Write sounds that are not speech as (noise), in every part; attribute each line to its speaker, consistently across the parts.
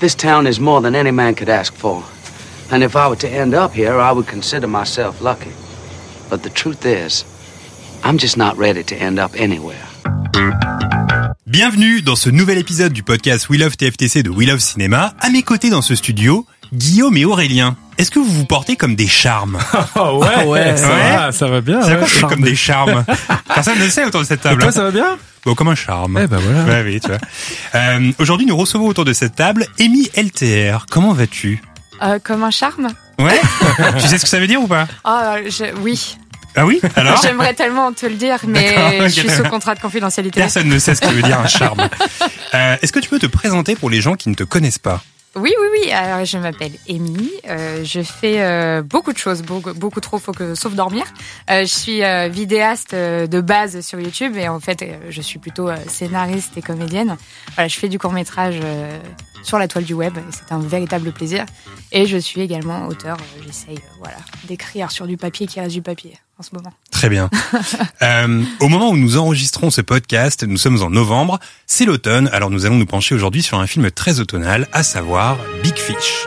Speaker 1: This town is more than any man could ask for. And if I were to end up here, I would consider myself lucky. But the truth is, I'm just not ready to end up anywhere.
Speaker 2: Bienvenue dans ce nouvel épisode du podcast We Love TFTC de We Love Cinéma. À mes côtés dans ce studio, Guillaume et Aurélien. Est-ce que vous vous portez comme des (laughs) charmes
Speaker 3: Oh ouais,
Speaker 4: Ah ouais,
Speaker 3: ça,
Speaker 2: ouais.
Speaker 3: Va, ça va bien.
Speaker 2: C'est à
Speaker 3: ouais.
Speaker 2: quoi je fais comme des
Speaker 3: (laughs)
Speaker 2: charmes Personne ne le sait autour de cette
Speaker 3: Et
Speaker 2: table. hein.
Speaker 3: toi, ça va bien
Speaker 2: Bon, comme un charme.
Speaker 3: Eh ben voilà.
Speaker 2: Ouais, oui, tu vois. Euh, Aujourd'hui, nous recevons autour de cette table Amy LTR. Comment vas-tu
Speaker 5: Euh, comme un charme
Speaker 2: Ouais (laughs) Tu sais ce que ça veut dire ou pas
Speaker 5: Ah, je- Oui,
Speaker 2: Ah oui Alors
Speaker 5: j'aimerais tellement te le dire,
Speaker 2: D'accord,
Speaker 5: mais
Speaker 2: ok.
Speaker 5: je suis sous contrat de confidentialité.
Speaker 2: Personne ne sait ce que veut dire un charme. Euh, Est-ce que tu peux te présenter pour les gens qui ne te connaissent pas
Speaker 5: Oui, oui, oui. Alors, je m'appelle Amy. euh, je fais euh, beaucoup de choses, beaucoup, beaucoup trop, faut que, sauf dormir. Euh, je suis euh, vidéaste euh, de base sur YouTube et en fait, euh, je suis plutôt euh, scénariste et comédienne. Voilà, je fais du court métrage sur la toile du web. et C'est un véritable plaisir. Et je suis également auteur. euh, J'essaye, euh, voilà, d'écrire sur du papier qui reste du papier en ce moment.
Speaker 2: Très bien. Euh, au moment où nous enregistrons ce podcast, nous sommes en novembre, c'est l'automne, alors nous allons nous pencher aujourd'hui sur un film très automnal, à savoir Big Fish.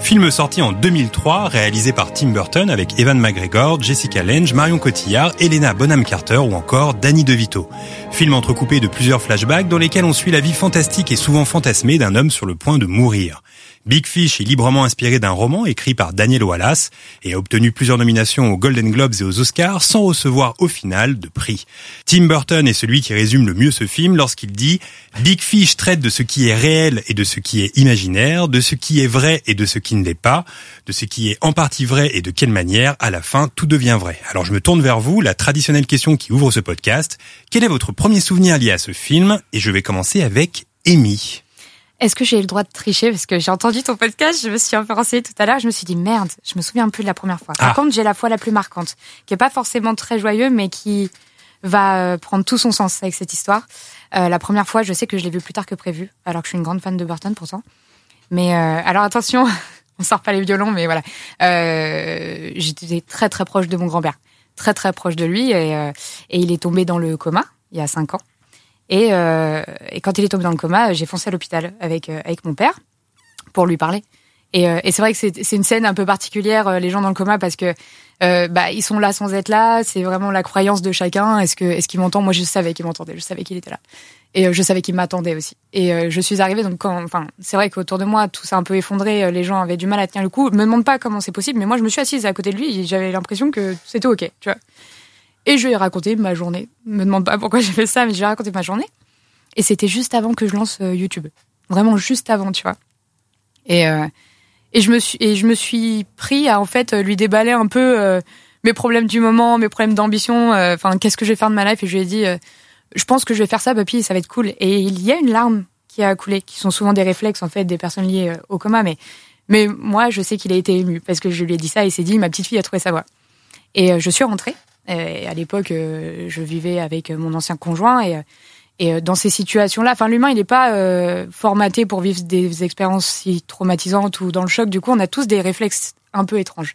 Speaker 2: Film sorti en 2003, réalisé par Tim Burton avec Evan McGregor, Jessica Lange, Marion Cotillard, Elena Bonham Carter ou encore Danny DeVito. Film entrecoupé de plusieurs flashbacks dans lesquels on suit la vie fantastique et souvent fantasmée d'un homme sur le point de mourir. Big Fish est librement inspiré d'un roman écrit par Daniel Wallace et a obtenu plusieurs nominations aux Golden Globes et aux Oscars sans recevoir au final de prix. Tim Burton est celui qui résume le mieux ce film lorsqu'il dit Big Fish traite de ce qui est réel et de ce qui est imaginaire, de ce qui est vrai et de ce qui ne l'est pas, de ce qui est en partie vrai et de quelle manière, à la fin, tout devient vrai. Alors je me tourne vers vous, la traditionnelle question qui ouvre ce podcast. Quel est votre premier souvenir lié à ce film? Et je vais commencer avec Amy.
Speaker 5: Est-ce que j'ai eu le droit de tricher Parce que j'ai entendu ton podcast, je me suis un peu renseignée tout à l'heure, je me suis dit merde, je me souviens plus de la première fois.
Speaker 2: Ah.
Speaker 5: Par contre, j'ai la fois la plus marquante, qui est pas forcément très joyeux, mais qui va euh, prendre tout son sens avec cette histoire. Euh, la première fois, je sais que je l'ai vu plus tard que prévu, alors que je suis une grande fan de Burton pourtant. Mais euh, alors attention, (laughs) on sort pas les violons, mais voilà. Euh, J'étais très très proche de mon grand-père, très très proche de lui, et, euh, et il est tombé dans le coma il y a cinq ans. Et, euh, et quand il est tombé dans le coma, euh, j'ai foncé à l'hôpital avec, euh, avec mon père pour lui parler. Et, euh, et c'est vrai que c'est c'est une scène un peu particulière, euh, les gens dans le coma, parce que euh, bah, ils sont là sans être là. C'est vraiment la croyance de chacun. Est-ce que est-ce qu'il m'entend Moi, je savais qu'il m'entendait. Je savais qu'il était là. Et euh, je savais qu'il m'attendait aussi. Et euh, je suis arrivée, donc quand, enfin, c'est vrai qu'autour de moi, tout s'est un peu effondré. euh, Les gens avaient du mal à tenir le coup. Me demande pas comment c'est possible, mais moi, je me suis assise à côté de lui. et J'avais l'impression que c'était ok, tu vois. Et je lui ai raconté ma journée. Me demande pas pourquoi j'ai fait ça, mais je lui ai raconté ma journée. Et c'était juste avant que je lance euh, YouTube. Vraiment juste avant, tu vois. Et, euh, et, je me suis, et je me suis pris à en fait euh, lui déballer un peu euh, mes problèmes du moment, mes problèmes d'ambition, euh, enfin qu'est-ce que je vais faire de ma life. Et je lui ai dit, euh, je pense que je vais faire ça, papy, ça va être cool. Et il y a une larme qui a coulé, qui sont souvent des réflexes en fait des personnes liées euh, au coma. Mais, mais moi, je sais qu'il a été ému parce que je lui ai dit ça et il s'est dit, ma petite fille a trouvé sa voix. Et euh, je suis rentrée. Et à l'époque, euh, je vivais avec euh, mon ancien conjoint et, euh, et euh, dans ces situations-là, enfin l'humain, il n'est pas euh, formaté pour vivre des expériences si traumatisantes ou dans le choc. Du coup, on a tous des réflexes un peu étranges.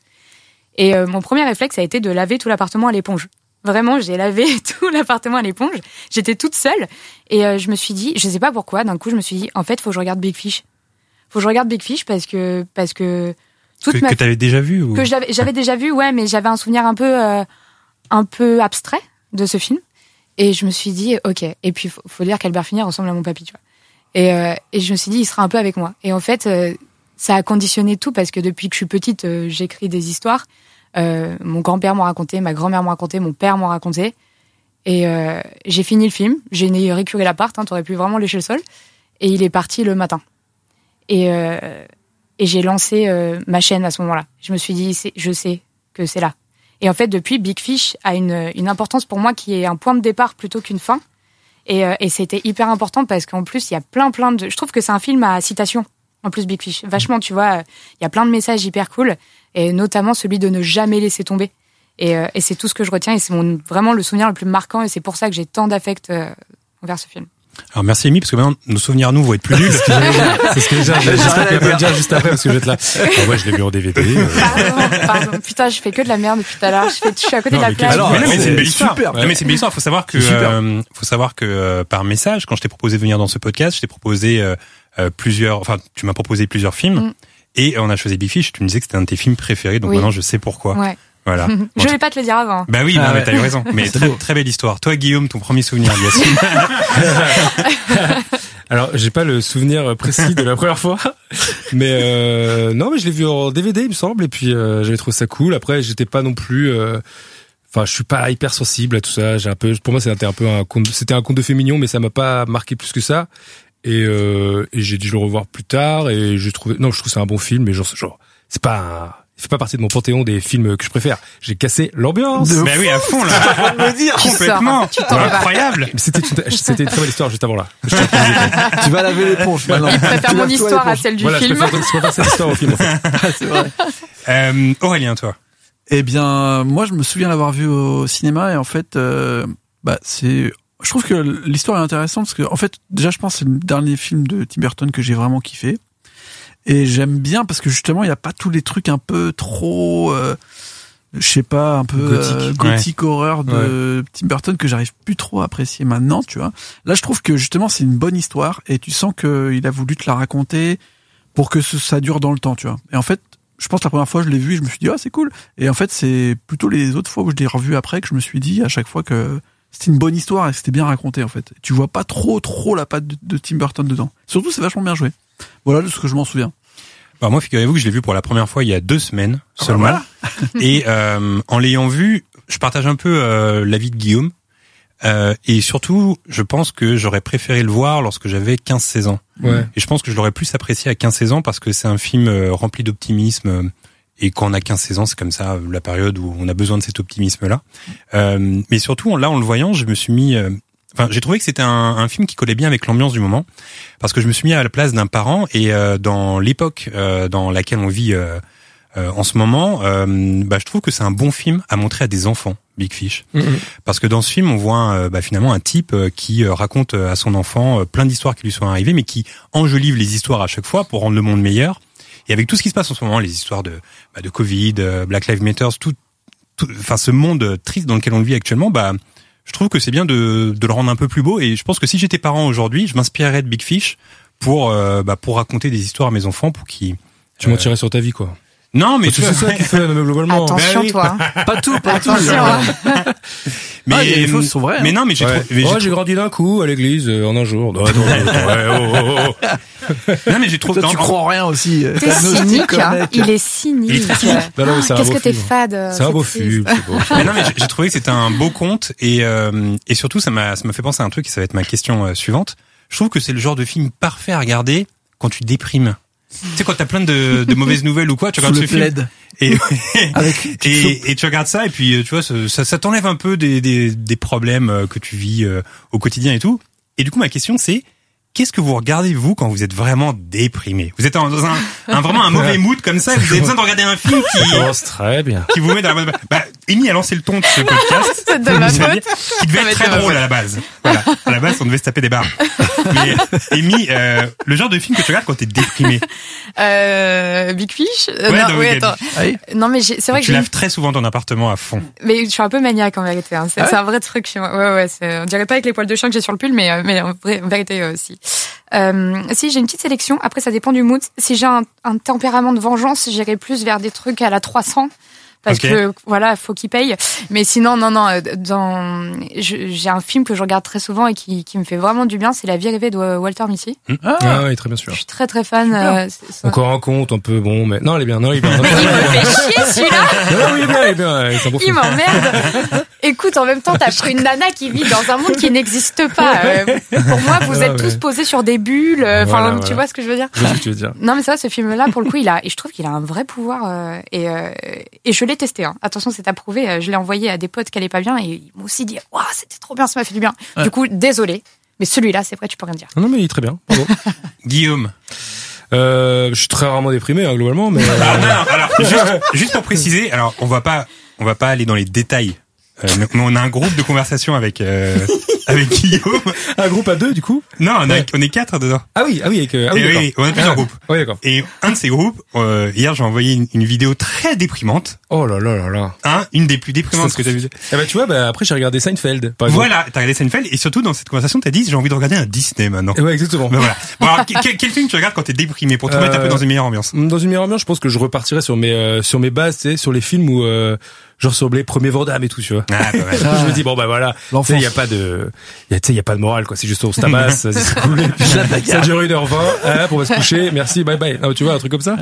Speaker 5: Et euh, mon premier réflexe a été de laver tout l'appartement à l'éponge. Vraiment, j'ai lavé (laughs) tout l'appartement à l'éponge. J'étais toute seule et euh, je me suis dit, je sais pas pourquoi, d'un coup, je me suis dit, en fait, faut que je regarde Big Fish. Faut que je regarde Big Fish parce que parce que toute
Speaker 2: Que,
Speaker 5: ma
Speaker 2: que t'avais déjà vu ou...
Speaker 5: que j'avais j'avais déjà vu ouais mais j'avais un souvenir un peu euh, un peu abstrait de ce film et je me suis dit ok et puis faut, faut dire qu'Albert Finir ressemble à mon papy tu vois et euh, et je me suis dit il sera un peu avec moi et en fait euh, ça a conditionné tout parce que depuis que je suis petite euh, j'écris des histoires Euh, mon grand-père m'a raconté ma grand-mère m'a raconté mon père m'a raconté et euh, j'ai fini le film j'ai né- récuré l'appart hein, t'aurais pu vraiment lécher le sol et il est parti le matin et euh, et j'ai lancé euh, ma chaîne à ce moment-là. Je me suis dit, c'est- je sais que c'est là. Et en fait, depuis, Big Fish a une, une importance pour moi qui est un point de départ plutôt qu'une fin. Et, euh, et c'était hyper important parce qu'en plus, il y a plein, plein de. Je trouve que c'est un film à citation, en plus, Big Fish. Vachement, tu vois, euh, il y a plein de messages hyper cool, et notamment celui de ne jamais laisser tomber. Et, euh, et c'est tout ce que je retiens, et c'est mon- vraiment le souvenir le plus marquant, et c'est pour ça que j'ai tant d'affect euh, envers ce film.
Speaker 2: Alors merci Amy, parce que maintenant nos souvenirs nous vont être plus nuls.
Speaker 5: (laughs)
Speaker 3: C'est ce que (laughs) j'ai- j'espère qu'il va pas le dire juste après parce que je vais être là. Ah ouais, je l'ai vu en DVD. euh.
Speaker 5: Pardon, pardon. (laughs) Putain, je fais que de la merde depuis tout à l'heure. Je, fais, je suis à côté
Speaker 2: Non,
Speaker 5: de la
Speaker 2: mais
Speaker 5: plage.
Speaker 2: qu'est-ce que-
Speaker 3: Alors,
Speaker 2: mais non, mais c'est une belle
Speaker 3: super.
Speaker 2: histoire.
Speaker 3: Ouais.
Speaker 2: Non, mais c'est une belle histoire. Faut savoir que,
Speaker 3: Super.
Speaker 2: euh, faut savoir que euh, par message, quand je t'ai proposé de venir dans ce podcast, je t'ai proposé euh, euh, plusieurs. Enfin, tu m'as proposé plusieurs films.
Speaker 5: Mm.
Speaker 2: Et on a choisi Big Fish. Tu me disais que c'était un de tes films préférés, donc
Speaker 5: Oui.
Speaker 2: maintenant je sais pourquoi.
Speaker 5: Ouais. (laughs)
Speaker 2: Voilà. Bon,
Speaker 5: Je vais pas te le dire avant.
Speaker 2: Bah oui, non,
Speaker 3: Ah
Speaker 2: mais
Speaker 3: ouais.
Speaker 2: t'as eu
Speaker 3: (laughs)
Speaker 2: raison. Mais très, très belle histoire. Toi, Guillaume, ton premier souvenir, Yacine.
Speaker 3: Alors, j'ai pas le souvenir précis de la première fois, mais euh, non, mais je l'ai vu en DVD, il me semble, et puis euh, j'avais trouvé ça cool. Après, j'étais pas non plus, euh, enfin, je suis pas hyper sensible à tout ça. J'ai un peu, pour moi, c'était un peu un conte, c'était un conte de fait mignon, mais ça m'a pas marqué plus que ça. Et, euh, et j'ai dû le revoir plus tard, et je trouvais, non, je trouve c'est un bon film, mais genre, c'est- genre, c'est pas, un- il fait pas partie de mon panthéon des films que je préfère. J'ai cassé l'ambiance.
Speaker 2: bah oui, à fond là. Complètement.
Speaker 3: Ah,
Speaker 5: Tu t'en vas.
Speaker 2: Incroyable.
Speaker 3: bah, C'était une, c'était une très belle histoire juste avant là.
Speaker 4: tu vas laver l'éponge maintenant.
Speaker 5: Je (laughs) préfère mon histoire à celle du
Speaker 3: voilà, je
Speaker 5: film.
Speaker 3: préfère, je préfère cette histoire au film. en fait.
Speaker 2: Euh, Aurélien, toi.
Speaker 4: Eh bien, moi, je me souviens l'avoir vu au cinéma et en fait, euh, bah, c'est. Je trouve que l'histoire est intéressante parce que, en fait, déjà, je pense que c'est le dernier film de Tim Burton que j'ai vraiment kiffé. Et j'aime bien parce que justement, il n'y a pas tous les trucs un peu trop. euh, je sais pas, un peu
Speaker 3: Gothique.
Speaker 4: euh, gothique horreur de Tim Burton que j'arrive plus trop à apprécier maintenant, tu vois. Là, je trouve que justement, c'est une bonne histoire et tu sens que il a voulu te la raconter pour que ce- ça dure dans le temps, tu vois. Et en fait, je pense que la première fois que je l'ai vu, je me suis dit, ah, c'est cool. Et en fait, c'est plutôt les autres fois où je l'ai revu après que je me suis dit à chaque fois que c'était une bonne histoire et que c'était bien raconté, en fait. Tu vois pas trop, trop la patte de, de Tim Burton dedans. Surtout, c'est vachement bien joué. Voilà de ce que je m'en souviens.
Speaker 2: Bah moi, figurez-vous que je l'ai vu pour la première fois il y a deux semaines
Speaker 4: Ah bah
Speaker 2: seulement.
Speaker 4: voilà.
Speaker 2: (laughs) et euh, en l'ayant vu, je partage un peu euh, l'avis de Guillaume. Euh, et surtout, je pense que j'aurais préféré le voir lorsque j'avais 15-16 ans.
Speaker 3: Ouais.
Speaker 2: Et je pense que je l'aurais plus apprécié à 15-16 ans parce que c'est un film euh, rempli d'optimisme. euh, Et quand on a 15-16 ans, c'est comme ça, euh, la période où on a besoin de cet optimisme-là. Euh, mais surtout, en- là, en le voyant, je me suis mis... euh, Enfin, j'ai trouvé que c'était un, un film qui collait bien avec l'ambiance du moment, parce que je me suis mis à la place d'un parent et euh, dans l'époque euh, dans laquelle on vit euh, euh, en ce moment, euh, bah, je trouve que c'est un bon film à montrer à des enfants, Big Fish. Parce que dans ce film, on voit euh, bah, finalement un type euh, qui euh, raconte euh, à son enfant euh, plein d'histoires qui lui sont arrivées, mais qui enjolive les histoires à chaque fois pour rendre le monde meilleur. Et avec tout ce qui se passe en ce moment, les histoires de, bah, de Covid, euh, Black Lives Matter, tout, tout- enfin ce monde euh, triste dans lequel on vit actuellement, bah, je trouve que c'est bien de, de le rendre un peu plus beau. Et je pense que si j'étais parent aujourd'hui, je m'inspirerais de Big Fish pour, euh, bah, pour raconter des histoires à mes enfants, pour qu'ils...
Speaker 3: Tu mentirais sur ta vie, quoi.
Speaker 2: Non, mais
Speaker 3: Parce que c'est ça qui fait euh, globalement.
Speaker 2: Bah
Speaker 5: Attention,
Speaker 2: oui.
Speaker 5: (laughs) toi. hein.
Speaker 4: Pas tout, pas tout.
Speaker 5: Attention. hein.
Speaker 2: Mais,
Speaker 4: Ah, il y a des choses qui sont vraies,
Speaker 2: Mais
Speaker 4: hein.
Speaker 2: non, mais j'ai
Speaker 3: Ouais.
Speaker 2: trou- mais j'ai
Speaker 3: Oh,
Speaker 2: trou-
Speaker 3: j'ai grandi d'un coup à l'église euh, en un jour. Non, attends,
Speaker 5: (laughs)
Speaker 3: attends, ouais, oh, oh, oh.
Speaker 4: (laughs)
Speaker 2: non, mais j'ai trouvé.
Speaker 4: Toi, tu
Speaker 2: en- en-
Speaker 4: crois en rien aussi. euh,
Speaker 5: T'es
Speaker 4: diagnostic,
Speaker 5: cynique. hein.
Speaker 4: mec.
Speaker 5: Il est cynique. Ah,
Speaker 3: Non, non, mais c'est un
Speaker 5: Qu'est-ce
Speaker 3: beau
Speaker 5: que t'es
Speaker 3: film.
Speaker 5: fade. euh,
Speaker 3: C'est un beau
Speaker 5: triste.
Speaker 3: film. c'est beau.
Speaker 2: Mais non, mais j'ai- j'ai trouvé que c'était un beau conte et euh, et surtout ça m'a ça m'a fait penser à un truc et ça va être ma question euh, suivante. Je trouve que c'est le genre de film parfait à regarder quand tu déprimes. Tu sais quand t'as plein de, de mauvaises nouvelles ou quoi, tu
Speaker 4: Sous
Speaker 2: regardes ce
Speaker 4: le
Speaker 2: film
Speaker 4: plaid.
Speaker 5: Mmh.
Speaker 2: (laughs) et
Speaker 4: Avec une petite soupe.
Speaker 2: et, et tu regardes ça et puis euh, tu vois ce- ça, ça t'enlève un peu des, des, des problèmes euh, que tu vis euh, au quotidien et tout et du coup ma question c'est qu'est-ce que vous regardez vous quand vous êtes vraiment déprimé vous êtes en- dans un, un- vraiment un mauvais mood comme ça et vous avez besoin de regarder un film qui
Speaker 3: Ça
Speaker 5: (laughs)
Speaker 3: commence Oh, très bien.
Speaker 2: qui vous met dans la bonne bah Amy a lancé le ton de ce podcast
Speaker 5: C'est de ma
Speaker 2: Ça veut
Speaker 5: faute.
Speaker 2: dire qui devait
Speaker 5: Ça va
Speaker 2: être
Speaker 5: être euh,
Speaker 2: très
Speaker 5: ma
Speaker 2: drôle à la base voilà à la base on devait se taper des barres
Speaker 5: (laughs)
Speaker 2: mais Amy euh, le genre de film que tu regardes quand t'es déprimé
Speaker 5: Euh, Big Fish. Euh,
Speaker 2: Ouais,
Speaker 5: non,
Speaker 2: non,
Speaker 5: oui,
Speaker 2: mais-
Speaker 5: attends.
Speaker 4: Allez.
Speaker 5: Non, mais
Speaker 3: Bah,
Speaker 5: j'ai- c'est vrai que
Speaker 2: tu
Speaker 5: j'ai une
Speaker 2: laves très souvent ton appartement à fond
Speaker 5: Mais je suis un peu maniaque en vérité. hein. C'est c'est un vrai truc chez moi. Ouais, ouais. c'est- On dirait pas avec les poils de chien que j'ai sur le pull, mais, euh, mais en, vrai- en vérité aussi. Euh, si j'ai une petite sélection, après ça dépend du mood. Si j'ai un, un tempérament de vengeance, j'irai plus vers des trucs à la 300. Parce
Speaker 2: Ok.
Speaker 5: que voilà, faut qu'il paye. Mais sinon, non, non. euh, Dans, je- j'ai un film que je regarde très souvent et qui, qui me fait vraiment du bien, c'est La vie rêvée de Walter Mitty.
Speaker 4: Ah,
Speaker 3: Ah oui, très bien
Speaker 5: Je
Speaker 3: sûr.
Speaker 5: suis très très fan.
Speaker 4: Super.
Speaker 5: euh, c'est- c'est-
Speaker 3: Encore un compte, un peu bon, mais non, elle est bien. Non, il est bien. Non,
Speaker 5: Il me fait chier celui-là.
Speaker 3: non, il est bien, il est bien. ouais, C'est un beau
Speaker 5: Il
Speaker 3: film.
Speaker 5: m'emmerde. Écoute, en même temps, t'as pris une nana qui vit dans un monde qui n'existe pas. Euh, Pour moi, vous êtes
Speaker 3: Ouais.
Speaker 5: tous posés sur des bulles. euh, Enfin,
Speaker 3: Voilà,
Speaker 5: tu
Speaker 3: voilà.
Speaker 5: vois ce que je veux dire
Speaker 3: Je sais ce que tu veux dire.
Speaker 5: Non, mais ça, ce film-là, pour le coup, il a, et je trouve qu'il a un vrai pouvoir. euh, et, euh, et je l'ai testé. hein. Attention, c'est approuvé. Euh, Je l'ai envoyé à des potes qui allaient pas bien et ils m'ont aussi dit Waouh, c'était trop bien, ça m'a fait du bien.
Speaker 4: Ouais.
Speaker 5: Du coup, désolé. Mais celui-là, c'est vrai, tu peux rien dire.
Speaker 3: Non, non, mais il est très bien. Bravo.
Speaker 5: (laughs)
Speaker 2: Guillaume.
Speaker 3: Euh, je suis très rarement déprimé hein, globalement, mais euh,
Speaker 2: Ah, non, non, alors, juste, juste pour préciser, alors on va pas, on va pas aller dans les détails. Euh, mais on a un groupe de conversation avec euh, avec Guillaume.
Speaker 3: un groupe à deux du coup.
Speaker 2: Non, on, a-
Speaker 3: Ouais.
Speaker 2: on est quatre dedans.
Speaker 3: Ah oui, ah oui, avec. euh, ah oui,
Speaker 2: Et oui,
Speaker 3: d'accord.
Speaker 2: oui, on a plusieurs groupes.
Speaker 3: Ah, Oui, d'accord.
Speaker 2: Et un de ces groupes, euh, hier j'ai envoyé une, une vidéo très déprimante,
Speaker 3: Oh là là là là.
Speaker 2: hein, une des plus déprimantes que t'as vues.
Speaker 3: Eh ben, tu vois, bah, après j'ai regardé Seinfeld. Par exemple.
Speaker 2: Voilà, t'as regardé Seinfeld et surtout dans cette conversation t'as dit j'ai envie de regarder un Disney maintenant.
Speaker 3: Ouais, exactement.
Speaker 2: Ben voilà. Bon, alors, que- quel, quel film tu regardes quand t'es déprimé pour te
Speaker 3: Euh,
Speaker 2: mettre un peu dans une meilleure ambiance
Speaker 3: Dans une meilleure ambiance, je pense que je repartirais sur mes euh, sur mes bases, tu sais, sur les films où euh, genre sur les premiers Vandame et tout, tu vois.
Speaker 2: Ah, pas mal.
Speaker 3: je me dis bon bah voilà, tu
Speaker 4: L'enfance.
Speaker 3: sais, il y a pas de y a- tu sais, il y a pas de morale quoi, c'est juste on
Speaker 2: (laughs)
Speaker 3: se tabasse, vas-y, c'est cool. Et puis, ça dure 1h20, hop, on va hein, se coucher, merci, bye bye. Ah, tu vois un truc comme ça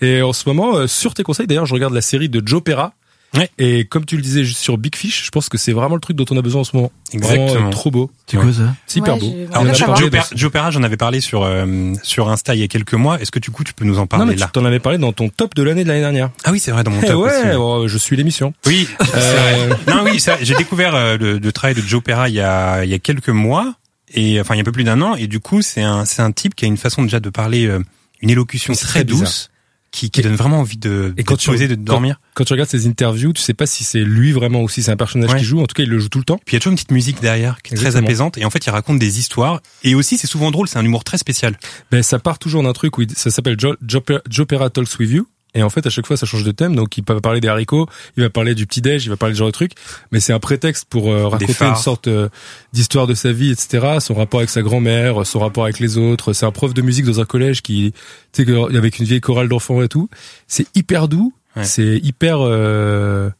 Speaker 3: Et en ce moment, euh, sur tes conseils d'ailleurs, je regarde la série de Joe Pera.
Speaker 2: Ouais.
Speaker 3: Et comme tu le disais juste sur Big Fish, je pense que c'est vraiment le truc dont on a besoin en ce moment.
Speaker 2: Exactement.
Speaker 3: Vraiment, euh, trop beau.
Speaker 4: C'est quoi ça
Speaker 3: C'est hyper
Speaker 5: Ouais,
Speaker 3: beau.
Speaker 5: je-
Speaker 3: Et
Speaker 5: Ah,
Speaker 3: on
Speaker 2: Alors,
Speaker 3: a
Speaker 5: ça
Speaker 2: Joe,
Speaker 5: va.
Speaker 3: parlé
Speaker 2: Joe
Speaker 3: de-
Speaker 2: Per- Joe Perra, j'en avais parlé sur euh, sur Insta il y a quelques mois. Est-ce que du coup tu peux nous en
Speaker 3: Non
Speaker 2: parler
Speaker 3: mais tu
Speaker 2: là
Speaker 3: t'en avais parlé dans ton top de l'année de l'année dernière.
Speaker 2: Ah oui, c'est vrai dans mon
Speaker 3: Eh
Speaker 2: top. aussi.
Speaker 3: ouais, bon, je suis l'émission. (laughs)
Speaker 2: Oui. c'est
Speaker 3: Euh,
Speaker 2: vrai. Non oui, ça, j'ai découvert euh, le, le travail de Joe Perra il y a il y a quelques mois et enfin il y a un peu plus d'un an et du coup c'est un c'est un type qui a une façon déjà de parler euh, une élocution
Speaker 3: C'est
Speaker 2: très,
Speaker 3: très bizarre.
Speaker 2: douce qui qui donne vraiment envie de
Speaker 3: Et quand
Speaker 2: de
Speaker 3: tu-
Speaker 2: poser de
Speaker 3: quand-
Speaker 2: dormir.
Speaker 3: quand tu regardes ses interviews, tu sais pas si c'est lui vraiment ou si c'est un personnage
Speaker 2: Ouais.
Speaker 3: qui joue. En tout cas, il le joue tout le temps.
Speaker 2: Puis il y a toujours une petite musique derrière qui est très
Speaker 3: Exactement.
Speaker 2: apaisante et en fait il raconte des histoires et aussi c'est souvent drôle, c'est un humour très spécial.
Speaker 3: Mais ça part toujours d'un truc où il- ça s'appelle Jo- Jo- Joe Perra Talks With You. Et en fait, à chaque fois, ça change de thème. Donc, il va parler des haricots, il va parler du petit-déj, il va parler de ce genre de truc. Mais c'est un prétexte pour euh, raconter
Speaker 2: phares.
Speaker 3: une sorte euh, d'histoire de sa vie, etc. Son rapport avec sa grand-mère, son rapport avec les autres. C'est un prof de musique dans un collège qui, tu sais, que- avec une vieille chorale d'enfants et tout. C'est hyper doux.
Speaker 2: Ouais.
Speaker 3: C'est hyper, euh,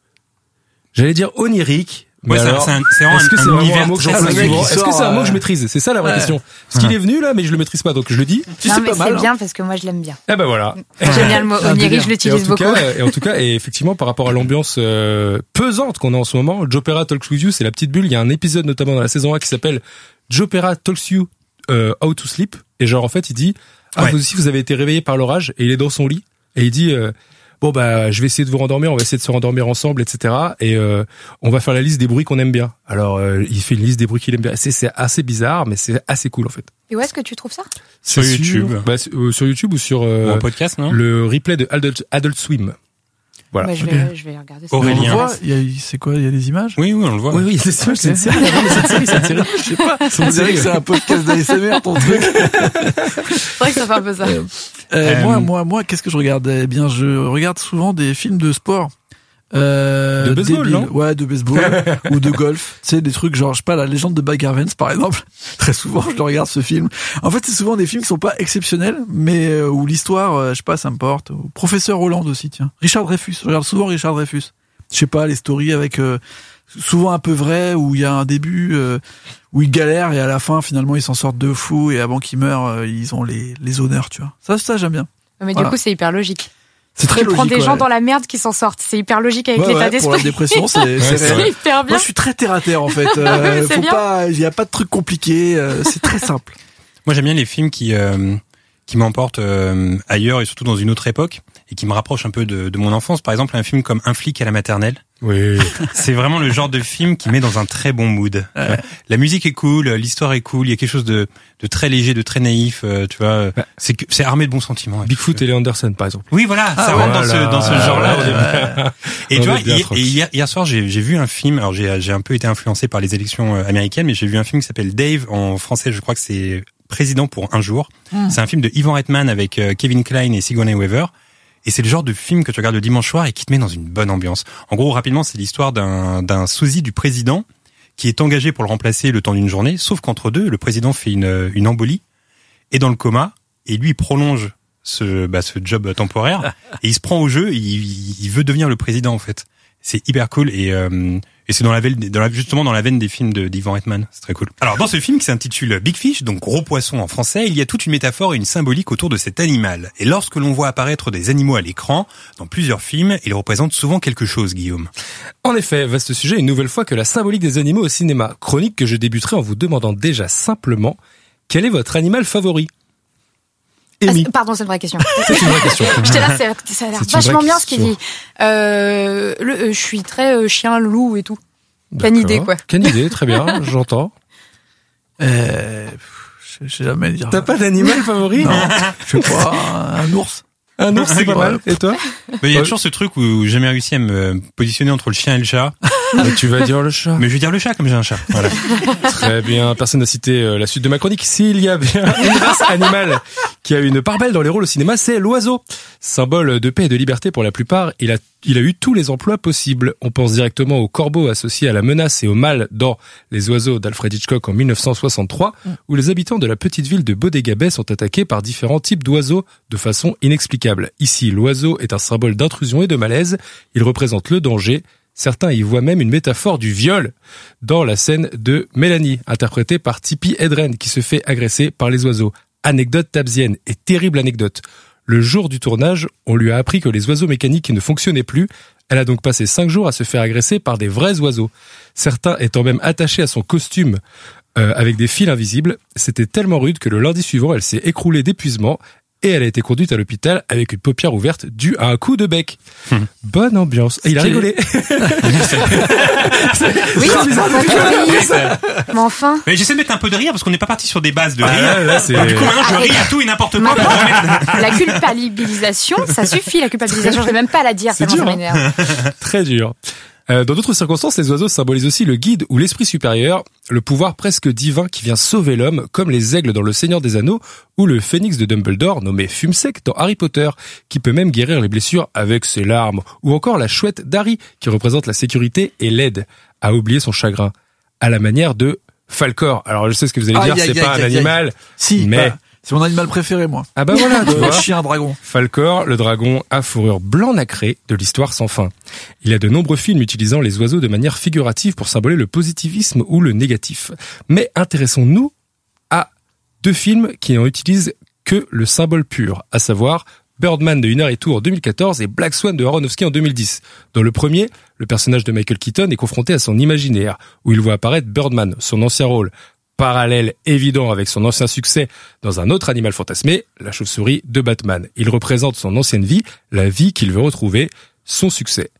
Speaker 3: j'allais dire onirique.
Speaker 2: Ouais,
Speaker 3: mais
Speaker 2: c'est un-
Speaker 3: alors-
Speaker 2: c'est un- c'est vraiment
Speaker 3: Est-ce que c'est
Speaker 2: un
Speaker 3: vraiment
Speaker 2: univers
Speaker 3: un mot que
Speaker 2: très
Speaker 4: j'emploie
Speaker 3: j'emploie
Speaker 4: souvent
Speaker 3: souvent
Speaker 4: qui
Speaker 3: Est-ce que
Speaker 4: sort,
Speaker 3: c'est un mot que je
Speaker 4: euh,
Speaker 3: maîtrise C'est ça la vraie
Speaker 4: ouais.
Speaker 3: question. Parce qu'il est venu là, mais je le maîtrise pas, donc je le dis.
Speaker 4: Si,
Speaker 5: non,
Speaker 4: c'est
Speaker 5: mais
Speaker 4: pas
Speaker 5: c'est
Speaker 4: mal. hein.
Speaker 5: bien parce que moi, je l'aime bien.
Speaker 3: Ah ben voilà.
Speaker 5: J'aime bien le mot
Speaker 4: Ah,
Speaker 5: onirique,
Speaker 4: délire.
Speaker 3: Et
Speaker 5: je
Speaker 3: en
Speaker 5: l'utilise
Speaker 3: tout
Speaker 5: beaucoup.
Speaker 3: cas, euh, et en tout cas, et effectivement, par rapport à l'ambiance euh, pesante qu'on a en ce moment, Joe Perra Talks With You, c'est la petite bulle. Il y a un épisode notamment dans la saison 1 qui s'appelle Joe Perra Talks You euh, How to Sleep. Et genre en fait, il dit ah
Speaker 2: Ouais.
Speaker 3: vous aussi vous avez été réveillé par l'orage et il est dans son lit et il dit euh, bon bah je vais essayer de vous rendormir, on va essayer de se rendormir ensemble, etc. Et euh, on va faire la liste des bruits qu'on aime bien. Alors euh, il fait une liste des bruits qu'il aime bien. C'est c'est assez bizarre, mais c'est assez cool en fait.
Speaker 5: Et où est-ce que tu trouves ça
Speaker 2: Sur
Speaker 3: C'est
Speaker 2: YouTube. hein.
Speaker 3: bah, c'est- euh, sur YouTube ou sur euh,
Speaker 2: Ou un podcast, non
Speaker 3: le replay de Adult, Adult Swim. Voilà.
Speaker 5: Bah, je, vais, je vais regarder (laughs) ça.
Speaker 4: On
Speaker 2: Aurélien.
Speaker 4: le voit, il y a- c'est quoi Il y a des images
Speaker 2: Oui, oui, on le voit.
Speaker 3: Oui, oui, c'est sûr, c'est une série. Non, mais cette série, cette série,
Speaker 4: (laughs)
Speaker 3: je sais pas. C'est
Speaker 4: On
Speaker 3: une
Speaker 4: dirait
Speaker 3: série.
Speaker 4: que c'est un podcast d'ASMR (laughs) ton truc.
Speaker 5: C'est vrai que ça fait un peu ça.
Speaker 4: Euh,
Speaker 2: Euh,
Speaker 4: moi, moi, moi, qu'est-ce que je regarde Eh bien, je regarde souvent des films de sport. Euh,
Speaker 3: De baseball,
Speaker 4: débiles.
Speaker 3: non
Speaker 4: Ouais, de baseball
Speaker 3: (laughs)
Speaker 4: ou de golf. C'est des trucs genre, je sais pas, la légende de Bagger Vance, par exemple. (laughs) Très souvent, je le regarde ce film. En fait, c'est souvent des films qui sont pas exceptionnels, mais euh, où l'histoire, euh, je sais pas, ça me porte. Ou Professeur Hollande aussi, tiens. Richard Dreyfus. Je regarde souvent Richard Dreyfus. Je sais pas, les stories avec euh, souvent un peu vrai où il y a un début euh, où ils galèrent et à la fin finalement ils s'en sortent de fou et avant qu'ils meurent euh, ils ont les, les honneurs tu vois ça ça j'aime bien
Speaker 5: Mais du
Speaker 4: Voilà.
Speaker 5: coup, c'est hyper logique.
Speaker 4: c'est très
Speaker 5: tu prends
Speaker 4: logique,
Speaker 5: des
Speaker 4: ouais.
Speaker 5: gens dans la merde qui s'en sortent. C'est hyper logique avec
Speaker 4: Ouais,
Speaker 5: l'état
Speaker 4: ouais, pour la
Speaker 5: d'esprit.
Speaker 4: dépression
Speaker 5: (laughs)
Speaker 4: c'est c'est
Speaker 2: Ouais, c'est
Speaker 4: réel.
Speaker 5: C'est hyper bien.
Speaker 4: moi je suis très terre à terre
Speaker 5: (laughs)
Speaker 4: en fait
Speaker 5: Ouais,
Speaker 4: euh,
Speaker 5: c'est
Speaker 4: faut
Speaker 5: bien.
Speaker 4: pas il y a pas de truc compliqué
Speaker 5: (laughs)
Speaker 4: euh, c'est très simple
Speaker 2: Moi, j'aime bien les films qui euh, qui m'emportent euh, ailleurs et surtout dans une autre époque et qui me rapprochent un peu de, de mon enfance. Par exemple, un film comme Un flic à la maternelle.
Speaker 3: Oui.
Speaker 2: (laughs) C'est vraiment le genre de film qui met dans un très bon mood. Tu vois. La musique est cool, l'histoire est cool. Il y a quelque chose de, de très léger, de très naïf. euh, tu vois,
Speaker 3: Bah.
Speaker 2: c'est que- c'est armé de bons sentiments. Et
Speaker 3: (laughs) Bigfoot
Speaker 2: puis,
Speaker 3: et les Anderson, par exemple.
Speaker 2: euh, Oui, voilà, ça rentre dans ce
Speaker 3: Voilà. Ah,
Speaker 2: dans ce genre-là. au début. Et
Speaker 3: On
Speaker 2: tu vois,
Speaker 3: est bien
Speaker 2: hier, et
Speaker 3: tranquille.
Speaker 2: hier, hier soir, j'ai j'ai vu un film. Alors, j'ai j'ai un peu été influencé par les élections euh, américaines, mais j'ai vu un film qui s'appelle Dave en français. Je crois que c'est Président pour un jour.
Speaker 4: Mm.
Speaker 2: C'est un film de Ivan Reitman avec euh, Kevin Klein et Sigourney Weaver. Et c'est le genre de film que tu regardes le dimanche soir et qui te met dans une bonne ambiance. En gros, rapidement, c'est l'histoire d'un d'un sosie du président qui est engagé pour le remplacer le temps d'une journée. Sauf qu'entre deux, le président fait une une embolie est dans le coma et lui il prolonge ce bah, ce job temporaire et il se prend au jeu et il, il veut devenir le président en fait c'est hyper cool et euh, et c'est dans la veine dans la, justement dans la veine des films de d'Ivan Reitman c'est très cool alors dans ce film qui s'intitule Big Fish donc gros poisson en français il y a toute une métaphore et une symbolique autour de cet animal et lorsque l'on voit apparaître des animaux à l'écran dans plusieurs films ils représentent souvent quelque chose Guillaume
Speaker 3: (laughs) En effet, vaste sujet, une nouvelle fois que la symbolique des animaux au cinéma. Chronique que je débuterai en vous demandant déjà simplement, quel est votre animal favori?
Speaker 2: Amy
Speaker 5: Ah, Pardon, c'est une vraie
Speaker 4: (laughs)
Speaker 5: question.
Speaker 2: C'est une vraie
Speaker 3: (laughs)
Speaker 2: question.
Speaker 5: Je te laisse, ça a l'air
Speaker 2: C'est une
Speaker 5: vachement
Speaker 2: vraie
Speaker 5: bien ce qu'il
Speaker 2: question.
Speaker 5: dit. Euh, le, euh, je suis très euh, chien, loup et tout.
Speaker 3: D'accord.
Speaker 5: idée, quoi.
Speaker 3: Canidé, très (laughs) bien, j'entends.
Speaker 4: Euh, pff, je je sais jamais dire.
Speaker 3: T'as pas d'animal favori
Speaker 4: Non, je sais pas, un ours.
Speaker 3: Un ours, c'est pas mal. Et toi
Speaker 2: Mais il y a toujours ce truc où j'ai jamais réussi à me positionner entre le chien et le chat.
Speaker 3: Bah, Tu vas dire le chat.
Speaker 2: Mais je vais dire le chat comme j'ai un chat. Voilà. (laughs)
Speaker 3: Très bien, personne n'a cité euh, la suite de ma chronique. S'il y a bien une race animale qui a une part belle dans les rôles au cinéma, c'est l'oiseau. Symbole de paix et de liberté pour la plupart, il a, il a eu tous les emplois possibles. On pense directement au corbeau associé à la menace et au mal dans Les oiseaux d'Alfred Hitchcock en 1963, où les habitants de la petite ville de Bodegabay sont attaqués par différents types d'oiseaux de façon inexplicable. Ici, l'oiseau est un symbole d'intrusion et de malaise. Il représente le danger. Certains y voient même une métaphore du viol dans la scène de Mélanie, interprétée par Tippi Hedren, qui se fait agresser par les oiseaux. Anecdote tabzienne et terrible anecdote. Le jour du tournage, on lui a appris que les oiseaux mécaniques ne fonctionnaient plus. Elle a donc passé cinq jours à se faire agresser par des vrais oiseaux. Certains étant même attachés à son costume euh, avec des fils invisibles. C'était tellement rude que le lundi suivant, elle s'est écroulée d'épuisement et elle a été conduite à l'hôpital avec une paupière ouverte due à un coup de bec. Bonne ambiance. Et il a
Speaker 4: Hmm. Ce qui est-
Speaker 3: rigolé.
Speaker 4: (laughs)
Speaker 5: Oui, mais enfin.
Speaker 4: Ah
Speaker 2: Mais j'essaie de mettre un peu de rire parce qu'on n'est pas parti sur des bases de
Speaker 3: Ah,
Speaker 2: rire.
Speaker 3: là, là, c'est-
Speaker 2: Du coup, maintenant, je ris à tout et n'importe quoi.
Speaker 5: Maintenant,
Speaker 4: bah
Speaker 5: la culpabilisation, ça suffit, la culpabilisation, je vais même pas la dire,
Speaker 3: C'est
Speaker 5: tellement ça
Speaker 3: dur, hein.
Speaker 5: m'énerve.
Speaker 3: Très dur. Euh, dans d'autres circonstances, les oiseaux symbolisent aussi le guide ou l'esprit supérieur, le pouvoir presque divin qui vient sauver l'homme, comme les aigles dans Le Seigneur des Anneaux ou le phénix de Dumbledore nommé Fumsec dans Harry Potter, qui peut même guérir les blessures avec ses larmes, ou encore la chouette d'Harry qui représente la sécurité et l'aide à oublier son chagrin, à la manière de Falcor. Alors je sais ce que vous allez
Speaker 4: Aïe,
Speaker 3: dire,
Speaker 4: aïe,
Speaker 3: c'est
Speaker 4: aïe,
Speaker 3: pas un
Speaker 4: aïe, aïe.
Speaker 3: animal.
Speaker 4: Si,
Speaker 3: Mais-
Speaker 4: bah, c'est mon animal préféré, moi.
Speaker 3: Ah bah voilà, tu
Speaker 4: (laughs) Euh,
Speaker 3: vois.
Speaker 4: chien, dragon.
Speaker 3: Falcor, le dragon à fourrure blanc nacré de l'histoire sans fin. Il y a de nombreux films utilisant les oiseaux de manière figurative pour symboliser le positivisme ou le négatif. Mais intéressons-nous à deux films qui n'en utilisent que le symbole pur, à savoir Birdman de Hunard et Tour en 2014 et Black Swan de Aronofsky en 2010. Dans le premier, le personnage de Michael Keaton est confronté à son imaginaire, où il voit apparaître Birdman, son ancien rôle. Parallèle évident avec son ancien succès dans un autre animal fantasmé, la chauve-souris de Batman. Il représente son ancienne vie, la vie qu'il veut retrouver, son succès.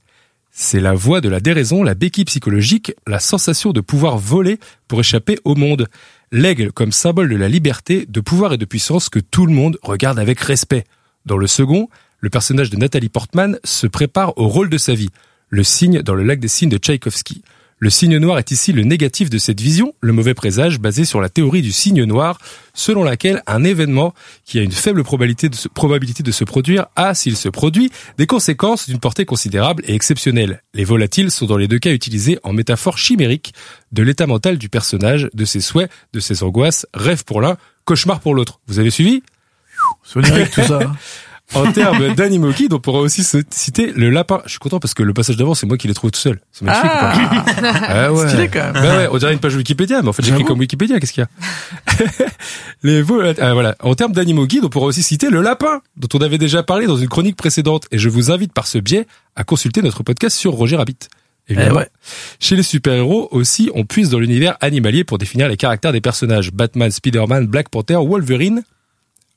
Speaker 3: C'est la voie de la déraison, la béquille psychologique, la sensation de pouvoir voler pour échapper au monde. L'aigle comme symbole de la liberté, de pouvoir et de puissance que tout le monde regarde avec respect. Dans le second, le personnage de Nathalie Portman se prépare au rôle de sa vie, le cygne dans le lac des signes de Tchaïkovski. Le cygne noir est ici le négatif de cette vision, le mauvais présage basé sur la théorie du cygne noir, selon laquelle un événement qui a une faible probabilité de se, probabilité de se produire a, s'il se produit, des conséquences d'une portée considérable et exceptionnelle. Les volatiles sont dans les deux cas utilisés en métaphore chimérique de l'état mental du personnage, de ses souhaits, de ses angoisses, rêve pour l'un, cauchemar pour l'autre. Vous avez suivi
Speaker 4: Sonic, tout ça. hein.
Speaker 3: en termes d'animaux guides, on pourra aussi se- citer le lapin. Je suis content parce que le passage d'avant, c'est moi qui l'ai trouvé tout seul. C'est
Speaker 5: Ah.
Speaker 3: magnifique. ou pas
Speaker 5: (laughs)
Speaker 3: ah ouais.
Speaker 4: Stylé, quand même.
Speaker 3: Bah ouais, on dirait une page Wikipédia, mais en fait j'écris
Speaker 4: J'avoue.
Speaker 3: comme Wikipédia, qu'est-ce qu'il y a (laughs) Les volat- ah, voilà. En termes d'animaux guides, on pourra aussi citer le lapin, dont on avait déjà parlé dans une chronique précédente, et je vous invite par ce biais à consulter notre podcast sur Roger Rabbit. Évidemment.
Speaker 4: Eh ouais.
Speaker 3: Chez les super-héros aussi, on puise dans l'univers animalier pour définir les caractères des personnages. Batman, Spider-Man, Black Panther, Wolverine,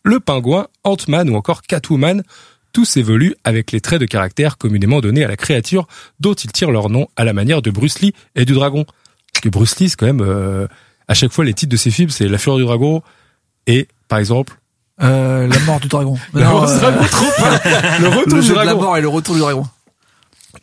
Speaker 3: le pingouin, Ant-Man ou encore Catwoman, tous évoluent avec les traits de caractère communément donnés à la créature dont ils tirent leur nom à la manière de Bruce Lee et du dragon. Parce que Bruce Lee, c'est quand même, euh, à chaque fois, les titres de ses films, c'est La Fureur du Dragon et, par exemple,
Speaker 4: Euh, la mort du
Speaker 5: (laughs)
Speaker 4: dragon. Mais non,
Speaker 3: Rose
Speaker 4: euh,
Speaker 3: Dragon, trop pas. (laughs) Le
Speaker 4: le
Speaker 3: Retour
Speaker 4: jeu
Speaker 3: du
Speaker 4: de la
Speaker 3: Dragon.
Speaker 4: mort et le retour du dragon.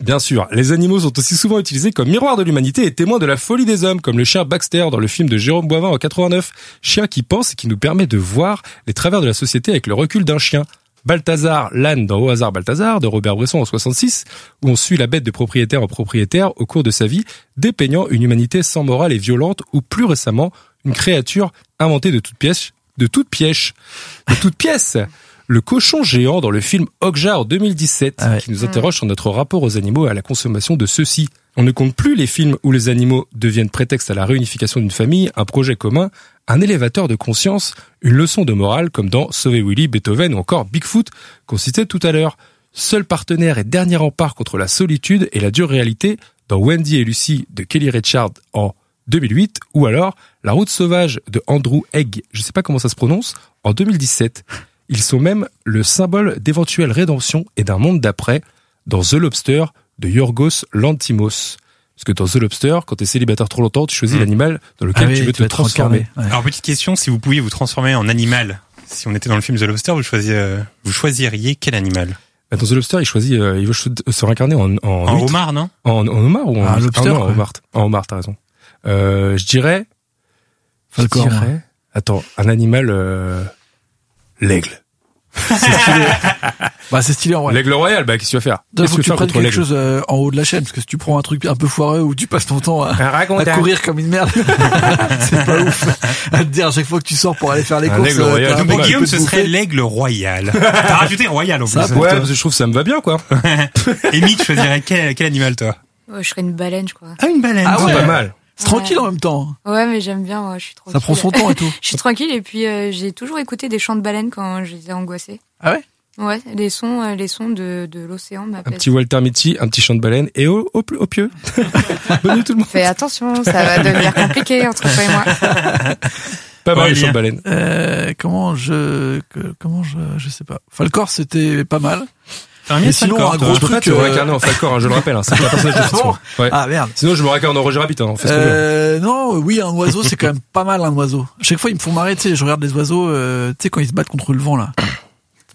Speaker 3: Bien sûr, les animaux sont aussi souvent utilisés comme miroir de l'humanité et témoins de la folie des hommes, comme le chien Baxter dans le film de Jérôme Boivin en 89, chien qui pense et qui nous permet de voir les travers de la société avec le recul d'un chien. Balthazar, l'âne dans Au hasard Balthazar de Robert Bresson en 66, où on suit la bête de propriétaire en propriétaire au cours de sa vie, dépeignant une humanité sans morale et violente, ou plus récemment, une créature inventée de toutes pièces, de toutes pièces, de toutes pièces. Le cochon géant dans le film Okja en 2017,
Speaker 4: Ah ouais.
Speaker 3: qui nous interroge sur notre rapport aux animaux et à la consommation de ceux-ci. On ne compte plus les films où les animaux deviennent prétexte à la réunification d'une famille, un projet commun, un élévateur de conscience, une leçon de morale comme dans Sauver Willy, Beethoven ou encore Bigfoot qu'on citait tout à l'heure. Seul partenaire et dernier rempart contre la solitude et la dure réalité dans Wendy et Lucy de Kelly Richard en 2008 ou alors La route sauvage de Andrew Egg, je sais pas comment ça se prononce, en 2017. Ils sont même le symbole d'éventuelle rédemption et d'un monde d'après dans The Lobster de Yorgos Lantimos. Parce que dans The Lobster, quand t'es célibataire trop longtemps, tu choisis
Speaker 2: Mmh.
Speaker 3: l'animal dans lequel
Speaker 4: Ah oui,
Speaker 3: tu veux te
Speaker 4: vas
Speaker 3: transformer.
Speaker 4: incarner, ouais.
Speaker 2: Alors petite question, si vous pouviez vous transformer en animal, si on était dans le film The Lobster, vous, choisiriez- euh, vous choisiriez quel animal
Speaker 3: Bah, dans The Lobster, il choisit, euh, il veut cho- se réincarner en, en,
Speaker 2: Un
Speaker 3: huître.
Speaker 2: homard, non
Speaker 3: En, en homard ou en
Speaker 4: Ah, un lobster,
Speaker 3: ah non, en
Speaker 4: quoi.
Speaker 3: homard. En homard, t'as raison. Euh, je dirais. je
Speaker 4: Falcor,
Speaker 3: dirais- Attends, un animal. euh, L'aigle.
Speaker 4: Bah, c'est stylé en vrai.
Speaker 3: L'aigle royal, bah qu'est-ce que tu vas faire
Speaker 4: Il
Speaker 3: Qu'est-ce
Speaker 4: faut
Speaker 3: que
Speaker 4: que
Speaker 3: tu
Speaker 4: tu
Speaker 3: vas faire
Speaker 4: prennes
Speaker 3: contre
Speaker 4: quelque
Speaker 3: l'aigle
Speaker 4: chose euh, en haut de la chaîne, parce que si tu prends un truc un peu foireux où tu passes ton temps à,
Speaker 3: Un
Speaker 4: à
Speaker 3: raconteur.
Speaker 4: courir comme une merde, (laughs) c'est pas ouf. À te dire à chaque fois que tu sors pour aller faire les
Speaker 3: Un
Speaker 4: courses.
Speaker 3: aigle
Speaker 4: euh,
Speaker 3: royal.
Speaker 4: t'as un
Speaker 3: Donc,
Speaker 4: peu
Speaker 2: Pour
Speaker 4: de
Speaker 2: Guillaume, ce
Speaker 4: bouffer.
Speaker 2: serait l'aigle royal. T'as rajouté royal en plus.
Speaker 4: Ça,
Speaker 3: Ouais, Ah, parce que je trouve que ça me va bien quoi.
Speaker 2: Et Mick, tu choisirais quel, quel animal toi
Speaker 5: Ouais, je serais une baleine, je crois.
Speaker 2: Ah, une baleine.
Speaker 4: Ah
Speaker 3: C'est
Speaker 4: ouais.
Speaker 3: pas mal.
Speaker 4: C'est tranquille en même temps. hein.
Speaker 5: Ouais, mais j'aime bien, moi, je suis tranquille.
Speaker 4: Ça prend son temps et tout.
Speaker 5: Je suis tranquille et puis euh, j'ai toujours écouté des chants de baleines quand j'étais angoissée.
Speaker 4: (laughs) Ah ouais
Speaker 5: Ouais, les sons, euh, les sons de, de l'océan
Speaker 3: Un
Speaker 5: m'appellent.
Speaker 3: petit Walter Mitty, un petit champ de baleine et au, au, au pieu. Bonne nuit tout le monde.
Speaker 5: Fais attention, ça va devenir compliqué entre toi
Speaker 3: (laughs)
Speaker 5: et moi.
Speaker 3: Pas mal
Speaker 2: Ouais,
Speaker 3: le champ
Speaker 2: bien.
Speaker 3: de baleine.
Speaker 4: Euh, comment je, que- comment je, je sais pas. Falcor, c'était pas mal.
Speaker 2: T'as un
Speaker 4: Mais
Speaker 2: miel
Speaker 4: sinon,
Speaker 2: Falcor,
Speaker 4: un
Speaker 2: toi.
Speaker 4: gros
Speaker 3: Je peux
Speaker 4: truc,
Speaker 3: pas te
Speaker 4: euh,
Speaker 3: réincarner en Falcor, hein, je le rappelle. hein, c'est un personnage de fiction. Ouais.
Speaker 4: (laughs) Ah merde.
Speaker 3: Sinon, je me réincarne en Roger Rabbit. Hein, on fait ce qu'on veut.
Speaker 4: Euh, non, oui, un oiseau, c'est quand même pas mal un oiseau. À Chaque fois, ils me font marrer, tu sais, je regarde les oiseaux, euh, tu sais, quand ils se battent contre le vent, là.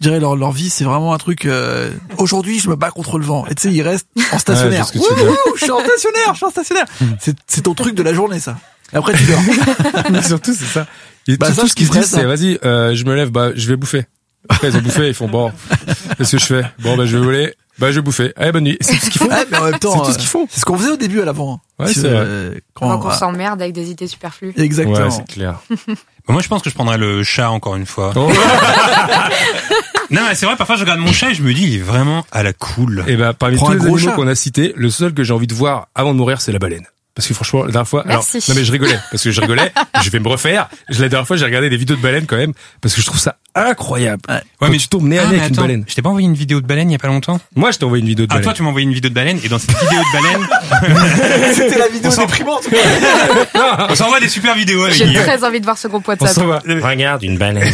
Speaker 4: Je dirais leur, leur vie, c'est vraiment un truc, euh, aujourd'hui, je me bats contre le vent. Et tu sais, ils restent en
Speaker 3: Ouais,
Speaker 4: stationnaire.
Speaker 3: c'est ce que tu Hmm. dis.
Speaker 4: Wouhou, je suis en stationnaire, je suis en stationnaire. C'est, c'est ton truc de la journée, ça. Et après, tu
Speaker 3: (laughs)
Speaker 4: dors.
Speaker 3: Mais surtout, c'est ça. Et
Speaker 4: Bah,
Speaker 3: tout,
Speaker 4: ça,
Speaker 3: tout
Speaker 4: je
Speaker 3: ce qu'ils se
Speaker 4: kifferais
Speaker 3: disent, c'est
Speaker 4: ça.
Speaker 3: vas-y, euh, je me lève, bah, je vais bouffer. Après, ils ont bouffé, ils font bon, qu'est-ce que je fais Bon, bah, je vais voler, bah, je vais bouffer. Allez, bonne nuit. C'est tout ce qu'ils font.
Speaker 4: Ouais, mais en même temps,
Speaker 3: C'est tout ce
Speaker 4: euh,
Speaker 3: qu'ils font.
Speaker 4: c'est ce qu'on faisait au début à l'avant.
Speaker 3: Ouais,
Speaker 4: Parce
Speaker 3: c'est
Speaker 4: que,
Speaker 3: vrai.
Speaker 4: euh, quand-
Speaker 5: Avant qu'on
Speaker 4: ah,
Speaker 5: s'emmerde avec des idées superflues.
Speaker 4: Exactement.
Speaker 3: Ouais, c'est clair.
Speaker 2: Bah, moi, je pense que je prendrais le chat encore une fois.
Speaker 3: Oh.
Speaker 2: (laughs) Non, mais c'est vrai, parfois je regarde mon chat et je me dis, il est vraiment à la cool.
Speaker 3: Et bah, parmi
Speaker 4: Prends
Speaker 3: tous
Speaker 4: un
Speaker 3: les
Speaker 4: gros
Speaker 3: animaux
Speaker 4: chat.
Speaker 3: qu'on a cités, le seul que j'ai envie de voir avant de mourir, c'est la baleine. Parce que franchement, la dernière fois,
Speaker 5: Merci.
Speaker 3: alors, non mais je rigolais, parce que je rigolais, je vais me refaire. Je- La dernière fois, j'ai regardé des vidéos de baleines quand même, parce que je trouve ça incroyable.
Speaker 4: Ouais.
Speaker 3: Quand
Speaker 2: Ouais, mais-
Speaker 3: tu tombes nez à
Speaker 2: Ah,
Speaker 3: nez
Speaker 2: mais
Speaker 3: avec une
Speaker 2: attends,
Speaker 3: baleine.
Speaker 2: Je t'ai pas envoyé une vidéo de baleine il y a pas longtemps
Speaker 3: Moi, je t'ai envoyé une vidéo de
Speaker 2: Ah,
Speaker 3: baleine.
Speaker 2: toi, tu m'as envoyé une vidéo de baleine et dans cette vidéo de baleine,
Speaker 4: C'était la vidéo déprimante.
Speaker 2: (laughs) on s'envoie des super vidéos avec
Speaker 5: J'ai
Speaker 2: Guillaume.
Speaker 5: très envie de voir ce groupe
Speaker 3: On
Speaker 5: WhatsApp.
Speaker 3: s'en va. Regarde une baleine.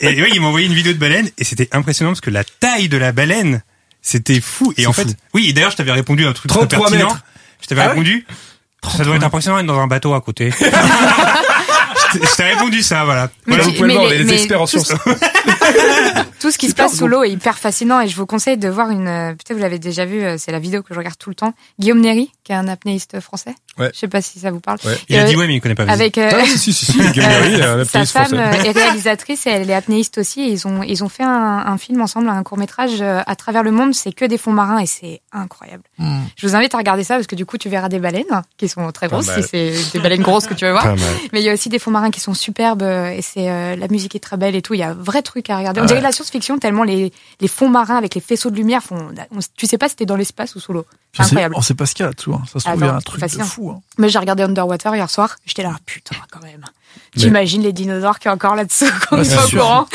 Speaker 2: Et oui, il m'a envoyé une vidéo de baleine et c'était impressionnant parce que la taille de la baleine, c'était fou. Et en fait,
Speaker 3: fou.
Speaker 2: oui, et d'ailleurs, je t'avais répondu à un truc
Speaker 3: 33
Speaker 2: très pertinent.
Speaker 3: mètres.
Speaker 2: Je t'avais
Speaker 4: Ah ouais
Speaker 2: répondu. Ça doit être impressionnant d'être dans un bateau à
Speaker 3: (laughs)
Speaker 2: côté. Je t'ai- je t'ai répondu ça, voilà.
Speaker 5: Mais
Speaker 3: Voilà,
Speaker 5: tu-
Speaker 3: vous pouvez le voir, on est
Speaker 5: les-
Speaker 3: des experts en
Speaker 5: tout,
Speaker 3: sciences.
Speaker 5: tout ce qui se passe sous l'eau est hyper fascinant et je vous conseille de voir une. euh, Peut-être vous l'avez déjà vu, euh, c'est la vidéo que je regarde tout le temps. Guillaume Néry, qui est un apnéiste français.
Speaker 3: Ouais.
Speaker 5: Je sais pas si ça vous parle.
Speaker 3: Ouais.
Speaker 2: Il a
Speaker 5: Euh,
Speaker 2: dit ouais, mais il connaît pas. vas-y.
Speaker 5: Avec euh,
Speaker 3: Ah, si, si, si, si, Guillaume Berry, euh,
Speaker 5: sa
Speaker 3: apnéiste
Speaker 5: femme
Speaker 3: français.
Speaker 5: euh, est réalisatrice et elle est apnéiste aussi. Et ils ont ils ont fait un, un film ensemble, un court métrage à travers le monde. C'est que des fonds marins et c'est incroyable.
Speaker 4: Hmm.
Speaker 5: Je vous invite à regarder ça parce que du coup tu verras des baleines qui sont très
Speaker 3: Pas
Speaker 5: grosses.
Speaker 3: mal.
Speaker 5: Si c'est des baleines grosses que tu veux voir.
Speaker 3: Pas mal.
Speaker 5: Mais il y a aussi des fonds marins qui sont superbes euh, et c'est euh, la musique est très belle et tout. Il y a un vrai truc à regarder. On
Speaker 4: Ah
Speaker 5: dirait
Speaker 4: ouais.
Speaker 5: de la science-fiction tellement les, les fonds marins avec les faisceaux de lumière font. on- tu sais pas si t'es dans l'espace ou sous l'eau.
Speaker 4: Je sais-
Speaker 5: Incroyable.
Speaker 4: On sait pas ce qu'il y a là-dessous. hein. Ça se trouve, il y a
Speaker 5: Attends,
Speaker 4: un
Speaker 5: c'est
Speaker 4: truc de
Speaker 5: fascinant.
Speaker 4: fou. hein.
Speaker 5: Mais j'ai regardé Underwater hier soir. J'étais là, ah, putain, quand même.
Speaker 3: Mais-
Speaker 5: T'imagines les dinosaures qui sont encore là-dessous (laughs) qu'on
Speaker 4: Ouais,
Speaker 5: n'est
Speaker 4: c'est
Speaker 5: pas au
Speaker 4: Bah, sûr.
Speaker 5: courant.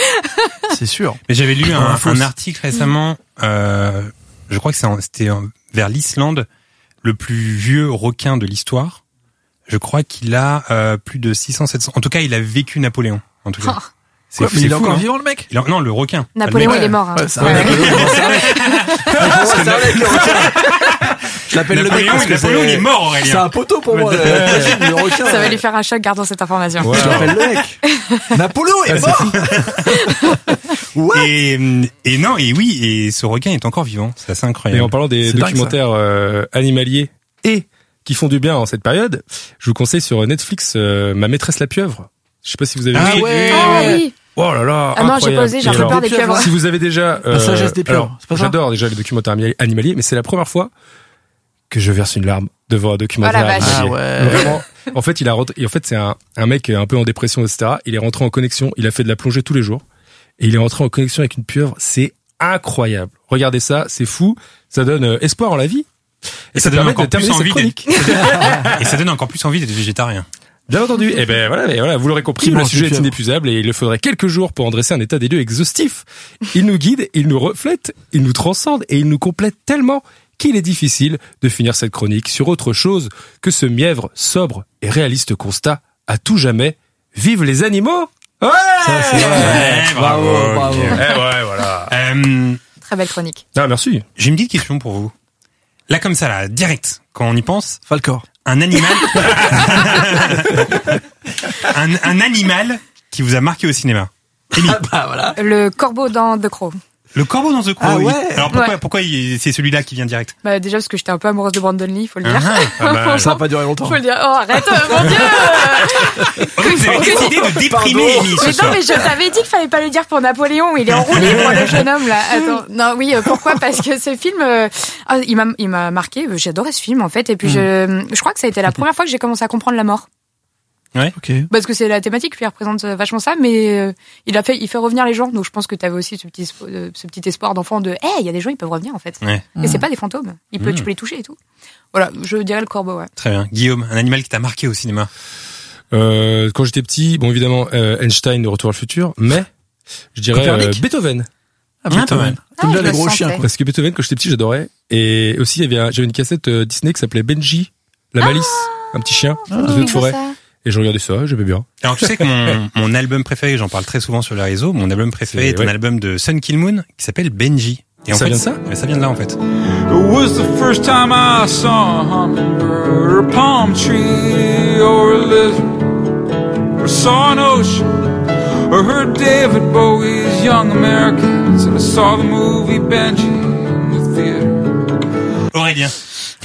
Speaker 4: C'est sûr.
Speaker 2: Mais j'avais lu un,
Speaker 4: la fosse.
Speaker 2: un article
Speaker 4: Mm.
Speaker 2: récemment, euh, je crois que c'est en- c'était en- vers l'Islande, le plus vieux requin de l'histoire. Je crois qu'il a euh, plus de 600, 700. En tout cas, il a vécu Napoléon. En tout cas,
Speaker 5: Oh,
Speaker 2: c'est
Speaker 4: Quoi, mais
Speaker 2: c'est
Speaker 4: il est
Speaker 2: fou,
Speaker 4: encore
Speaker 2: hein.
Speaker 4: vivant, le mec
Speaker 2: Il a- non, le requin.
Speaker 5: Napoléon,
Speaker 2: Le mec-
Speaker 5: il est mort. hein.
Speaker 4: Ouais, c'est
Speaker 5: Ouais.
Speaker 4: vrai. (laughs) Je l'appelle le mec
Speaker 2: Napoléon,
Speaker 4: parce que
Speaker 2: Napoléon, il est
Speaker 4: c'est
Speaker 2: mort,
Speaker 4: c'est
Speaker 2: Aurélien.
Speaker 4: un poteau pour moi. Le le requin.
Speaker 5: Ça va lui faire un choc gardant cette information.
Speaker 3: Ouais.
Speaker 4: Je l'appelle le
Speaker 5: (laughs)
Speaker 4: mec. Napoléon est mort. Ah Ouais.
Speaker 2: Et, hum, et non, et oui, et ce requin est encore vivant. C'est assez
Speaker 3: Et en
Speaker 2: incroyable.
Speaker 3: parlant des
Speaker 4: C'est dingue,
Speaker 3: documentaires euh, animaliers et qui font du bien en cette période, je vous conseille sur Netflix euh, Ma maîtresse la pieuvre. Je sais pas si vous avez
Speaker 2: Ah
Speaker 3: vu.
Speaker 2: ouais.
Speaker 5: Ah oui.
Speaker 3: Oh là là.
Speaker 5: Ah non, j'ai
Speaker 3: incroyable.
Speaker 5: pas osé, j'ai
Speaker 3: Et
Speaker 5: un peu
Speaker 3: alors,
Speaker 5: peur des
Speaker 4: pieuvres,
Speaker 5: pieuvres.
Speaker 3: Si vous avez déjà, euh,
Speaker 4: sagesse des pieuvres,
Speaker 3: alors,
Speaker 4: c'est pas ça
Speaker 3: J'adore déjà les documentaires ami- animaliers, mais c'est la première fois que je verse une larme devant un documentaire
Speaker 5: Oh la vache.
Speaker 3: animalier.
Speaker 4: Ah ouais.
Speaker 3: Vraiment. En fait, il a rentré- et en fait, c'est un, un mec un peu en dépression, etc. Il est rentré en connexion. Il a fait de la plongée tous les jours et il est rentré en connexion avec une pieuvre. C'est incroyable. Regardez ça, c'est fou. Ça donne euh, espoir en la vie.
Speaker 2: Et ça
Speaker 3: te
Speaker 2: donne
Speaker 3: permet
Speaker 2: encore
Speaker 3: de terminer
Speaker 2: plus
Speaker 3: cette
Speaker 2: envie d'être-
Speaker 3: chronique.
Speaker 2: Et ça donne encore plus envie d'être végétarien.
Speaker 3: Bien entendu. Eh ben voilà, mais voilà, vous l'aurez compris,
Speaker 4: Qui
Speaker 3: le
Speaker 4: mange
Speaker 3: sujet
Speaker 4: des
Speaker 3: est
Speaker 4: pieuvres
Speaker 3: inépuisable et il le faudrait quelques jours pour en dresser un état des lieux exhaustif. Il nous guide, il nous reflète, il nous transcende et il nous complète tellement qu'il est difficile de finir cette chronique sur autre chose que ce mièvre, sobre et réaliste constat à tout jamais. Vive les animaux Ouais,
Speaker 6: Ça, c'est-
Speaker 3: Ouais,
Speaker 6: Bravo, bravo.
Speaker 2: ok. Eh ouais, voilà. Euh,
Speaker 5: Très belle chronique.
Speaker 3: Ah, merci.
Speaker 2: J'ai une petite question pour vous. Là, comme ça, là, direct, quand on y pense,
Speaker 4: Falcor.
Speaker 2: un
Speaker 3: (laughs)
Speaker 2: animal, un, un animal qui vous a marqué au cinéma. Émilie,
Speaker 6: Ah bah voilà.
Speaker 5: Le corbeau dans The Crow.
Speaker 2: le corbeau dans The Crow.
Speaker 4: Ah
Speaker 2: il-
Speaker 4: ouais.
Speaker 2: Alors pourquoi,
Speaker 5: Ouais.
Speaker 2: pourquoi il- c'est celui-là qui vient direct
Speaker 5: Bah, déjà parce que j'étais un peu amoureuse de Brandon Lee, (laughs) faut le dire.
Speaker 2: Ah, ah bah,
Speaker 4: Ça va pas durer longtemps.
Speaker 5: Faut le dire. Oh, arrête, euh, mon dieu!
Speaker 2: Vous avez décidé de déprimer Émilie ce
Speaker 5: Mais non,
Speaker 2: soir.
Speaker 5: mais je t'avais dit qu'il fallait pas le dire pour Napoléon. Il est enroulé pour le jeune homme là. Attends, non, oui. euh, Pourquoi Parce que ce film, euh, ah, il m'a, il m'a marqué. euh, J'adorais ce film en fait. Et puis
Speaker 4: Mm.
Speaker 5: je, euh, je crois que ça a été la première fois que j'ai commencé à comprendre la mort.
Speaker 4: Ok. Ah,
Speaker 5: Parce que c'est la thématique qui représente euh, vachement ça. Mais euh, il a fait, il fait revenir les gens. Donc je pense que t'avais aussi ce petit, espo- euh, ce petit espoir d'enfant de, eh, il y a des gens, ils peuvent revenir en fait.
Speaker 2: Ouais.
Speaker 5: Et c'est pas des fantômes. Il
Speaker 4: Mm.
Speaker 5: peut, tu peux les toucher et tout. Voilà, je dirais le corbeau. Ouais.
Speaker 2: Très bien. Guillaume, un animal qui t'a marqué au cinéma.
Speaker 3: Euh, quand j'étais petit, bon évidemment euh, Einstein de Retour à le futur, mais je dirais euh,
Speaker 4: Copernic
Speaker 3: Beethoven
Speaker 4: Ah,
Speaker 2: pas
Speaker 4: putain.
Speaker 2: mal.
Speaker 5: Ah,
Speaker 4: T'aimes bien
Speaker 5: je
Speaker 4: les
Speaker 5: le
Speaker 4: gros
Speaker 5: sentais.
Speaker 4: chiens, quoi.
Speaker 3: parce que Beethoven quand j'étais petit j'adorais et aussi il y avait un- j'avais une cassette euh, Disney qui s'appelait Benji la malice un petit chien dans une
Speaker 5: Oui,
Speaker 3: forêt
Speaker 5: Ah ça.
Speaker 3: et je regardais ça j'aimais bien
Speaker 2: Alors tu sais que mon, mon album préféré, j'en parle très souvent sur les réseaux, mon album préféré est,
Speaker 3: C'est-
Speaker 2: un
Speaker 3: Eh ouais.
Speaker 2: album de Sun Kill Moon qui s'appelle Benji. Et
Speaker 3: Ça
Speaker 2: fait,
Speaker 3: vient de ça
Speaker 2: mais Ça vient de là en fait.
Speaker 7: It was the first time I saw a hummingbird, or a palm tree, or a lizard, or saw an ocean, or heard David Bowie's Young Americans, and I saw the movie Benji in the theater.
Speaker 2: Aurélien.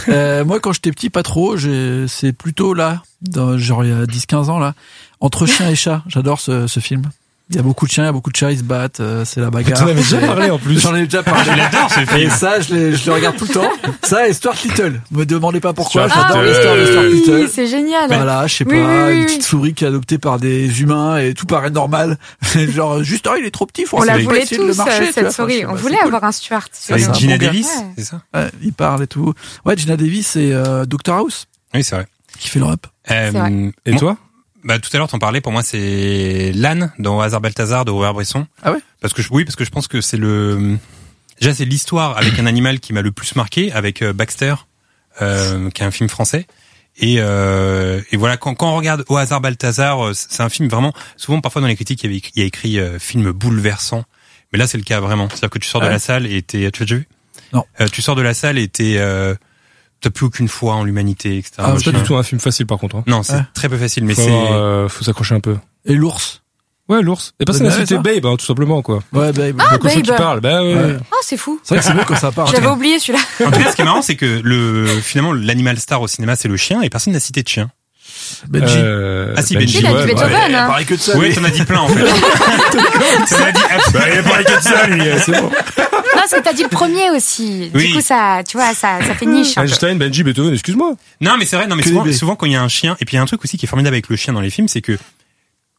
Speaker 4: Euh, moi, quand j'étais petit, pas trop. J'ai- C'est plutôt là, dans- genre il y a 10-15 ans, là. Entre chien et chat. J'adore ce, ce film. Il y a beaucoup de chiens, il y a beaucoup de chats, ils se battent, euh, c'est la bagarre.
Speaker 3: t'en avais déjà parlé, en plus.
Speaker 2: (laughs)
Speaker 4: (laughs) J'en ai déjà parlé.
Speaker 2: J'adore ce
Speaker 4: Et
Speaker 2: film.
Speaker 4: ça, je, l'ai- je le regarde tout le temps. Ça et Stuart Little. Me demandez pas pourquoi,
Speaker 3: Stuart
Speaker 4: j'adore
Speaker 5: Ah oui,
Speaker 4: l'histoire de Stuart Little.
Speaker 5: c'est génial.
Speaker 4: Voilà, je sais pas,
Speaker 5: Oui, oui, oui,
Speaker 4: une
Speaker 5: oui.
Speaker 4: petite souris qui est adoptée par des humains et tout paraît normal. (laughs) Genre, juste, oh, il est trop petit, faut
Speaker 5: On la
Speaker 4: essayer
Speaker 5: voulait
Speaker 4: de le
Speaker 5: tous,
Speaker 4: marcher,
Speaker 5: euh,
Speaker 4: tu vois.
Speaker 5: cette
Speaker 4: Enfin, je
Speaker 5: souris.
Speaker 4: sais
Speaker 5: On
Speaker 4: pas,
Speaker 5: voulait
Speaker 4: c'est cool.
Speaker 5: avoir un Stuart. c'est
Speaker 4: Avec
Speaker 5: un
Speaker 2: Avec
Speaker 4: bon
Speaker 2: Gina
Speaker 4: gars.
Speaker 2: Davis,
Speaker 5: Ouais.
Speaker 2: c'est ça
Speaker 4: Ouais, il parle et tout. Ouais, Gina Davis et euh, Doctor House
Speaker 2: Oui, c'est vrai.
Speaker 4: qui fait le rap.
Speaker 2: Euh,
Speaker 5: C'est vrai.
Speaker 3: et
Speaker 2: bon,
Speaker 3: toi
Speaker 2: bah, tout à l'heure, t'en parlais. Pour moi, c'est l'âne dans Hazard Balthazar de Robert Bresson.
Speaker 4: Ah ouais
Speaker 2: Parce que je, oui, parce que je pense que c'est le. Déjà, c'est l'histoire avec un animal qui m'a le plus marqué, avec euh, Baxter, euh, qui est un film français. Et, euh, et voilà, quand, quand on regarde Au hasard Balthazar, euh, c'est un film vraiment. Souvent, parfois dans les critiques, il y, avait, écrit- il y a écrit euh, film bouleversant. Mais là, c'est le cas vraiment. C'est-à-dire que tu sors de
Speaker 4: Ah ouais
Speaker 2: la salle et t'es. Tu as déjà vu
Speaker 4: Non.
Speaker 2: Euh, tu sors de la salle et t'es. Euh, T'as plus aucune foi en l'humanité, etc.
Speaker 4: Ah,
Speaker 2: Moi,
Speaker 4: pas
Speaker 2: je
Speaker 3: c'est
Speaker 2: suis
Speaker 3: pas
Speaker 2: un-
Speaker 3: du tout un film facile par contre hein.
Speaker 2: non, c'est
Speaker 4: Ouais.
Speaker 2: très peu facile, mais
Speaker 3: faut,
Speaker 2: c'est.
Speaker 3: avoir, euh, faut s'accrocher un peu
Speaker 4: Et l'ours.
Speaker 3: ouais l'ours et personne n'a
Speaker 4: Bah, ouais,
Speaker 3: cité
Speaker 4: ça.
Speaker 3: Babe hein, tout simplement quoi
Speaker 4: Ouais, babe.
Speaker 5: Ah,
Speaker 3: le cochon qui
Speaker 5: Babe.
Speaker 3: parle bah ouais,
Speaker 4: Ouais.
Speaker 5: Oh, c'est fou.
Speaker 4: C'est vrai que c'est beau quand ça part. hein.
Speaker 5: J'avais oublié celui-là.
Speaker 2: (laughs) En tout cas, ce qui est marrant, c'est que le finalement l'animal star au cinéma, c'est le chien, et personne n'a cité de chien.
Speaker 4: Benji.
Speaker 3: Euh,
Speaker 2: Ah si,
Speaker 3: Benji,
Speaker 2: Benji,
Speaker 5: Il a dit
Speaker 3: ouais,
Speaker 4: (laughs)
Speaker 5: Beethoven,
Speaker 3: bah,
Speaker 5: hein.
Speaker 4: parlait que de ça.
Speaker 2: Oui, t'en as dit plein en
Speaker 4: (laughs)
Speaker 2: fait. (laughs) t'en as dit. Bah, il a parlé que ça, lui.
Speaker 3: ouais, c'est bon.
Speaker 5: (laughs) Non, parce que t'as dit le premier aussi.
Speaker 2: Oui.
Speaker 5: Du coup, ça, tu vois, ça, ça fait niche. un
Speaker 3: (laughs)
Speaker 5: peu.
Speaker 3: Einstein Benji Beethoven excuse-moi
Speaker 2: Non, mais c'est vrai. Non, mais
Speaker 4: Que
Speaker 2: souvent,
Speaker 4: des baies.
Speaker 2: souvent, quand il y a un chien, et puis il y a un truc aussi qui est formidable avec le chien dans les films, c'est que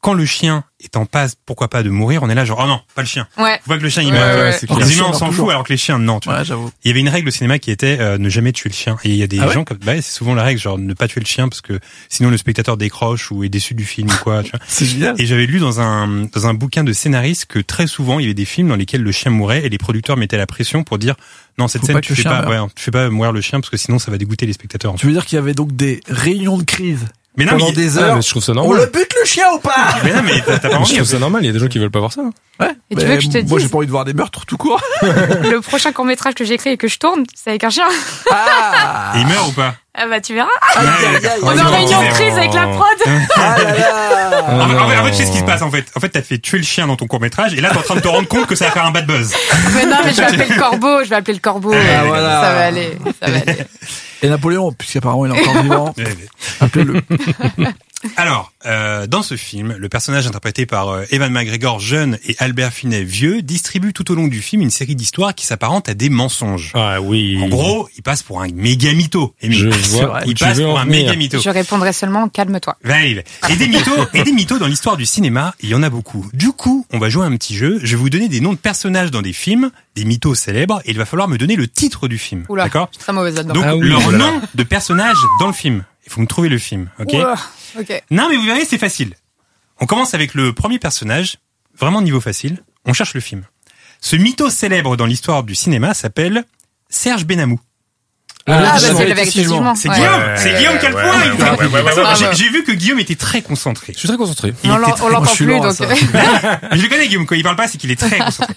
Speaker 2: quand le chien est en passe, pourquoi pas de mourir, on est là genre oh non, pas le chien.
Speaker 5: Ouais.
Speaker 2: Faut pas que le chien il
Speaker 5: Ouais,
Speaker 2: meure.
Speaker 5: ouais, ouais.
Speaker 4: Alors que le
Speaker 2: Les
Speaker 4: chien
Speaker 2: humains on
Speaker 4: meurt
Speaker 2: s'en fout,
Speaker 4: toujours.
Speaker 2: alors que les chiens non. Tu vois.
Speaker 4: Ouais, j'avoue.
Speaker 2: Il y avait une règle au cinéma qui était euh, ne jamais tuer le chien. Et il y a des
Speaker 4: Ah
Speaker 2: gens comme bah, c'est souvent la règle genre ne pas tuer le chien parce que sinon le spectateur décroche ou est déçu du film ou quoi. Tu vois.
Speaker 4: C'est génial.
Speaker 2: Et j'avais lu dans un, dans un bouquin de scénariste que très souvent il y avait des films dans lesquels le chien mourait et les producteurs mettaient la pression pour dire non cette
Speaker 4: Faut
Speaker 2: scène
Speaker 4: pas
Speaker 2: tu
Speaker 4: que le
Speaker 2: fais
Speaker 4: chien
Speaker 2: pas ouais, tu fais pas mourir le chien parce que sinon ça va dégoûter les spectateurs. en fait.
Speaker 4: Tu veux dire qu'il y avait donc des réunions de crise
Speaker 2: Mais non
Speaker 4: pendant
Speaker 2: mais,
Speaker 4: des
Speaker 3: ah,
Speaker 4: heures.
Speaker 3: mais je trouve ça
Speaker 4: on le
Speaker 3: normal
Speaker 4: bute le chien ou pas
Speaker 2: mais non mais t'as t'as pas
Speaker 3: je
Speaker 2: envie. en
Speaker 3: trouve
Speaker 2: fait.
Speaker 3: ça normal il y a des gens qui veulent pas voir ça
Speaker 4: Ouais.
Speaker 5: Et tu
Speaker 4: mais
Speaker 5: veux que je te
Speaker 4: Moi, j'ai
Speaker 5: dise
Speaker 4: pas envie de voir des meurtres tout court.
Speaker 5: Le prochain court métrage que j'écris et que je tourne, c'est avec un chien.
Speaker 2: Et il meurt ou pas
Speaker 5: (laughs) Ah bah, tu verras.
Speaker 2: Oh, Ouais.
Speaker 4: aïe.
Speaker 5: On est en
Speaker 4: non.
Speaker 5: réunion de crise avec
Speaker 2: (laughs)
Speaker 5: la prod.
Speaker 4: Ah là là.
Speaker 5: (laughs)
Speaker 2: En,
Speaker 3: Ah,
Speaker 2: en- en fait, en fait,
Speaker 3: non.
Speaker 2: tu sais ce qui se passe en fait. En fait, t'as fait tuer le chien dans ton court métrage et là t'es en train de te rendre compte que ça va faire un bad
Speaker 3: (laughs)
Speaker 2: buzz.
Speaker 5: Mais non, mais je vais appeler le corbeau. Je vais appeler le corbeau.
Speaker 4: Ah, voilà.
Speaker 5: Ça va aller.
Speaker 2: (laughs)
Speaker 5: Ça va aller.
Speaker 4: Et Napoléon, puisqu'apparemment il est encore
Speaker 3: (laughs)
Speaker 4: vivant.
Speaker 2: Ouais, ouais.
Speaker 4: Appelez-le.
Speaker 2: Alors, euh, dans ce film, le personnage interprété par euh, Evan McGregor jeune et Albert Finney vieux distribue tout au long du film une série d'histoires qui s'apparentent à des mensonges.
Speaker 3: ah oui
Speaker 2: En gros, il passe pour un méga mytho. Émile.
Speaker 3: Je
Speaker 2: C'est
Speaker 3: vois
Speaker 2: vrai.
Speaker 3: où
Speaker 2: Il
Speaker 3: tu
Speaker 2: passe
Speaker 3: veux
Speaker 2: pour
Speaker 3: en
Speaker 2: un
Speaker 3: venir.
Speaker 2: méga mytho.
Speaker 5: Je répondrai seulement calme-toi.
Speaker 2: Va, arrive. Ben, Et des mythos, et des mythos dans l'histoire du cinéma, il y en a beaucoup. Du coup, on va jouer à un petit jeu. Je vais vous donner des noms de personnages dans des films, des mythos célèbres, et il va falloir me donner le titre du film.
Speaker 5: Oula.
Speaker 2: D'accord
Speaker 5: Je suis très mauvaise là-dedans.
Speaker 2: Donc,
Speaker 3: Ah oui,
Speaker 2: leur
Speaker 3: voilà.
Speaker 2: nom de personnage dans le film. Il faut me trouver le film, ok
Speaker 5: Ouah. Ok.
Speaker 2: Non, mais vous verrez, c'est facile. On commence avec le premier personnage, vraiment niveau facile. On cherche le film. Ce mytho célèbre dans l'histoire du cinéma s'appelle Serge Benamou.
Speaker 5: Ah, bah,
Speaker 4: ça
Speaker 5: c'est
Speaker 4: fait
Speaker 5: le
Speaker 4: effectivement.
Speaker 5: effectivement.
Speaker 2: C'est
Speaker 5: ouais.
Speaker 2: Guillaume,
Speaker 6: Ouais,
Speaker 2: c'est
Speaker 6: ouais,
Speaker 2: Guillaume qui a le
Speaker 6: ouais,
Speaker 2: point.
Speaker 6: ouais,
Speaker 2: il fait-
Speaker 6: ouais, ouais, ouais, ouais,
Speaker 2: J'ai-
Speaker 5: ouais.
Speaker 2: J'ai vu que Guillaume était très concentré.
Speaker 3: Je suis très concentré.
Speaker 2: Il
Speaker 5: On
Speaker 2: était
Speaker 5: l'en-
Speaker 2: très-
Speaker 5: on
Speaker 4: Moi,
Speaker 5: l'entend
Speaker 4: je suis
Speaker 5: plus,
Speaker 4: loin,
Speaker 5: donc. (laughs) euh,
Speaker 4: ça.
Speaker 2: Mais je le connais Guillaume quand il parle pas, c'est qu'il est très concentré.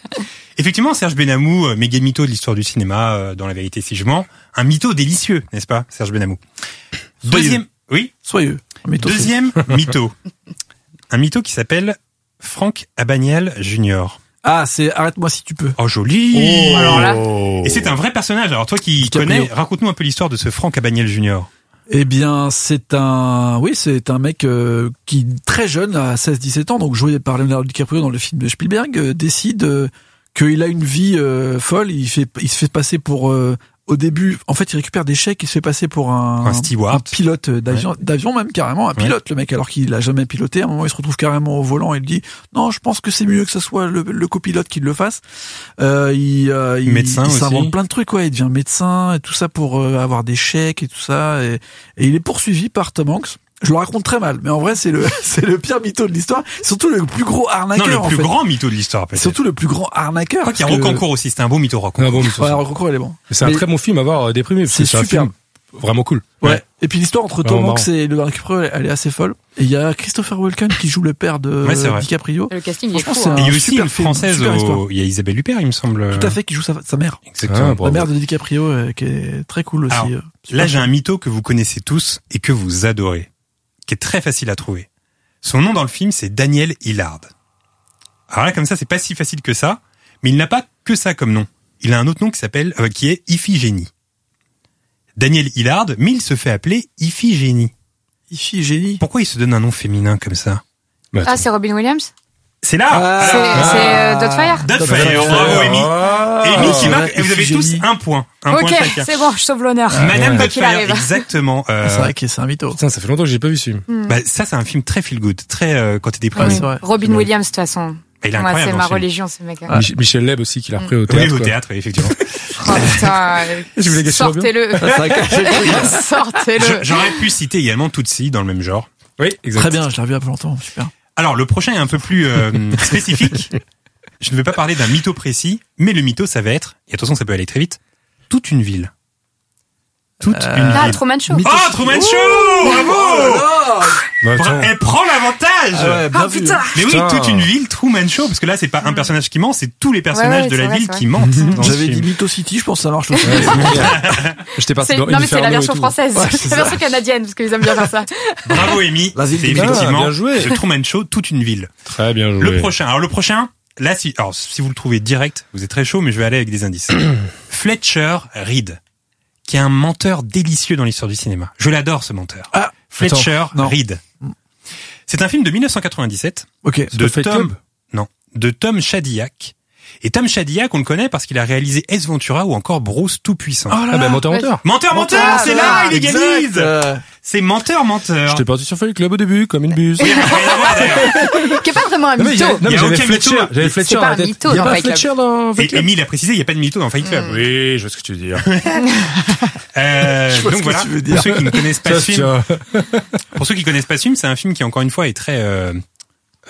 Speaker 2: Effectivement, Serge Benamou, euh, méga mytho de l'histoire du cinéma, euh, dans la vérité si je mens, un mytho délicieux, n'est-ce pas, Serge Benamou. Deuxième, oui,
Speaker 4: Soyeux. Mais toi, c'est- (laughs)
Speaker 2: deuxième mytho, un mytho qui s'appelle Franck Abaniel Jr.
Speaker 4: Ah, c'est arrête-moi si tu peux.
Speaker 2: Oh joli.
Speaker 5: alors là.
Speaker 2: Et c'est un vrai personnage. Alors toi qui
Speaker 4: DiCaprio.
Speaker 2: connais, raconte-nous un peu l'histoire de ce Franck Abaniel Jr.
Speaker 4: Eh bien, c'est un, oui, c'est un mec euh, qui très jeune, à 16-17 ans, donc joué par Leonardo DiCaprio dans le film de Spielberg, euh, décide euh, qu'il a une vie euh, folle. Il fait, il se fait passer pour, euh, au début, en fait, il récupère des chèques, il se fait passer pour un,
Speaker 2: Un steward.
Speaker 4: un pilote d'avion, d'avion même carrément, un
Speaker 2: Ouais.
Speaker 4: pilote le mec, alors qu'il a jamais piloté. À un moment, il se retrouve carrément au volant. Il dit, non, je pense que c'est mieux que ce soit le, le copilote qui le fasse. Euh, il, euh, il,
Speaker 2: Médecin
Speaker 4: il
Speaker 2: aussi.
Speaker 4: s'invente plein de trucs, ouais. Il devient médecin et tout ça pour euh, avoir des chèques et tout ça. Et, et il est poursuivi par Tom Hanks. Je le raconte très mal, mais en vrai, c'est le, (laughs) c'est le pire mytho de l'histoire. Surtout le plus gros
Speaker 2: Non,
Speaker 4: arnaqueur,
Speaker 2: le
Speaker 4: en
Speaker 2: plus
Speaker 4: fait.
Speaker 2: grand mytho de l'histoire peut-être.
Speaker 4: Surtout le plus grand arnaqueur.
Speaker 2: Quoi qu'il y a
Speaker 4: parce que- Euh,
Speaker 2: Rocancourt aussi, c'était un beau mytho Rocancourt.
Speaker 3: Ah bon, mais ça,
Speaker 4: Ouais, Rocancourt, elle est bon.
Speaker 3: c'est un
Speaker 4: Mais-
Speaker 3: très bon film à voir euh, déprimé. parce que
Speaker 4: C'est
Speaker 3: un
Speaker 4: superbe.
Speaker 3: film Vraiment cool.
Speaker 4: Ouais. Et puis l'histoire entre Tom
Speaker 3: Vraiment
Speaker 4: Hanks et le Caprio, elle est assez folle. Et il y a Christopher Walken qui joue le père de
Speaker 2: Ouais, c'est vrai.
Speaker 4: DiCaprio.
Speaker 5: Le casting il est
Speaker 4: Franchement,
Speaker 5: fou.
Speaker 4: c'est
Speaker 5: hein.
Speaker 2: Et il y a
Speaker 4: Un
Speaker 2: aussi
Speaker 4: super
Speaker 2: une
Speaker 4: film,
Speaker 2: française,
Speaker 4: super
Speaker 2: au-
Speaker 4: histoire.
Speaker 2: il y a Isabelle Huppert, il me semble.
Speaker 4: Tout à fait, qui joue sa, sa mère.
Speaker 2: Exactement.
Speaker 3: Ah, bravo.
Speaker 4: La mère de DiCaprio, euh, qui est très cool aussi.
Speaker 2: Alors,
Speaker 4: euh,
Speaker 2: Là,
Speaker 4: super.
Speaker 2: j'ai un mytho que vous connaissez tous et que vous adorez, qui est très facile à trouver. Son nom dans le film, c'est Daniel Hillard. Alors là, comme ça, c'est pas si facile que ça, mais il n'a pas que ça comme nom. Il a un autre nom qui s'appelle, euh, qui est Iphigénie. Daniel Hillard, mais il se fait appeler Iphigénie.
Speaker 4: Iphigénie.
Speaker 2: Pourquoi il se donne un nom féminin comme ça Bah,
Speaker 3: Mais
Speaker 5: Ah,
Speaker 3: attends.
Speaker 5: c'est Robin Williams
Speaker 2: C'est là
Speaker 5: C'est c'est, euh, Dotfire
Speaker 2: Dotfire, bravo Amy Amy qui
Speaker 4: euh, ah, c'est
Speaker 2: marque,
Speaker 4: vrai,
Speaker 2: et vous avez tous
Speaker 4: Iphigénie.
Speaker 2: un point. Un point
Speaker 5: Ok,
Speaker 2: de chacun.
Speaker 5: c'est bon, je sauve l'honneur.
Speaker 2: Madame
Speaker 5: Quoi qu'il
Speaker 2: Dotfire,
Speaker 5: arrive. hein.
Speaker 2: exactement. euh,
Speaker 4: Ah, C'est vrai que c'est un mytho.
Speaker 3: Putain, ça fait longtemps que j'ai pas vu ce film.
Speaker 5: Mm.
Speaker 2: bah, ça, c'est un film très feel good, très euh, quand t'es
Speaker 4: Ouais,
Speaker 2: déprimé.
Speaker 4: c'est vrai.
Speaker 5: Robin Williams, de toute façon.
Speaker 2: Et il est
Speaker 5: Moi,
Speaker 2: incroyable.
Speaker 5: c'est
Speaker 2: dans
Speaker 5: ma
Speaker 2: ce film.
Speaker 5: religion, ce mec. hein.
Speaker 4: Ah.
Speaker 3: Mich- Michel Leb aussi, qui l'a repris au
Speaker 2: Oui,
Speaker 3: théâtre.
Speaker 2: au
Speaker 3: quoi.
Speaker 2: théâtre, oui, effectivement.
Speaker 5: Oh (laughs) putain.
Speaker 3: Je voulais gâcher Robin.
Speaker 5: Sortez-le.
Speaker 2: Je-
Speaker 5: (laughs) Sortez-le.
Speaker 2: J'aurais pu citer également Tutsi dans le même genre.
Speaker 3: Oui, exact.
Speaker 4: Très bien, je l'ai revu il y a pas longtemps. Super.
Speaker 2: Alors, le prochain est un peu plus
Speaker 4: (laughs)
Speaker 2: euh, spécifique. Je ne vais pas parler d'un mytho précis, mais le mytho, ça va être, et attention, ça peut aller très vite, toute une ville. Toute une
Speaker 5: Ah,
Speaker 2: ville.
Speaker 5: Truman Show.
Speaker 4: Mytho-
Speaker 2: Oh, Truman Show Bravo
Speaker 3: Mais Bah, attends.
Speaker 2: Bra- Elle prend l'avantage
Speaker 4: Ah Oh ouais, bien
Speaker 5: Ah,
Speaker 2: Oh,
Speaker 4: vu.
Speaker 5: putain.
Speaker 2: Mais oui,
Speaker 3: Putain.
Speaker 2: toute une ville, Truman Show, parce que là, c'est pas un personnage qui ment, c'est tous les personnages
Speaker 5: Mm. ouais,
Speaker 2: de la
Speaker 5: c'est vrai,
Speaker 2: ville
Speaker 5: c'est
Speaker 2: qui mentent. dans ce
Speaker 4: J'avais
Speaker 2: film.
Speaker 4: dit Mytho City, je pense que ça marche aussi.
Speaker 3: Ouais, c'est génial.
Speaker 5: (laughs)
Speaker 3: J'étais parti
Speaker 5: C'est-
Speaker 3: dans
Speaker 5: Non, mais c'est
Speaker 3: Inferno
Speaker 5: la
Speaker 3: et
Speaker 5: version
Speaker 3: tout.
Speaker 5: française. (laughs)
Speaker 4: Ouais, c'est
Speaker 5: la version canadienne, parce qu'ils aiment bien faire ça.
Speaker 2: Bravo, Amy.
Speaker 4: La ville
Speaker 2: C'est
Speaker 4: des- Ah,
Speaker 2: effectivement
Speaker 3: bien joué.
Speaker 2: le Truman Show, toute une ville.
Speaker 3: Très bien joué.
Speaker 2: Le prochain. Alors le prochain, là, si, alors, si vous le trouvez direct, vous êtes très chaud, mais je vais aller avec des indices. Fletcher Reed, qui est un menteur délicieux dans l'histoire du cinéma. Je l'adore ce menteur.
Speaker 4: Ah,
Speaker 2: Fletcher
Speaker 4: non.
Speaker 2: Reed. C'est un film de 1997
Speaker 4: Ok.
Speaker 2: de
Speaker 3: pas Fight
Speaker 2: Tom.
Speaker 3: Club
Speaker 2: Non, de Tom Shadyac. Et Tom Shadyac, on le connaît parce qu'il a réalisé S Ventura ou encore Bruce tout puissant.
Speaker 4: Oh
Speaker 3: Ah,
Speaker 4: là
Speaker 3: bah,
Speaker 4: là.
Speaker 3: menteur, menteur.
Speaker 2: Menteur, menteur,
Speaker 4: Ah,
Speaker 2: c'est là,
Speaker 4: voilà,
Speaker 2: il
Speaker 4: exact.
Speaker 2: égalise.
Speaker 4: Euh,
Speaker 2: C'est menteur, menteur.
Speaker 3: J'étais parti sur Fight Club au début, comme une buse.
Speaker 2: Oui, mais rien à
Speaker 4: (laughs)
Speaker 2: voir, d'ailleurs.
Speaker 5: Qui est pas vraiment un
Speaker 3: Non, mais
Speaker 5: mytho.
Speaker 3: j'avais- non,
Speaker 2: Ah, Il y
Speaker 3: mais
Speaker 2: a
Speaker 3: j'avais
Speaker 2: aucun mytho.
Speaker 3: Fletcher. J'avais
Speaker 2: C'est
Speaker 3: Fletcher
Speaker 5: pas
Speaker 3: dans la
Speaker 5: un
Speaker 3: tête.
Speaker 5: mytho
Speaker 3: Il y a
Speaker 5: dans
Speaker 3: pas
Speaker 5: Fight Club.
Speaker 3: Fletcher dans Fight
Speaker 2: Et
Speaker 3: Club.
Speaker 2: Amy, il a précisé, il n'y a pas de mytho dans Fight Club.
Speaker 3: Oui, je vois ce que tu veux dire.
Speaker 2: (laughs) Euh,
Speaker 4: Je vois
Speaker 2: donc
Speaker 4: ce que
Speaker 2: voilà,
Speaker 4: tu veux
Speaker 2: pour
Speaker 4: dire.
Speaker 2: ceux qui ne connaissent pas
Speaker 3: Ça,
Speaker 2: ce
Speaker 3: c'est,
Speaker 2: film,
Speaker 3: euh,
Speaker 2: pour ceux qui connaissent pas ce film, c'est un film qui encore une fois est très euh,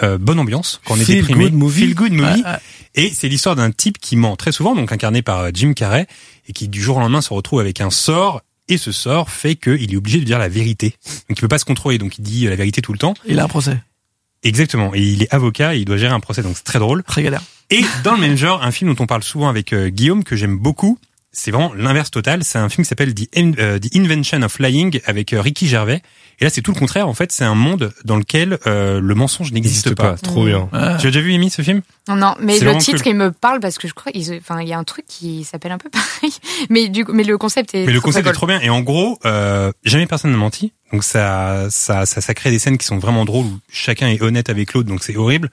Speaker 2: euh, bonne ambiance quand on est
Speaker 3: Feel
Speaker 2: déprimé.
Speaker 3: good movie. Ah,
Speaker 2: Feel good movie.
Speaker 4: Ouais, ouais.
Speaker 2: Et c'est l'histoire d'un type qui ment très souvent, donc incarné par euh, Jim Carrey, et qui du jour au lendemain se retrouve avec un sort. Et ce sort fait qu'il est obligé de dire la vérité. Donc il peut pas se contrôler, donc il dit euh, la vérité tout le temps.
Speaker 4: Il a un procès.
Speaker 2: Exactement. Et il est avocat et il doit gérer un procès, donc c'est très drôle.
Speaker 4: Très galère.
Speaker 2: Et dans le même genre, un film dont on parle souvent avec euh, Guillaume, que j'aime beaucoup, c'est vraiment l'inverse total. C'est un film qui s'appelle The, In- euh, The Invention of Lying avec euh, Ricky Gervais. Et là, c'est tout le contraire. En fait, c'est un monde dans lequel euh, le mensonge n'existe
Speaker 3: N'existe
Speaker 2: pas.
Speaker 3: pas. Trop bien.
Speaker 4: Ouais.
Speaker 2: Tu as déjà vu, Amy, ce film
Speaker 5: Non, mais
Speaker 2: C'est
Speaker 5: le
Speaker 2: vraiment
Speaker 5: titre,
Speaker 2: cool.
Speaker 5: il me parle parce que je crois, ils- enfin, il y a un truc qui s'appelle un peu (laughs) pareil. Mais du coup, mais le concept
Speaker 2: Mais le
Speaker 5: est. très, très
Speaker 2: concept est trop bien. Et en gros, euh, jamais personne n'a menti. Donc ça, ça, ça, ça crée des scènes qui sont vraiment drôles où chacun est honnête avec l'autre. Donc c'est
Speaker 5: (laughs)
Speaker 2: horrible.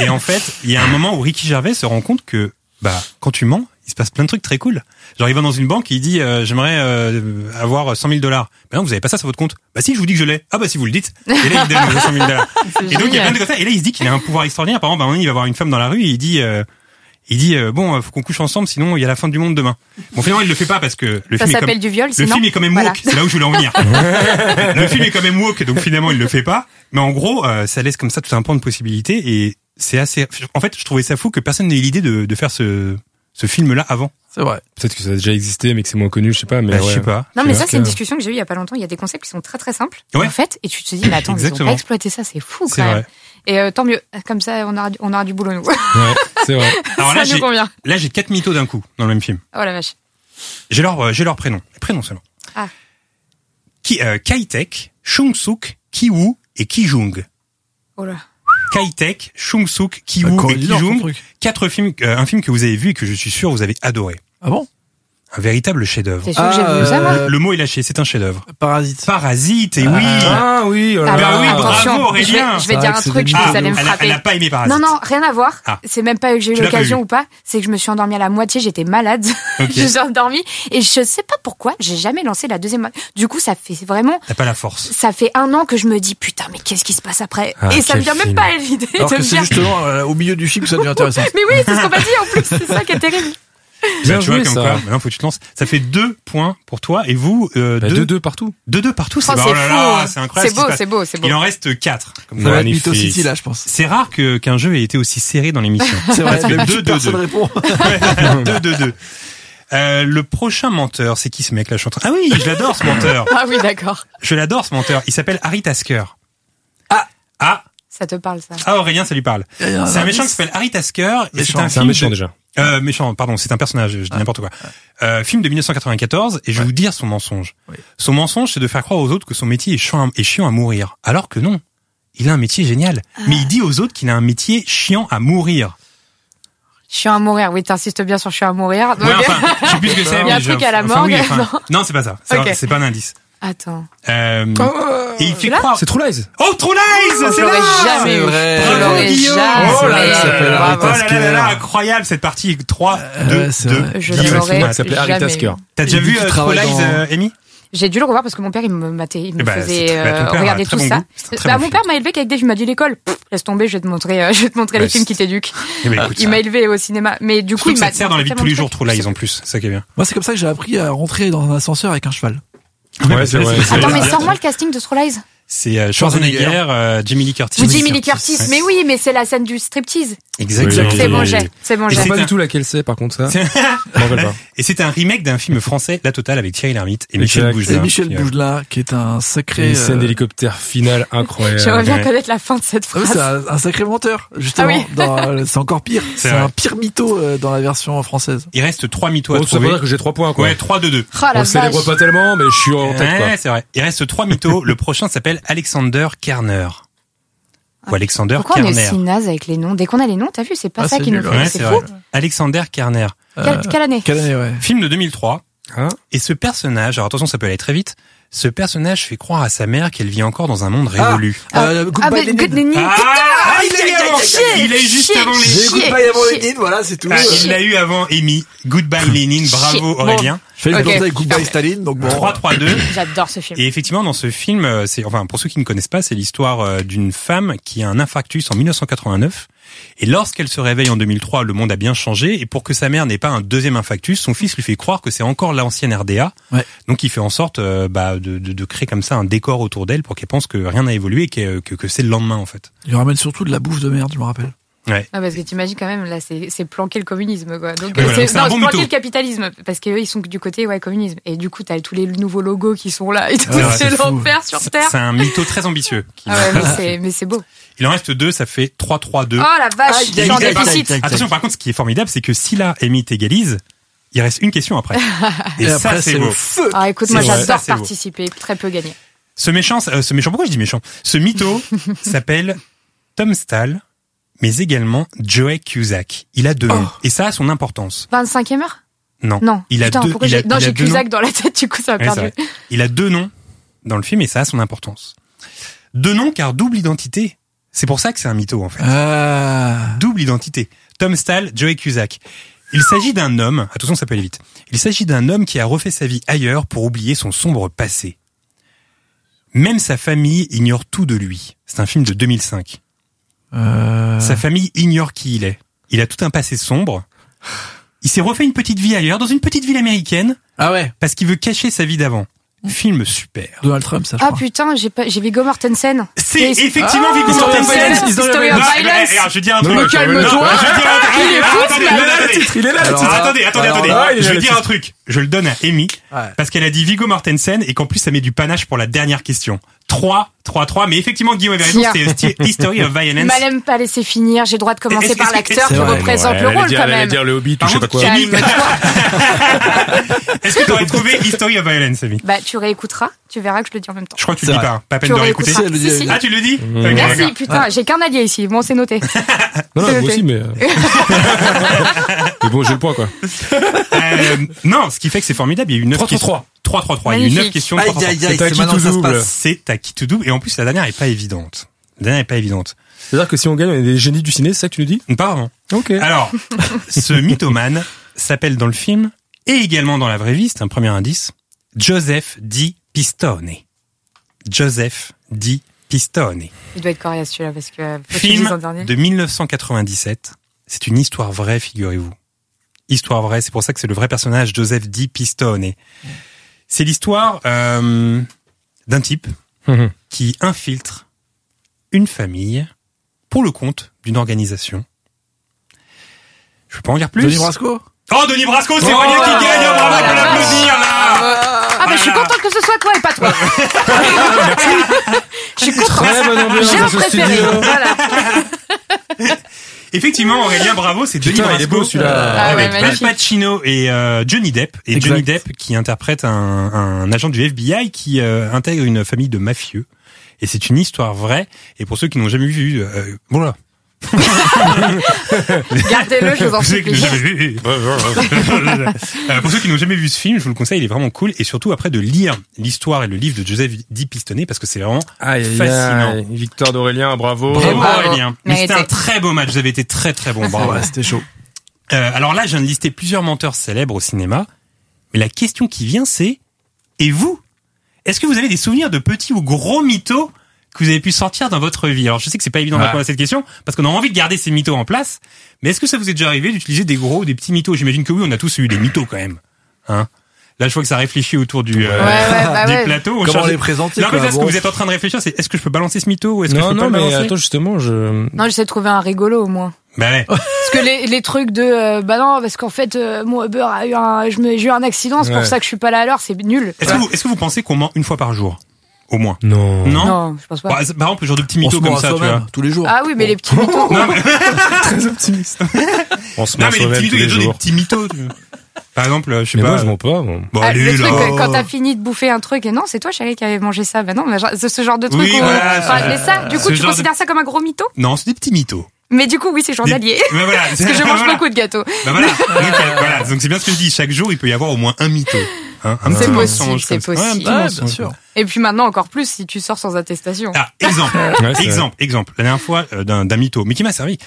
Speaker 2: et en fait, il y a un moment où Ricky Gervais se rend compte que, bah, quand tu mens, il se passe plein de trucs très cool. Genre il va dans une banque, et il dit, euh, j'aimerais euh, avoir 100 000 dollars. Bah non, vous avez pas ça sur votre compte. Bah si, je vous dis que je l'ai. Ah bah si vous le dites. Et là il donne 100 000
Speaker 5: (laughs)
Speaker 2: dollars.
Speaker 5: cool.
Speaker 2: Et donc il y a plein
Speaker 5: Génial.
Speaker 2: de trucs comme ça. Et là il se dit qu'il a un pouvoir extraordinaire. Par exemple, à un moment, il va voir une femme dans la rue et il dit. euh, il dit euh, bon euh, faut qu'on couche ensemble sinon il y a la fin du monde demain. Bon finalement il le fait pas parce que le film est
Speaker 5: Ça
Speaker 2: comme
Speaker 5: s'appelle du viol,
Speaker 2: le
Speaker 5: sinon.
Speaker 2: film est quand même
Speaker 5: Voilà.
Speaker 2: woke, c'est là où je voulais en
Speaker 5: (laughs)
Speaker 2: venir. le film est quand même woke, donc finalement il le fait pas. Mais en gros, euh, ça laisse comme ça tout un pan de possibilités et c'est assez. En fait, je trouvais ça fou que personne n'ait eu l'idée de, de faire ce ce film-là avant.
Speaker 4: C'est vrai.
Speaker 3: Peut-être que ça a déjà existé, mais que c'est moins connu, je sais pas. Mais
Speaker 2: Bah, Je
Speaker 3: ouais.
Speaker 2: sais pas.
Speaker 5: Non,
Speaker 3: Tu vois,
Speaker 5: mais ça, c'est
Speaker 3: que-
Speaker 5: une discussion que j'ai eue il y a pas longtemps. Il y a des concepts qui sont très très simples,
Speaker 2: Ouais.
Speaker 5: en fait, et tu te dis, mais attends, ils ont
Speaker 2: Exactement.
Speaker 5: pas exploité ça, c'est fou
Speaker 2: C'est
Speaker 5: quand même.
Speaker 2: vrai.
Speaker 5: Et euh, tant mieux, comme ça, on aura, du- on aura du boulot, nous. (laughs)
Speaker 3: Ouais, c'est vrai.
Speaker 2: Alors là,
Speaker 5: ça nous
Speaker 2: j'ai
Speaker 5: convient.
Speaker 2: là j'ai quatre mythos d'un coup dans le même film.
Speaker 5: Oh la vache.
Speaker 2: J'ai leur euh, j'ai leur prénom, les prénoms seulement.
Speaker 5: Ah.
Speaker 2: Ki, euh, Kai-Tek, Chung-Suk, Ki-Woo et Ki-Jung.
Speaker 5: Oh là.
Speaker 2: Kai-Tek, Chung-Suk,
Speaker 4: Bah,
Speaker 2: Ki-Woo et
Speaker 4: Coralie Laure, ton
Speaker 2: Ki-Jung.
Speaker 4: truc.
Speaker 2: Quatre films, euh, un film que vous avez vu et que je suis sûr vous avez adoré.
Speaker 4: Ah bon
Speaker 2: Un véritable chef-d'œuvre.
Speaker 5: T'es sûr que j'ai
Speaker 4: Ah,
Speaker 5: voulu ça, moi
Speaker 4: euh,
Speaker 2: Le mot est lâché, c'est un chef-d'œuvre.
Speaker 4: Parasite.
Speaker 2: Parasite, et oui.
Speaker 3: Ah oui, oh là
Speaker 2: bah
Speaker 3: là.
Speaker 2: oui, bravo,
Speaker 5: je vais,
Speaker 2: Aurélien.
Speaker 5: je vais
Speaker 4: C'est
Speaker 5: dire
Speaker 4: vrai
Speaker 5: un
Speaker 4: que
Speaker 5: truc,
Speaker 4: c'est
Speaker 5: je pense que
Speaker 4: débile.
Speaker 5: vous allez me
Speaker 2: Ah, elle, a-
Speaker 5: frapper.
Speaker 2: elle a pas aimé Parasite.
Speaker 5: non, non, rien à voir.
Speaker 2: Ah.
Speaker 5: C'est même pas que j'ai eu
Speaker 2: Tu l'as pas
Speaker 5: l'occasion
Speaker 2: vu.
Speaker 5: ou pas. C'est que je me suis endormie à la moitié, j'étais malade. (laughs)
Speaker 2: Ok.
Speaker 5: je me suis endormie. Et je sais pas pourquoi, j'ai jamais lancé la deuxième. Du coup, ça fait vraiment.
Speaker 2: T'as pas la force.
Speaker 5: Ça fait un an que je me dis, putain, mais qu'est-ce qui se passe après
Speaker 3: Ah,
Speaker 5: Et ça me
Speaker 3: quel
Speaker 5: vient même
Speaker 3: film.
Speaker 5: pas à l'idée de
Speaker 4: Alors
Speaker 5: me
Speaker 4: que c'est
Speaker 5: dire.
Speaker 4: justement euh, au milieu du film que ça devient intéressant.
Speaker 5: Mais oui, c'est ce qu'on m'a dit en plus, c'est ça qui est terrible.
Speaker 3: Bien
Speaker 2: Bah, tu
Speaker 3: joué,
Speaker 2: vois, comme
Speaker 3: ça.
Speaker 2: quoi, maintenant, faut que tu te lances. Ça fait deux points pour toi et vous, euh,
Speaker 3: Bah,
Speaker 2: deux,
Speaker 3: deux, deux partout.
Speaker 2: deux, deux partout.
Speaker 5: Oh,
Speaker 2: bah,
Speaker 5: c'est
Speaker 2: oh là
Speaker 5: fou,
Speaker 2: là,
Speaker 5: hein.
Speaker 2: c'est incroyable.
Speaker 5: C'est
Speaker 2: ce qui
Speaker 5: beau,
Speaker 2: se passe.
Speaker 5: c'est beau, c'est beau.
Speaker 2: Il en reste quatre. Comme
Speaker 4: Ça
Speaker 2: quoi,
Speaker 4: va être
Speaker 2: magnifique.
Speaker 4: Mytho City là, je
Speaker 5: (laughs)
Speaker 4: pense.
Speaker 2: C'est rare que qu'un jeu ait été aussi serré dans l'émission.
Speaker 4: C'est vrai,
Speaker 2: Parce que
Speaker 4: même
Speaker 2: deux,
Speaker 4: si personne
Speaker 2: deux,
Speaker 4: répond.
Speaker 2: deux, deux, deux. Euh, le prochain menteur, c'est qui ce mec là chanteur Ah oui, je l'adore ce menteur.
Speaker 5: Ah oui, d'accord.
Speaker 2: Je l'adore ce menteur. Il s'appelle Harry Tasker. Ah ah
Speaker 5: Ça te parle, ça.
Speaker 2: ah Aurélien, ça lui parle.
Speaker 4: Il y a un
Speaker 2: C'est un méchant qui
Speaker 4: indice.
Speaker 2: s'appelle Harry Tasker. et
Speaker 4: Méchant,
Speaker 3: C'est un
Speaker 2: film
Speaker 3: méchant
Speaker 2: de-
Speaker 3: déjà.
Speaker 2: Euh, méchant, pardon, c'est un personnage, je dis n'importe quoi. Euh, film de 1994, et je vais vous dire son mensonge.
Speaker 4: Oui.
Speaker 2: Son mensonge, c'est de faire croire aux autres que son métier est chiant, est chiant à mourir. Alors que non, il a un métier génial.
Speaker 5: Ah.
Speaker 2: Mais il dit aux autres qu'il a un métier chiant à mourir.
Speaker 5: Je suis à mourir. Oui, t'insistes bien sur je suis à mourir. Donc-
Speaker 2: Ouais, enfin, je sais plus ce que c'est.
Speaker 5: Il y a un
Speaker 2: mais je-
Speaker 5: truc à la
Speaker 2: enfin, oui,
Speaker 5: morgue,
Speaker 2: enfin, non, c'est pas ça. C'est
Speaker 5: Ok.
Speaker 2: pas- c'est pas un indice.
Speaker 5: Attends.
Speaker 2: Euh, et il fait
Speaker 5: là
Speaker 2: croire.
Speaker 3: C'est True Lies.
Speaker 2: Oh, True Lies!
Speaker 5: Je
Speaker 2: C'est
Speaker 5: l'aurais
Speaker 2: là
Speaker 5: jamais
Speaker 4: C'est
Speaker 5: eu.
Speaker 4: vrai.
Speaker 5: Je
Speaker 2: Bravo,
Speaker 5: l'aurais
Speaker 2: Guillaume.
Speaker 5: jamais
Speaker 2: Oh là là,
Speaker 4: Ça s'appelle
Speaker 2: là,
Speaker 4: Harry
Speaker 5: Bravo.
Speaker 2: là, là, là,
Speaker 4: Tasker.
Speaker 2: incroyable cette partie 3,
Speaker 4: Euh,
Speaker 2: 2,
Speaker 4: c'est
Speaker 2: 2.
Speaker 4: vrai.
Speaker 5: Je
Speaker 2: Guillaume,
Speaker 5: l'aurais
Speaker 3: Elle s'appelait Harry
Speaker 5: jamais.
Speaker 3: Tasker.
Speaker 2: T'as déjà
Speaker 4: Il
Speaker 2: vu
Speaker 4: dit
Speaker 2: euh,
Speaker 4: qu'il
Speaker 2: True
Speaker 4: travaille
Speaker 2: Lies,
Speaker 4: dans-
Speaker 2: euh, Amy?
Speaker 5: J'ai dû le revoir parce que mon père, il me matait, il me
Speaker 2: Eh ben,
Speaker 5: faisait
Speaker 2: c'est- bah, ton
Speaker 5: euh,
Speaker 2: père a
Speaker 5: regarder
Speaker 2: très
Speaker 5: tout
Speaker 2: bon
Speaker 5: ça.
Speaker 2: goût. C'est un très
Speaker 5: Bah,
Speaker 2: bon
Speaker 5: mon
Speaker 2: film.
Speaker 5: père m'a élevé qu'avec des, je m'a dit l'école. Pff, Laisse tomber, je vais te montrer, euh, je vais te montrer les
Speaker 2: Bah,
Speaker 5: films
Speaker 2: c'est-
Speaker 5: qui t'éduquent.
Speaker 2: Eh ben, écoute,
Speaker 5: Il
Speaker 2: ça.
Speaker 5: m'a élevé au cinéma, mais du coup,
Speaker 2: Surtout
Speaker 5: il
Speaker 2: que
Speaker 5: m'a.
Speaker 2: ça te sert dans la vie de tous les jours, True Lies, en plus. C'est ça qui est bien.
Speaker 4: Moi, c'est comme ça que j'ai appris à rentrer dans un ascenseur avec un cheval.
Speaker 3: Ouais, c'est vrai.
Speaker 2: c'est-
Speaker 5: Attends, mais
Speaker 2: c'est-
Speaker 5: sors-moi le casting de True Lies.
Speaker 2: C'est euh, Schwarzenegger, euh, Jimmy Lee Curtis.
Speaker 5: Vous Jimmy Lee Curtis. Mais oui, mais c'est la scène du striptease.
Speaker 2: Exactement.
Speaker 5: C'est bon,
Speaker 3: Oui.
Speaker 5: j'ai. C'est bon,
Speaker 2: Et
Speaker 3: Je
Speaker 5: j'ai.
Speaker 3: sais
Speaker 2: c'est
Speaker 3: pas
Speaker 2: un-
Speaker 3: du tout laquelle c'est, par contre, ça.
Speaker 2: C'est-
Speaker 3: Je m'en rappelle
Speaker 2: (laughs)
Speaker 3: pas.
Speaker 2: Et c'est un remake d'un film français, La Totale, avec Thierry Lhermitte et Michel
Speaker 3: Exact.
Speaker 2: Bougelin.
Speaker 4: C'est Michel
Speaker 2: qui, euh,
Speaker 4: Bougelin qui est un sacré.
Speaker 3: Une scène
Speaker 4: euh,
Speaker 3: d'hélicoptère finale incroyable.
Speaker 5: J'aimerais bien
Speaker 2: ouais.
Speaker 5: connaître la fin de cette
Speaker 4: Ah oui, c'est
Speaker 5: phrase.
Speaker 4: un, un sacré menteur, justement.
Speaker 5: Ah oui.
Speaker 4: Dans, euh, c'est encore pire.
Speaker 2: C'est
Speaker 4: C'est
Speaker 2: vrai.
Speaker 4: un pire mytho euh, dans la version française.
Speaker 2: Il reste 3 mythos à
Speaker 3: Bon, ça veut
Speaker 2: trouver.
Speaker 3: dire que j'ai trois points, quoi.
Speaker 2: Ouais, 3 de 2.
Speaker 5: Oh
Speaker 3: On
Speaker 5: la
Speaker 3: le célèbre
Speaker 5: vache.
Speaker 3: pas tellement, mais je suis en tête, quoi.
Speaker 2: Ouais, c'est vrai. Il reste 3 mythos. Le prochain s'appelle Alexander Kerner. Ou Alexander
Speaker 5: Pourquoi on est
Speaker 2: Kerner.
Speaker 5: aussi naze avec les noms Dès qu'on a les noms, t'as vu, c'est pas
Speaker 4: Ah,
Speaker 5: ça
Speaker 4: c'est
Speaker 5: qui nous
Speaker 4: nul,
Speaker 5: fait.
Speaker 4: ouais,
Speaker 2: Ouais,
Speaker 5: c'est
Speaker 2: c'est
Speaker 5: fou.
Speaker 2: vrai. Euh, Alexander Kerner.
Speaker 5: Quelle, quelle année
Speaker 4: Quelle année, ouais.
Speaker 2: Film de 2003.
Speaker 3: Hein
Speaker 2: Et ce personnage, alors attention, ça peut aller très vite. Ce personnage fait croire à sa mère qu'elle vit encore dans un monde révolu.
Speaker 5: Ah,
Speaker 4: Euh, Goodbye
Speaker 5: mais
Speaker 4: Lenin.
Speaker 5: Good Nanny.
Speaker 2: Ah, il l'a
Speaker 5: aïe,
Speaker 2: eu
Speaker 5: aïe,
Speaker 2: avant.
Speaker 5: aïe,
Speaker 2: Il l'a eu juste
Speaker 5: chier,
Speaker 2: avant les.
Speaker 4: J'ai eu
Speaker 5: Chier,
Speaker 4: Goodbye avant
Speaker 5: chier.
Speaker 4: Lenin, voilà, c'est tout. Euh,
Speaker 2: Ah,
Speaker 4: Je
Speaker 2: il l'a eu avant Amy.
Speaker 4: (laughs)
Speaker 2: Goodbye Lénine, bravo
Speaker 5: Shit.
Speaker 2: Aurélien.
Speaker 4: fais une
Speaker 5: Ok.
Speaker 4: plantée avec Goodbye Staline, donc bon. (laughs)
Speaker 2: 3-3-2.
Speaker 5: J'adore ce film.
Speaker 2: Et effectivement, dans ce film, euh, c'est enfin pour ceux qui ne connaissent pas, c'est l'histoire euh, d'une femme qui a un infarctus en 1989. Et lorsqu'elle se réveille en 2003, le monde a bien changé. Et pour que sa mère n'ait pas un deuxième infarctus, son fils lui fait croire que c'est encore l'ancienne RDA.
Speaker 4: Ouais.
Speaker 2: Donc il fait en sorte euh, bah, de, de- de créer comme ça un décor autour d'elle pour qu'elle pense que rien n'a évolué et que, que, que c'est le lendemain en fait.
Speaker 4: Il ramène surtout de la bouffe de merde, je me rappelle.
Speaker 5: Non, parce que t'imagines quand même, là, c'est c'est planquer le communisme, quoi. Donc,
Speaker 2: Oui, voilà,
Speaker 5: c'est
Speaker 2: c'est un
Speaker 5: non,
Speaker 2: bon
Speaker 5: c'est planquer
Speaker 2: mytho.
Speaker 5: le capitalisme, parce qu'eux, ils sont du côté, ouais, communisme. Et du coup, t'as tous les nouveaux logos qui sont là, et tout,
Speaker 4: Ouais, ouais,
Speaker 5: c'est
Speaker 4: c'est fou.
Speaker 5: l'enfer sur
Speaker 2: C'est
Speaker 5: Terre.
Speaker 2: c'est un mytho très ambitieux. qui-
Speaker 5: Ah ouais, mais c'est- mais c'est beau.
Speaker 2: Il en reste deux, ça fait 3-3-2.
Speaker 5: Oh la vache,
Speaker 4: Aïe,
Speaker 5: je
Speaker 4: aïe,
Speaker 5: suis en
Speaker 4: aïe, aïe,
Speaker 5: déficit.
Speaker 4: aïe, aïe.
Speaker 2: Attention, par contre, ce qui est formidable, c'est que si là, Amy t'égalise, il reste une question
Speaker 5: (laughs)
Speaker 2: après. Et,
Speaker 4: Et
Speaker 2: ça,
Speaker 4: après,
Speaker 2: c'est
Speaker 4: c'est
Speaker 2: beau.
Speaker 4: le feu.
Speaker 5: Ah, écoute, moi,
Speaker 2: C'est vrai. Ça,
Speaker 5: j'adore
Speaker 2: c'est beau.
Speaker 5: participer, très peu gagner.
Speaker 2: Ce méchant, euh, ce méchant, pourquoi je dis méchant Ce
Speaker 5: (laughs)
Speaker 2: mytho s'appelle Tom Stahl, mais également Joey Cusack. Il a deux noms. Et ça a son importance.
Speaker 5: 25e heure?
Speaker 2: Non.
Speaker 5: Oh. Non.
Speaker 2: Il a
Speaker 5: Putain,
Speaker 2: deux,
Speaker 5: pourquoi
Speaker 2: il a,
Speaker 5: j'ai, non,
Speaker 2: il a
Speaker 5: j'ai
Speaker 2: deux noms.
Speaker 5: Cusack dans la tête, du coup, ça m'a
Speaker 2: Ouais, c'est
Speaker 5: perdu.
Speaker 2: vrai. Il a deux noms dans le film et ça a son importance. Deux noms car double identité. C'est pour ça que c'est un mytho, en fait.
Speaker 4: Ah.
Speaker 2: double identité. Tom Stahl, Joey Cusack. Il s'agit d'un homme, attention ça peut aller vite, il s'agit d'un homme qui a refait sa vie ailleurs pour oublier son sombre passé. Même sa famille ignore tout de lui. C'est un film de 2005.
Speaker 4: Euh,
Speaker 2: Sa famille ignore qui il est. Il a tout un passé sombre. Il s'est refait une petite vie ailleurs, dans une petite ville américaine,
Speaker 4: Ah ouais.
Speaker 2: parce qu'il veut cacher sa vie d'avant. Film super.
Speaker 4: Donald Trump, ça, je
Speaker 5: Ah
Speaker 4: crois.
Speaker 5: putain, j'ai pas- j'ai Viggo Mortensen.
Speaker 2: C'est
Speaker 5: Et- Ah,
Speaker 2: effectivement Viggo
Speaker 4: Story of
Speaker 2: Mortensen.
Speaker 4: Violence,
Speaker 2: Non,
Speaker 5: Story of
Speaker 2: mais,
Speaker 5: Violence.
Speaker 2: alors, je dis un
Speaker 3: Non,
Speaker 2: truc.
Speaker 3: mais calme-toi.
Speaker 2: Non, je dis un-
Speaker 5: (laughs) Il est fou,
Speaker 2: attendez,
Speaker 5: ce
Speaker 2: attendez, attendez.
Speaker 3: Il est là, le
Speaker 4: Alors,
Speaker 3: titre.
Speaker 2: Attendez, attendez,
Speaker 4: Alors,
Speaker 2: attendez.
Speaker 3: là, il est
Speaker 2: je
Speaker 3: là,
Speaker 2: vais
Speaker 3: le
Speaker 2: dire
Speaker 3: titre.
Speaker 2: un truc. Je le donne à Amy.
Speaker 4: Ouais.
Speaker 2: Parce qu'elle a dit Vigo Mortensen et qu'en plus ça met du panache pour la dernière question. 3, 3, 3. Mais effectivement, Guillaume avait raison,
Speaker 5: Tiens.
Speaker 2: c'est Histi- History of
Speaker 5: Il
Speaker 2: Violence.
Speaker 5: m'a même pas laissé finir. J'ai le droit de
Speaker 2: Est-ce-
Speaker 5: commencer
Speaker 2: est-ce
Speaker 5: par
Speaker 2: que-
Speaker 5: l'acteur
Speaker 2: c'est
Speaker 5: qui
Speaker 2: vrai,
Speaker 5: représente
Speaker 3: Ouais,
Speaker 5: le
Speaker 3: elle allait
Speaker 5: rôle
Speaker 3: dire-
Speaker 5: quand
Speaker 3: elle allait
Speaker 5: même.
Speaker 3: dire le Hobbit ou
Speaker 2: Par
Speaker 3: je sais pas
Speaker 2: contre,
Speaker 3: quoi.
Speaker 2: Amy,
Speaker 5: Calme-toi.
Speaker 2: est-ce que t'aurais trouvé History of Violence, Amy
Speaker 5: (laughs) Bah, tu réécouteras, tu verras que je le dis en même temps.
Speaker 2: Je crois que tu
Speaker 4: C'est
Speaker 2: le dis
Speaker 4: vrai. Mmh.
Speaker 2: pas. Pas à peine
Speaker 5: Tu
Speaker 2: de réécouter.
Speaker 5: réécouteras.
Speaker 4: Si, elle le
Speaker 5: Si,
Speaker 4: dit,
Speaker 5: si.
Speaker 2: Ah, tu le dis Ok,
Speaker 5: Merci,
Speaker 2: d'accord.
Speaker 5: putain, j'ai qu'un allié ici. Bon, c'est noté.
Speaker 3: Non, non,
Speaker 5: C'est
Speaker 3: moi
Speaker 5: noté.
Speaker 3: aussi, mais. euh, (laughs) mais bon, j'ai le point, quoi.
Speaker 2: Euh, Non, ce qui fait que c'est formidable, il y a eu 9
Speaker 3: 3, 3,
Speaker 2: questions.
Speaker 3: 3.
Speaker 2: 3, 3, 3. Il y a eu
Speaker 5: Magnifique.
Speaker 2: 9 questions.
Speaker 4: Aïe,
Speaker 2: 3, 3, 3.
Speaker 4: aïe, aïe,
Speaker 3: C'est un
Speaker 4: c'est
Speaker 3: qui
Speaker 4: maintenant
Speaker 3: tout
Speaker 4: que ça se
Speaker 3: double.
Speaker 4: passe.
Speaker 2: C'est à qui tout double. Et en plus, la dernière est pas évidente. La dernière est pas évidente. hein.
Speaker 3: C'est-à-dire que si on gagne, on est des génies du ciné, c'est ça que tu nous dis
Speaker 2: Pas vraiment.
Speaker 3: Ok.
Speaker 2: Alors, ce mythomane s'appelle dans le film et également dans la vraie vie, c'est un premier indice, Joseph Di Pistone. Joseph Di Pistone.
Speaker 5: Il doit être coriace celui-là parce que euh, faut que tu dises en
Speaker 2: Film
Speaker 5: dernier.
Speaker 2: de 1997. C'est une histoire vraie, figurez-vous. Histoire vraie, c'est pour ça que c'est le vrai personnage Joseph Di Pistone. C'est l'histoire euh, d'un type
Speaker 3: Mhm.
Speaker 2: qui infiltre une famille pour le compte d'une organisation. Je peux pas en dire plus.
Speaker 4: Denis Brasco
Speaker 2: Oh, Denis Brasco, c'est Vania qui gagne. Oh, bravo, on peut
Speaker 5: la vache.
Speaker 2: l'applaudir là.
Speaker 5: Ah, bah, je suis
Speaker 2: Voilà.
Speaker 5: contente que ce soit toi et pas
Speaker 2: (laughs)
Speaker 5: toi. (laughs) Je suis
Speaker 3: Très bonne
Speaker 5: contente.
Speaker 3: ambiance
Speaker 5: J'ai
Speaker 3: dans
Speaker 5: un
Speaker 3: ce
Speaker 5: préféré.
Speaker 3: studio.
Speaker 5: Voilà.
Speaker 2: Effectivement, Aurélien, bravo, c'est Denis
Speaker 3: Putain,
Speaker 2: Brasco.
Speaker 3: il est beau, celui-là.
Speaker 5: Ah ouais,
Speaker 2: avec Al
Speaker 5: magnifique.
Speaker 2: Pacino et euh, Johnny Depp. Et
Speaker 4: Exact.
Speaker 2: Johnny Depp qui interprète un, un agent du FBI qui euh, intègre une famille de mafieux. Et c'est une histoire vraie. Et pour ceux qui n'ont jamais vu, euh, voilà.
Speaker 5: Gardez-le, je vous en
Speaker 2: Pour ceux qui n'ont
Speaker 5: supplie.
Speaker 2: jamais vu- (laughs) Euh, pour ceux qui n'ont jamais vu ce film, je vous le conseille, il est vraiment cool. Et surtout après de lire l'histoire et le livre de Joseph Di Pistonnet parce que c'est vraiment
Speaker 3: Aïe, aïe,
Speaker 2: Fascinant.
Speaker 3: aïe. Victoire d'Aurélien, bravo.
Speaker 2: Bravo, Ah,
Speaker 5: Bravo.
Speaker 2: Aurélien. Mais
Speaker 5: Mérité.
Speaker 2: c'était un très beau match. Vous avez été très très
Speaker 3: Ah,
Speaker 2: bon. Bravo.
Speaker 4: Ouais, c'était chaud.
Speaker 2: Euh, alors là, je viens de lister plusieurs menteurs célèbres au cinéma. Mais la question qui vient, c'est et vous Est-ce que vous avez des souvenirs de petits ou gros mythos que vous avez pu sortir dans votre vie Alors je sais que c'est pas évident de
Speaker 3: Ah.
Speaker 2: répondre à cette question parce qu'on a envie de garder ces mythos en place. Mais est-ce que ça vous est déjà arrivé d'utiliser des gros ou des petits mythos J'imagine que oui, on a tous eu des mythos quand même. Hein Là, je vois que ça réfléchit autour du, euh, (laughs)
Speaker 5: Ouais, ouais, bah
Speaker 2: du
Speaker 5: ouais.
Speaker 2: plateau. On
Speaker 4: Comment
Speaker 2: cherche-
Speaker 4: les présenter
Speaker 2: Non, mais
Speaker 4: quoi,
Speaker 2: là, ce que
Speaker 4: bon.
Speaker 2: vous êtes en train de réfléchir, c'est est-ce que je peux balancer ce mytho ou est-ce que je
Speaker 3: Non,
Speaker 2: peux
Speaker 3: non,
Speaker 2: pas le
Speaker 3: mais euh,
Speaker 2: balancer
Speaker 3: attends, justement, je. euh,
Speaker 5: Non, j'essaie de trouver un rigolo au moins.
Speaker 2: Bah ouais.
Speaker 5: Parce que les, les trucs de euh, bah non, parce qu'en fait, euh, mon Uber a eu un, je me- j'ai eu un accident, c'est
Speaker 3: Ouais.
Speaker 5: pour ça que je suis pas là à l'heure, c'est nul.
Speaker 2: Est-ce que, vous- est-ce que vous pensez qu'on ment une fois par jour Au moins.
Speaker 3: Non.
Speaker 2: Non,
Speaker 5: Non, je pense pas.
Speaker 2: Bah, c'est- Par exemple, le genre de petit
Speaker 4: On se
Speaker 2: mytho
Speaker 4: ment
Speaker 2: comme
Speaker 4: à
Speaker 2: ça, tu
Speaker 4: soi-même
Speaker 2: vois.
Speaker 4: tous les jours.
Speaker 5: Ah oui, mais les petits mythos.
Speaker 3: Très optimiste. On se
Speaker 2: Non,
Speaker 3: met
Speaker 2: mais les
Speaker 3: sur
Speaker 2: petits
Speaker 3: tous
Speaker 2: mythos, il y a
Speaker 3: les
Speaker 2: toujours des
Speaker 3: jours.
Speaker 2: petits mythos. tu vois. Par exemple, euh, je sais
Speaker 3: Mais
Speaker 2: pas.
Speaker 3: moi, je m'en pas. bon.
Speaker 2: Bon,
Speaker 5: Ah,
Speaker 2: allez,
Speaker 5: le truc,
Speaker 2: là.
Speaker 5: euh, quand t'as fini de bouffer un truc, et non, c'est toi, chérie, qui avait mangé ça. Bah non, mais genre, ce ce genre de truc.
Speaker 2: Oui,
Speaker 5: où-
Speaker 2: voilà,
Speaker 5: enfin,
Speaker 2: c'est-
Speaker 5: mais ça, du
Speaker 2: ce
Speaker 5: coup, tu
Speaker 2: genre de-
Speaker 5: considères ça comme un gros mytho
Speaker 2: Non, c'est des petits mythos.
Speaker 5: Mais du coup, oui, c'est journalier.
Speaker 2: (laughs)
Speaker 5: (laughs)
Speaker 2: Mais voilà.
Speaker 5: Parce que je mange
Speaker 2: Voilà.
Speaker 5: beaucoup de gâteaux.
Speaker 2: (laughs) Bah voilà. Donc, euh, voilà. Donc, c'est bien ce que je dis. Chaque jour, il peut y avoir au moins un mytho. Hein, un
Speaker 5: C'est
Speaker 2: petit
Speaker 5: possible,
Speaker 2: mensonge
Speaker 5: c'est
Speaker 2: comme ça. Ouais, un
Speaker 5: possible.
Speaker 2: petit
Speaker 4: Ouais,
Speaker 2: mensonge
Speaker 4: bien sûr.
Speaker 2: comme ça.
Speaker 5: Et puis maintenant, encore plus si tu sors sans attestation.
Speaker 2: Ah, exemple.
Speaker 3: (laughs) Ouais, c'est-
Speaker 2: exemple, exemple. La dernière fois, euh, d'un d'un mytho, mais qui m'a servi.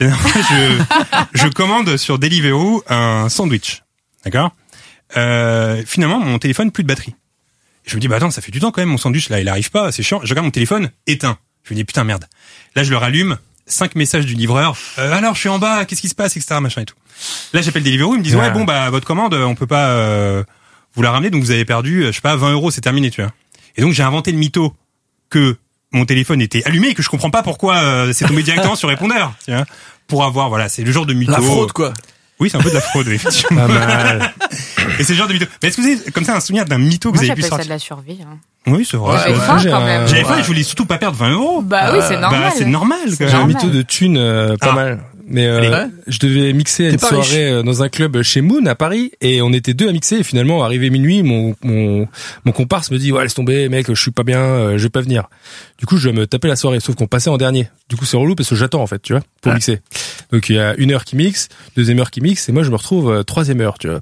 Speaker 2: La dernière fois,
Speaker 3: (laughs)
Speaker 2: je, je commande sur Deliveroo un sandwich. D'accord Euh, Finalement, mon téléphone, plus de batterie. Je me dis, bah attends, ça fait du temps quand même, mon sandwich, là, il arrive pas, c'est chiant. Je regarde mon téléphone, éteint. Je me dis, putain, merde. Là, je le rallume, cinq messages du livreur. Euh, alors, je suis en bas, qu'est-ce qui se passe, etc., machin et tout. Là, j'appelle Deliveroo, ils me disent, ouais,
Speaker 3: Ouais.
Speaker 2: bon, bah, votre commande, on peut pas euh, vous la ramener, donc vous avez perdu, euh, je sais pas, 20 euros, c'est terminé, tu vois. Et donc, j'ai inventé le mytho que mon téléphone était allumé et que je comprends pas pourquoi euh, c'est tombé directement sur répondeur, tu vois. Pour avoir, voilà, c'est le genre de mytho.
Speaker 4: La fraude, quoi.
Speaker 2: Oui, c'est un peu de la fraude, effectivement.
Speaker 3: Pas mal.
Speaker 2: Et c'est le genre de mytho. Mais est-ce que vous avez comme ça un souvenir d'un mytho que
Speaker 5: Moi,
Speaker 2: vous avez
Speaker 5: j'appelle
Speaker 2: pu
Speaker 5: ça de
Speaker 2: sortir
Speaker 5: la survie. hein.
Speaker 2: Oui, c'est vrai.
Speaker 5: J'avais
Speaker 3: ouais.
Speaker 5: faim
Speaker 3: Moi, j'ai
Speaker 5: quand
Speaker 3: un-
Speaker 5: même.
Speaker 2: J'avais faim et je voulais surtout pas perdre 20 euros.
Speaker 5: Bah oui, c'est normal.
Speaker 2: Bah, c'est normal, quand
Speaker 5: C'est
Speaker 2: même.
Speaker 3: J'ai un
Speaker 5: normal.
Speaker 3: mytho de thunes, euh, pas
Speaker 2: Ah.
Speaker 3: mal. Mais euh,
Speaker 2: Allez.
Speaker 3: je devais mixer à
Speaker 4: T'es
Speaker 3: une
Speaker 4: pas riche.
Speaker 3: soirée euh, dans un club chez Moon à Paris et on était deux à mixer et finalement arrivé minuit mon mon mon comparse me dit ouais laisse tomber mec je suis pas bien euh, je vais pas venir. Du coup je vais me taper la soirée sauf qu'on passait en dernier. Du coup c'est relou parce que j'attends en fait tu vois pour
Speaker 4: Ouais.
Speaker 3: mixer. Donc il y a une heure qui mixe, deuxième heure qui mixe et moi je me retrouve euh, troisième heure tu vois.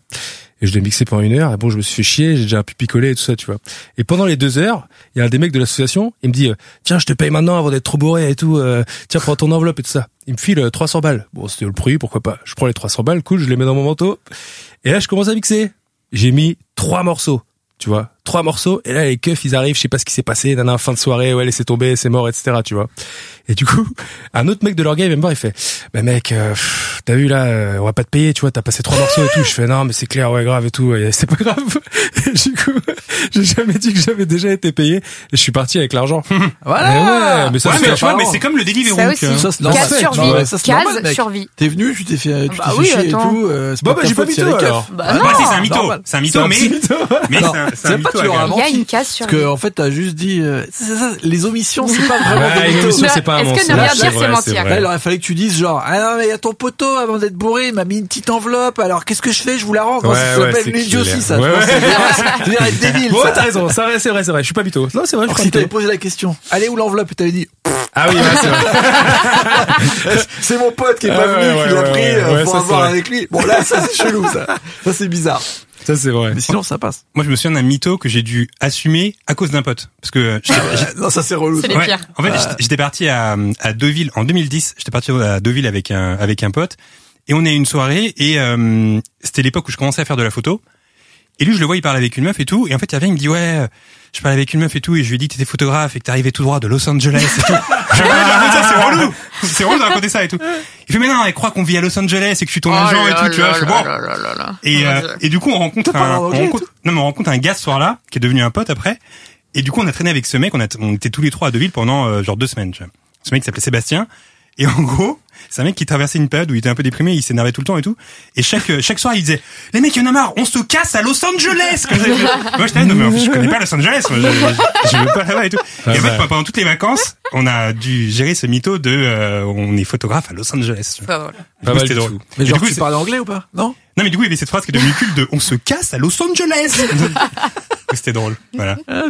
Speaker 3: Et je l'ai mixé pendant une heure, et bon, je me suis fait chier, j'ai déjà un pipi collé et tout ça, tu vois. Et pendant les deux heures, il y a un des mecs de l'association, il me dit, euh, tiens, je te paye maintenant avant d'être trop bourré et tout, euh, tiens, prends ton enveloppe et tout ça. Il me file euh, 300 balles. Bon, c'était le prix, pourquoi pas. Je prends les 300 balles, cool, je les mets dans mon manteau. Et là, je commence à mixer. J'ai mis trois morceaux, tu vois. trois morceaux et là les keufs ils arrivent je sais pas ce qui s'est passé nana fin de soirée ouais laissez tomber c'est mort etc tu vois et du coup (laughs) un autre mec de leur gars il vient me voir il fait bah mec euh, pff, t'as vu là euh, on va pas te payer tu vois t'as passé trois morceaux et tout je fais non mais c'est clair ouais grave et tout ouais, c'est pas grave (laughs) Et du coup j'ai jamais dit que j'avais déjà été payé et je suis parti avec l'argent (laughs)
Speaker 4: Voilà.
Speaker 3: Mais ouais mais ça
Speaker 2: Ouais,
Speaker 3: c'est
Speaker 2: mais,
Speaker 3: pas
Speaker 2: tu vois, mais
Speaker 3: grave.
Speaker 2: c'est comme le hein. Deliveroo.
Speaker 5: Ça
Speaker 2: que-
Speaker 5: aussi.
Speaker 4: Ça, c'est normal. Bah
Speaker 5: Case
Speaker 3: Ouais,
Speaker 5: survie.
Speaker 3: ouais,
Speaker 4: ça, c'est normal,
Speaker 5: Case
Speaker 4: mec.
Speaker 5: survie.
Speaker 4: T'es venu, tu t'es fait, tu t'es
Speaker 5: Bah
Speaker 4: fait
Speaker 5: oui,
Speaker 4: chier
Speaker 5: attends.
Speaker 4: et tout. euh, c'est
Speaker 3: Bon,
Speaker 4: pas
Speaker 3: bah,
Speaker 4: de ta
Speaker 3: j'ai pas
Speaker 4: faute
Speaker 3: mis
Speaker 4: s'il y a
Speaker 3: tout,
Speaker 4: des keufs.
Speaker 3: alors.
Speaker 5: Bah
Speaker 4: Ah,
Speaker 5: non.
Speaker 2: Bah, si, c'est un mytho.
Speaker 4: normal.
Speaker 2: C'est un
Speaker 3: C'est
Speaker 2: mytho,
Speaker 3: un
Speaker 2: mais,
Speaker 3: petit mytho.
Speaker 2: mais
Speaker 4: Non,
Speaker 2: c'est un, c'est
Speaker 4: c'est
Speaker 2: un
Speaker 4: pas
Speaker 2: mytho
Speaker 4: tu leur as
Speaker 2: agréable.
Speaker 5: Il y a une case
Speaker 4: Parce
Speaker 5: survie.
Speaker 4: que, en fait, t'as juste dit, euh, c'est- c'est ça, les omissions, c'est pas vraiment
Speaker 3: Ouais,
Speaker 4: Ah des
Speaker 3: une
Speaker 4: mythos.
Speaker 3: émission,
Speaker 5: Bah,
Speaker 3: c'est pas un
Speaker 5: est-ce que
Speaker 3: mensonge.
Speaker 5: ne rien dire,
Speaker 3: C'est vrai,
Speaker 5: c'est mentir
Speaker 3: c'est vrai.
Speaker 4: Là, il aurait fallu que tu dises genre ah non mais il y a ton poteau avant d'être bourré il m'a mis une petite enveloppe alors qu'est-ce que je fais je vous la rends Moi,
Speaker 3: Ouais,
Speaker 4: ça
Speaker 3: ouais,
Speaker 4: s'appelle
Speaker 3: c'est
Speaker 4: l'idiotie
Speaker 3: clair.
Speaker 4: ça
Speaker 3: Ouais,
Speaker 4: Je pense
Speaker 3: ouais.
Speaker 4: que c'est bien- c'est bien débile
Speaker 3: Bon,
Speaker 4: ça.
Speaker 3: t'as raison, c'est vrai, c'est vrai, c'est vrai. Je suis pas mytho. Non, c'est vrai, je
Speaker 4: Alors,
Speaker 3: suis
Speaker 4: si
Speaker 3: pas
Speaker 4: t'avais
Speaker 3: mytho.
Speaker 4: posé la question allez où l'enveloppe et t'avais dit
Speaker 3: Ah oui, bah, c'est vrai.
Speaker 4: c'est mon pote qui est
Speaker 3: Ah,
Speaker 4: pas
Speaker 3: ouais,
Speaker 4: venu qui
Speaker 3: ouais,
Speaker 4: l'a
Speaker 3: ouais,
Speaker 4: pris
Speaker 3: ouais,
Speaker 4: euh,
Speaker 3: ouais,
Speaker 4: pour
Speaker 3: ça,
Speaker 4: avoir
Speaker 3: c'est vrai.
Speaker 4: avec lui bon là ça c'est chelou ça ça c'est bizarre
Speaker 3: Ça, c'est vrai.
Speaker 4: mais sinon ça passe
Speaker 2: Moi, je me souviens d'un mytho que j'ai dû assumer à cause d'un pote. Parce que euh, j'étais-
Speaker 4: Euh, non ça c'est relou
Speaker 5: C'est
Speaker 4: ça.
Speaker 5: les pires.
Speaker 2: En fait, j'étais- j'étais parti à, à Deauville en 2010. J'étais parti à Deauville avec un avec un pote et on a eu une soirée et euh, c'était l'époque où je commençais à faire de la photo. Et lui, je le vois, il parle avec une meuf et tout. Et en fait, il revient, il me dit ouais, je parle avec une meuf et tout. Et je lui ai dit t'étais photographe et que t'arrivais tout droit de Los Angeles. Et tout. Je lui ai dit, Ah, putain, c'est relou, c'est relou de raconter ça et tout. Il fait mais non, elle croit qu'on vit à Los Angeles et que je suis ton agent et tout. Tu vois, je fais, bon. Et, euh, et du coup, on rencontre
Speaker 4: T'as pas
Speaker 2: un, on
Speaker 4: remarqué et
Speaker 2: rencontre, non, mais on rencontre un gars ce soir-là, qui est devenu un pote après. Et du coup, on a traîné avec ce mec, on, a, on était tous les trois à Deauville pendant euh, genre deux semaines. tu vois. Ce mec s'appelait Sébastien. Et en gros, c'est un mec qui traversait une période où il était un peu déprimé, il s'énervait tout le temps et tout. Et chaque euh, chaque soir, il disait "Les mecs, il y en a marre, on se casse à Los Angeles." Comme ça. moi, j'étais là, non mais en fait, je connais pas Los Angeles, moi, je, je, je veux pas là-bas et tout.
Speaker 3: Pas
Speaker 2: et en fait,
Speaker 3: mal.
Speaker 2: pendant toutes les vacances, on a dû gérer ce mytho de euh, on est photographe à Los Angeles. tu vois. Du
Speaker 3: Pas
Speaker 2: coup,
Speaker 3: mal
Speaker 2: c'était
Speaker 3: du
Speaker 2: drôle.
Speaker 3: tout.
Speaker 2: Et
Speaker 4: mais
Speaker 2: du
Speaker 4: genre
Speaker 2: coup,
Speaker 4: tu
Speaker 2: c'est-
Speaker 4: parles anglais ou pas non
Speaker 2: non mais du coup il y avait cette phrase qui est devenue culte de on se casse à Los Angeles.
Speaker 5: (laughs)
Speaker 2: C'était drôle. Voilà.
Speaker 5: Ah,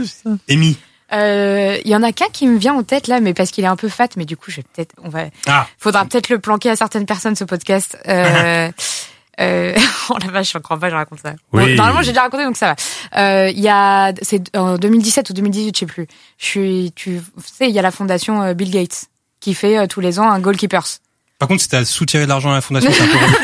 Speaker 2: Amy.
Speaker 5: Euh, Il y en a qu'un qui me vient en tête là, mais parce qu'il est un peu fat, mais du coup, je vais peut-être, on va,
Speaker 2: Ah.
Speaker 5: faudra peut-être le planquer à certaines personnes ce podcast. Euh, (laughs) euh, (laughs) oh la vache, je crois pas, que je raconte ça. Bon,
Speaker 3: Oui.
Speaker 5: normalement, j'ai déjà raconté, donc ça va. Euh, Il y a, c'est en 2017 ou 2018, je sais plus. Je suis, tu sais, il y a la fondation euh, Bill Gates qui fait euh, tous les ans un goalkeepers.
Speaker 2: Par contre si t'as soutiré de l'argent à la fondation c'est un peu
Speaker 5: (laughs)
Speaker 2: relou.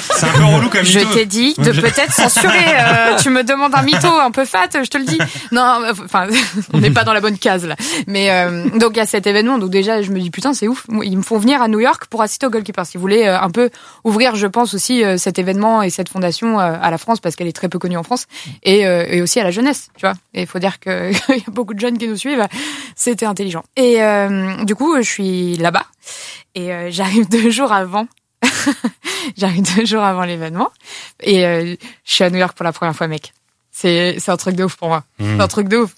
Speaker 2: C'est un peu relou comme
Speaker 5: Je
Speaker 2: mytho.
Speaker 5: t'ai dit de
Speaker 2: Je-
Speaker 5: peut-être censurer.
Speaker 2: (laughs)
Speaker 5: euh, tu me demandes un mytho un peu fat, je te le dis. Non, euh, enfin, (laughs) on n'est pas dans la bonne case là. Mais euh, donc il y a cet événement. Donc déjà, je me dis putain, c'est ouf. Ils me font venir à New York pour assister au Goalkeeper. Ils voulaient euh, un peu ouvrir, je pense aussi, euh, cet événement et cette fondation euh, à la France parce qu'elle est très peu connue en France et, euh, et aussi à la jeunesse. Tu vois. Et il faut dire que (laughs) il y a beaucoup de jeunes qui nous suivent. C'était intelligent. Et euh, du coup, je suis là-bas et euh, j'arrive deux jours avant. (laughs) j'arrive deux jours avant l'événement. Et euh, je suis à New York pour la première fois, mec. C'est c'est un truc de ouf pour moi. C'est un truc de ouf.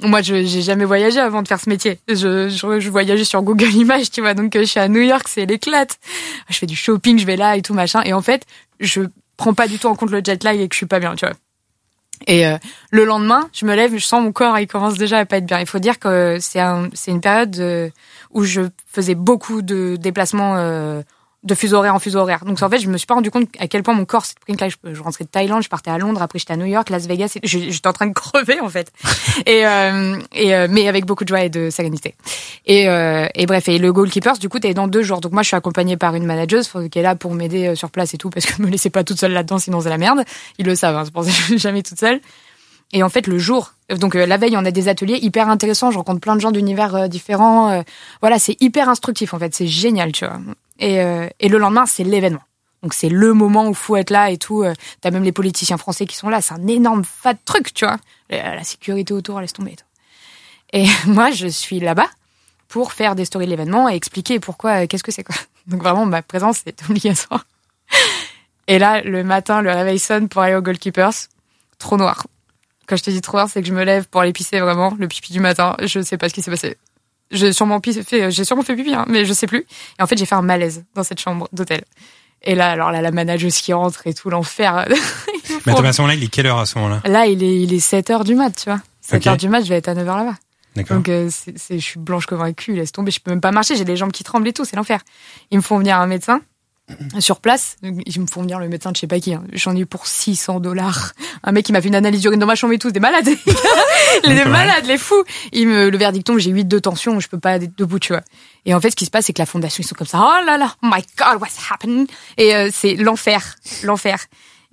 Speaker 5: Moi, je j'ai jamais voyagé avant de faire ce métier. Je, je, je voyageais sur Google Images, tu vois. Donc, euh, je suis à New York, c'est l'éclate. Je fais du shopping, je vais là et tout machin. Et en fait, je prends pas du tout en compte le jet lag et que je suis pas bien, tu vois. Et euh, le lendemain, je me lève, je sens mon corps, il commence déjà à pas être bien. Il faut dire que c'est un, c'est une période euh, où je faisais beaucoup de déplacements euh, de fuseau horaire en fuseau horaire. Donc en fait, je me suis pas rendu compte à quel point mon corps s'était pris une claque. Je, je rentrais de Thaïlande, je partais à Londres, après j'étais à New York, Las Vegas. et je- J'étais en train de (laughs) crever en fait. et euh, et euh, mais avec beaucoup de joie et de sérénité. Et, euh, et bref, et le goalkeeper, du coup, t'es dans deux jours. Donc moi, je suis accompagnée par une manageuse faut- qui est là pour m'aider euh, sur place et tout, parce que (laughs) me laissez pas toute seule là-dedans, sinon c'est la merde. Ils le savent, hein, c'est pour ça que je suis jamais toute seule. Et en fait, le jour, donc euh, la veille, on a des ateliers hyper intéressants. Je rencontre plein de gens d'univers euh, différents. euh, voilà, c'est hyper instructif en fait, c'est génial, tu vois. Et, euh, et le lendemain, c'est l'événement. Donc c'est le moment où faut être là et tout. euh, T'as même les politiciens français qui sont là. C'est un énorme fat truc, tu vois. La, la sécurité autour, laisse tomber. et tout. Et (laughs) moi, je suis là-bas pour faire des stories de l'événement et expliquer pourquoi, euh, qu'est-ce que c'est quoi. (laughs) Donc vraiment, ma présence est obligatoire. (laughs) Et là, le matin, le réveil sonne pour aller au Goalkeepers. Trop noir. Quand je te dis trop noir, c'est que je me lève pour aller pisser vraiment, le pipi du matin. Je sais pas ce qui s'est passé. J'ai sûrement, pis- fait, j'ai sûrement fait pipi, hein, mais je sais plus. Et en fait, j'ai fait un malaise dans cette chambre d'hôtel. Et là, alors là, la manageuse qui rentre et tout, l'enfer. (laughs) Ils me
Speaker 2: Mais
Speaker 5: font-
Speaker 2: attends, mais à ce moment-là, il est quelle heure à ce moment-là
Speaker 5: Là, il est, il est 7 h du mat, tu vois. 7
Speaker 2: Ok.
Speaker 5: h du mat, je vais être à 9 h là-bas. (laughs)
Speaker 2: D'accord.
Speaker 5: Donc, euh, c'est, c'est- je suis blanche comme un cul, laisse tomber. Je peux même pas marcher, j'ai les jambes qui tremblent et tout, c'est l'enfer. Ils me font venir un médecin sur place. Ils me font venir le médecin de je sais pas qui. hein. J'en ai eu pour 600 dollars. Un mec, qui m'a fait une analyse d'urine dans ma chambre et tout. Des malades, (laughs) les gars. les
Speaker 2: pas mal.
Speaker 5: malades, les fous. Il me, le verdict tombe, j'ai 8 de tension, je peux pas être debout, tu vois. Et en fait, ce qui se passe, c'est que la fondation, ils sont comme ça. Oh là là, oh my god, what's happening? Et euh, c'est l'enfer, l'enfer.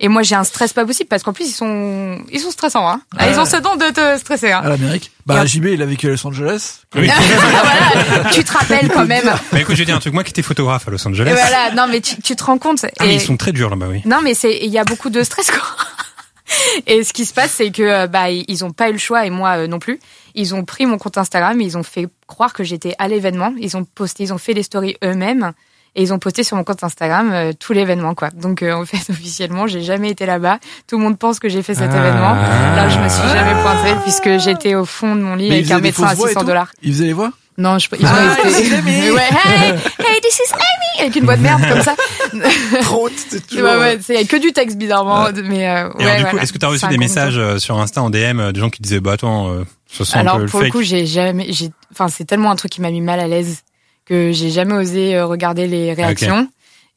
Speaker 5: Et moi, j'ai un stress pas possible parce qu'en plus, ils sont, ils sont stressants, hein. Ah, ils ont ce don de te stresser, hein.
Speaker 4: À l'Amérique. Bah, JB, il a vécu à Los Angeles.
Speaker 5: (laughs) Voilà, tu te rappelles quand même.
Speaker 2: Bah écoute, je vais dire un truc. Moi qui étais photographe à Los Angeles.
Speaker 5: Et voilà, non, mais tu, tu te rends compte.
Speaker 2: Ah, mais
Speaker 5: Et-
Speaker 2: ils sont très durs là-bas, oui.
Speaker 5: Non, mais c'est il y a beaucoup de stress quoi. (laughs) Et ce qui se passe, c'est que euh, bah ils ils ont pas eu le choix et moi euh, non plus. Ils ont pris mon compte Instagram, ils ont fait croire que j'étais à l'événement. Ils ont posté, ils ont fait les stories eux-mêmes et ils ont posté sur mon compte Instagram euh, tout l'événement quoi. Donc euh, (laughs) en fait officiellement, j'ai jamais été là-bas. Tout le monde pense que j'ai fait cet
Speaker 2: Ah.
Speaker 5: événement. Là, je me suis jamais pointée puisque j'étais au fond de mon lit
Speaker 4: Mais il
Speaker 5: avec
Speaker 4: faisait
Speaker 5: un
Speaker 4: des
Speaker 5: médecin à
Speaker 4: fausses voix et
Speaker 5: 600
Speaker 4: tout
Speaker 5: dollars.
Speaker 4: Il faisait les voix
Speaker 5: Non, je ils ont
Speaker 4: Ah,
Speaker 5: été-
Speaker 4: this is
Speaker 5: (laughs)
Speaker 4: Amy.
Speaker 5: Ouais, hey, hey, this is Amy avec une voix de merde
Speaker 4: (laughs)
Speaker 5: comme ça.
Speaker 4: Trop, c'est
Speaker 5: Ouais,
Speaker 4: toujours.
Speaker 5: ouais, c'est- il y a que du texte bizarrement, mais euh,
Speaker 2: Et
Speaker 5: ouais,
Speaker 2: alors, du coup,
Speaker 5: voilà.
Speaker 2: est-ce que tu as reçu
Speaker 5: Ça
Speaker 2: des
Speaker 5: raconte
Speaker 2: messages euh, sur Insta en DM euh, de gens qui disaient bah attends, euh, ça
Speaker 5: tout.
Speaker 2: sent un
Speaker 5: Alors
Speaker 2: peu le
Speaker 5: pour le
Speaker 2: fake.
Speaker 5: coup, j'ai jamais, j'ai, enfin c'est tellement un truc qui m'a mis mal à l'aise que j'ai jamais osé euh, regarder les réactions.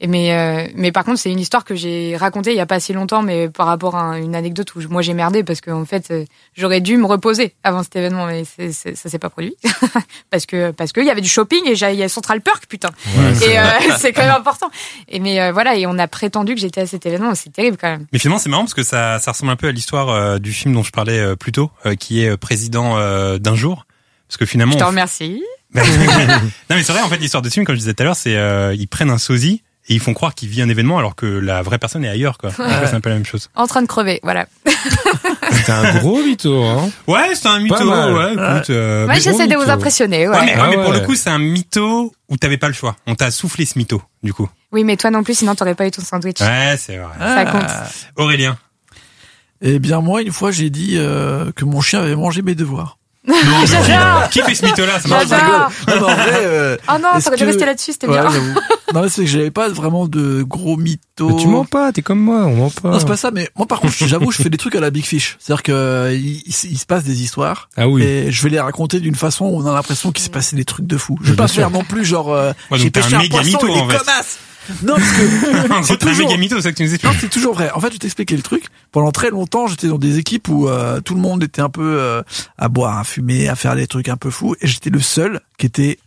Speaker 5: Et mais euh, mais par contre, c'est une histoire que j'ai racontée il y a pas si longtemps, mais par rapport à un- une anecdote où je- moi j'ai merdé parce que en fait euh, j'aurais dû me reposer avant cet événement, mais c'est- c'est- ça s'est pas produit (laughs) parce que parce qu'il y avait du shopping et j'ai- il y a Central Perk putain. et euh, (laughs) c'est quand même important. Et mais euh, voilà, et on a prétendu que j'étais à cet événement, c'est terrible quand même.
Speaker 2: Mais finalement, c'est marrant parce que ça, ça ressemble un peu à l'histoire euh, du film dont je parlais euh, plus tôt, euh, qui est euh, président euh, d'un jour. Parce que finalement,
Speaker 5: Je te
Speaker 2: on-
Speaker 5: remercie.
Speaker 2: (laughs) non mais c'est vrai, en fait, l'histoire de ce film, comme je disais tout à l'heure, c'est euh, ils prennent un sosie et ils font croire qu'il vit un événement alors que la vraie personne est ailleurs, quoi. Donc, C'est un peu la même chose.
Speaker 5: En train de crever,
Speaker 4: Bah,
Speaker 5: voilà.
Speaker 3: C'était un gros mytho, hein.
Speaker 2: Ouais, c'est un mytho.
Speaker 3: Pas mal.
Speaker 2: Ouais, écoute. euh,
Speaker 5: Moi,
Speaker 2: mais-
Speaker 5: j'essaie de vous
Speaker 3: mytho.
Speaker 5: impressionner, ouais.
Speaker 2: Ouais, mais, ouais,
Speaker 3: Ah
Speaker 2: mais pour
Speaker 3: ouais.
Speaker 2: le coup, c'est un mytho où t'avais pas le choix. On t'a soufflé ce mytho, du coup.
Speaker 5: Oui, mais toi non plus, sinon t'aurais pas eu ton sandwich.
Speaker 2: Ouais, c'est vrai.
Speaker 3: euh,
Speaker 5: Ça compte.
Speaker 4: Ah.
Speaker 2: Aurélien.
Speaker 4: Eh bien, moi, une fois, j'ai dit euh, que mon chien avait mangé mes devoirs.
Speaker 5: Ah, J'adore
Speaker 2: Qui fait ce mytho-là Ça
Speaker 5: Non,
Speaker 2: marche
Speaker 5: J'adore.
Speaker 2: pas.
Speaker 4: Non, mais en vrai, euh,
Speaker 5: Oh non,
Speaker 4: Est-ce
Speaker 5: t'aurais dû
Speaker 4: que-
Speaker 5: rester là-dessus, c'était
Speaker 4: ouais,
Speaker 5: bien.
Speaker 4: j'avoue. Non, mais c'est que j'avais pas vraiment de gros mythos.
Speaker 3: Mais tu mens pas, t'es comme moi, on ment Oh. pas.
Speaker 4: Non, c'est pas ça, mais moi, par contre, j'avoue, je fais des trucs à la Big Fish. C'est-à-dire que euh, il, il se- il se passe des histoires.
Speaker 3: Ah oui.
Speaker 4: Et je vais les raconter d'une façon où on a l'impression qu'il s'est passé des trucs de fou. Je vais
Speaker 3: Oui,
Speaker 4: pas
Speaker 3: bien sûr.
Speaker 4: faire non plus genre, euh,
Speaker 2: Ouais, donc
Speaker 4: j'ai
Speaker 2: t'es
Speaker 4: pêché
Speaker 2: un
Speaker 4: un
Speaker 2: méga
Speaker 4: poisson,
Speaker 2: mytho,
Speaker 4: il est
Speaker 2: en fait.
Speaker 4: connasse. Non, parce
Speaker 2: (laughs)
Speaker 4: que,
Speaker 2: C'est un
Speaker 4: toujours-
Speaker 2: méga mytho, c'est ça que tu nous
Speaker 4: non,
Speaker 2: expliques.
Speaker 4: c'est toujours vrai. En fait, je vais t'expliquer le truc. Pendant très longtemps, j'étais dans des équipes où euh, tout le monde était un peu euh, à boire, à fumer, à faire des trucs un peu fous. Et j'étais le seul qui était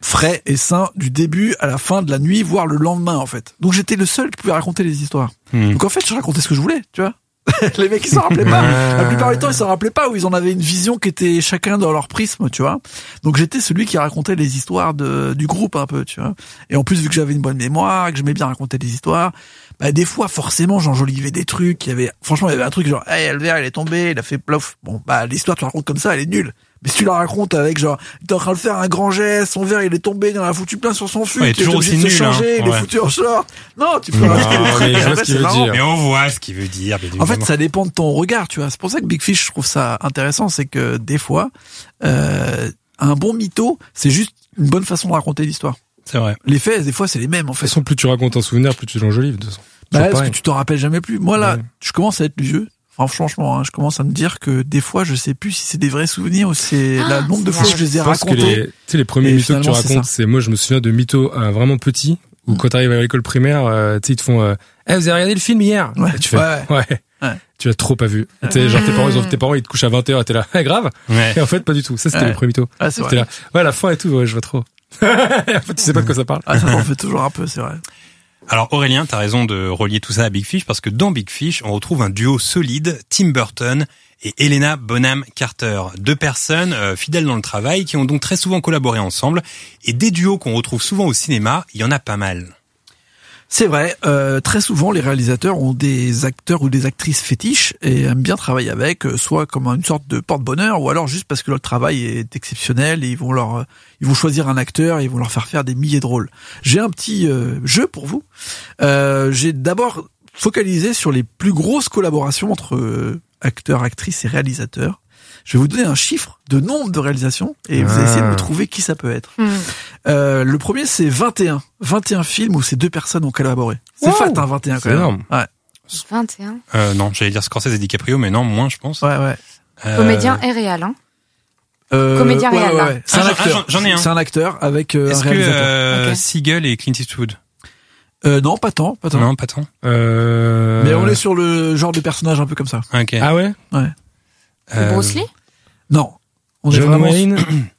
Speaker 4: frais et sain du début à la fin de la nuit, voire le lendemain, en fait. Donc j'étais le seul qui pouvait raconter les histoires.
Speaker 2: Hmm.
Speaker 4: Donc en fait, je racontais ce que je voulais, tu vois. (laughs) les mecs, ils s'en rappelaient pas. La plupart du temps, ils s'en rappelaient pas ou ils en avaient une vision qui était chacun dans leur prisme, tu vois. Donc j'étais celui qui racontait les histoires de, du groupe un peu, tu vois. Et en plus, vu que j'avais une bonne mémoire, que j'aimais bien raconter des histoires, bah, des fois, forcément, j'enjolivais des trucs. Il y avait, franchement, il y avait un truc genre, hey, Albert, il est tombé, il a fait plof. Bon, bah, l'histoire, tu la racontes comme ça, elle est nulle. Mais si tu la racontes avec genre, il était en train de faire un grand geste, son verre, il est tombé, il en a foutu plein sur son fut,
Speaker 2: Ouais,
Speaker 4: il était
Speaker 2: toujours
Speaker 4: obligé de
Speaker 2: aussi
Speaker 4: se
Speaker 2: nul, hein.
Speaker 4: changer, il
Speaker 2: Ouais.
Speaker 4: est foutu en short. Non, tu peux
Speaker 3: Non,
Speaker 4: raconter des
Speaker 3: Ah, mais
Speaker 4: trucs,
Speaker 3: je vois
Speaker 4: après,
Speaker 3: ce
Speaker 2: (laughs)
Speaker 3: qu'il
Speaker 4: c'est
Speaker 3: veut
Speaker 4: marrant.
Speaker 3: dire.
Speaker 2: Mais on voit ce qu'il veut dire. bien
Speaker 4: En fait,
Speaker 2: évidemment.
Speaker 4: ça dépend de ton regard, tu vois. C'est pour ça que Big Fish, je trouve ça intéressant, c'est que des fois, euh, un bon mytho, c'est juste une bonne façon de raconter l'histoire.
Speaker 2: c'est vrai.
Speaker 4: Les faits, des fois, c'est les mêmes, en
Speaker 3: De toute
Speaker 4: fait.
Speaker 3: façon, plus tu racontes un souvenir, plus tu l'enjolives, de toute façon.
Speaker 4: Bah,
Speaker 3: Toujours
Speaker 4: parce
Speaker 3: pareil.
Speaker 4: que tu t'en rappelles jamais plus. Moi, là,
Speaker 3: Ouais.
Speaker 4: je commence à être vieux. Enfin, franchement, hein, je commence à me dire que des fois, je sais plus si c'est des vrais souvenirs ou si c'est
Speaker 5: Ah,
Speaker 4: la nombre de
Speaker 5: c'est
Speaker 4: fois
Speaker 5: vrai.
Speaker 4: que je les ai
Speaker 3: Je pense que
Speaker 4: racontés.
Speaker 3: les, tu sais, les premiers
Speaker 4: Et
Speaker 3: mythos que tu
Speaker 4: finalement, c'est
Speaker 3: racontes, c'est moi, je me souviens de mythos euh, vraiment petits, où quand t'arrives à l'école primaire, euh, tu sais, ils te font, euh, eh, vous avez regardé le film hier?
Speaker 4: Ouais.
Speaker 3: Et tu fais,
Speaker 4: Ouais, Ouais.
Speaker 3: Tu l'as trop pas vu. Et t'es, genre, tes parents, ils ont, tes parents, ils te couchent à 21h, t'es là, (laughs) Eh, grave.
Speaker 2: Ouais.
Speaker 3: Et en fait, pas du tout. Ça, c'était
Speaker 4: Ouais.
Speaker 3: les premiers mythos.
Speaker 4: Ah, c'est
Speaker 3: T'es
Speaker 4: vrai.
Speaker 3: là, ouais, la fin et tout, ouais, je vois trop. (laughs) en fait, tu sais pas de quoi ça parle.
Speaker 4: Ah, ça m'en fait toujours un peu, c'est vrai.
Speaker 2: Alors Aurélien, t'as raison de relier tout ça à Big Fish parce que dans Big Fish, on retrouve un duo solide, Tim Burton et Helena Bonham Carter, deux personnes euh, fidèles dans le travail qui ont donc très souvent collaboré ensemble et des duos qu'on retrouve souvent au cinéma, il y en a pas mal.
Speaker 4: C'est vrai, euh, très souvent les réalisateurs ont des acteurs ou des actrices fétiches et aiment bien travailler avec, euh, soit comme une sorte de porte-bonheur, ou alors juste parce que leur travail est exceptionnel et ils vont leur, euh, ils vont choisir un acteur et ils vont leur faire faire des milliers de rôles. J'ai un petit euh, jeu pour vous. Euh, J'ai d'abord focalisé sur les plus grosses collaborations entre euh, acteurs, actrices et réalisateurs. Je vais vous donner un chiffre de nombre de réalisations et vous allez essayer de me trouver qui ça peut être.
Speaker 5: (laughs) Hmm.
Speaker 4: Euh, le premier, c'est 21. 21 films où ces deux personnes ont collaboré. C'est
Speaker 3: Wow.
Speaker 4: fat, hein, 21
Speaker 3: C'est
Speaker 4: quand même.
Speaker 3: énorme.
Speaker 4: Ouais,
Speaker 5: 21.
Speaker 2: Euh, non, j'allais dire Scorsese et DiCaprio, mais non, moins je pense.
Speaker 4: ouais, ouais.
Speaker 2: Euh,
Speaker 5: Comédien et réel, hein.
Speaker 4: Euh,
Speaker 5: Comédien
Speaker 4: ouais,
Speaker 5: réel,
Speaker 4: ouais,
Speaker 5: là.
Speaker 4: ouais. C'est
Speaker 2: Ah,
Speaker 4: un
Speaker 2: j'en-
Speaker 4: acteur.
Speaker 2: ah, j'en- j'en ai un.
Speaker 4: C'est un acteur avec euh, un
Speaker 2: Est-ce que
Speaker 4: réalisateur.
Speaker 2: euh,
Speaker 5: Ok.
Speaker 2: Seagull et Clint Eastwood
Speaker 4: Euh, non, pas tant, pas tant.
Speaker 2: Non, pas tant.
Speaker 3: Euh...
Speaker 4: Mais on est sur le genre de personnage un peu comme ça.
Speaker 2: Ok.
Speaker 3: Ah ouais?
Speaker 4: euh,
Speaker 5: C'est Bruce Lee
Speaker 4: Non, on est
Speaker 3: John
Speaker 4: vraiment.
Speaker 3: Wayne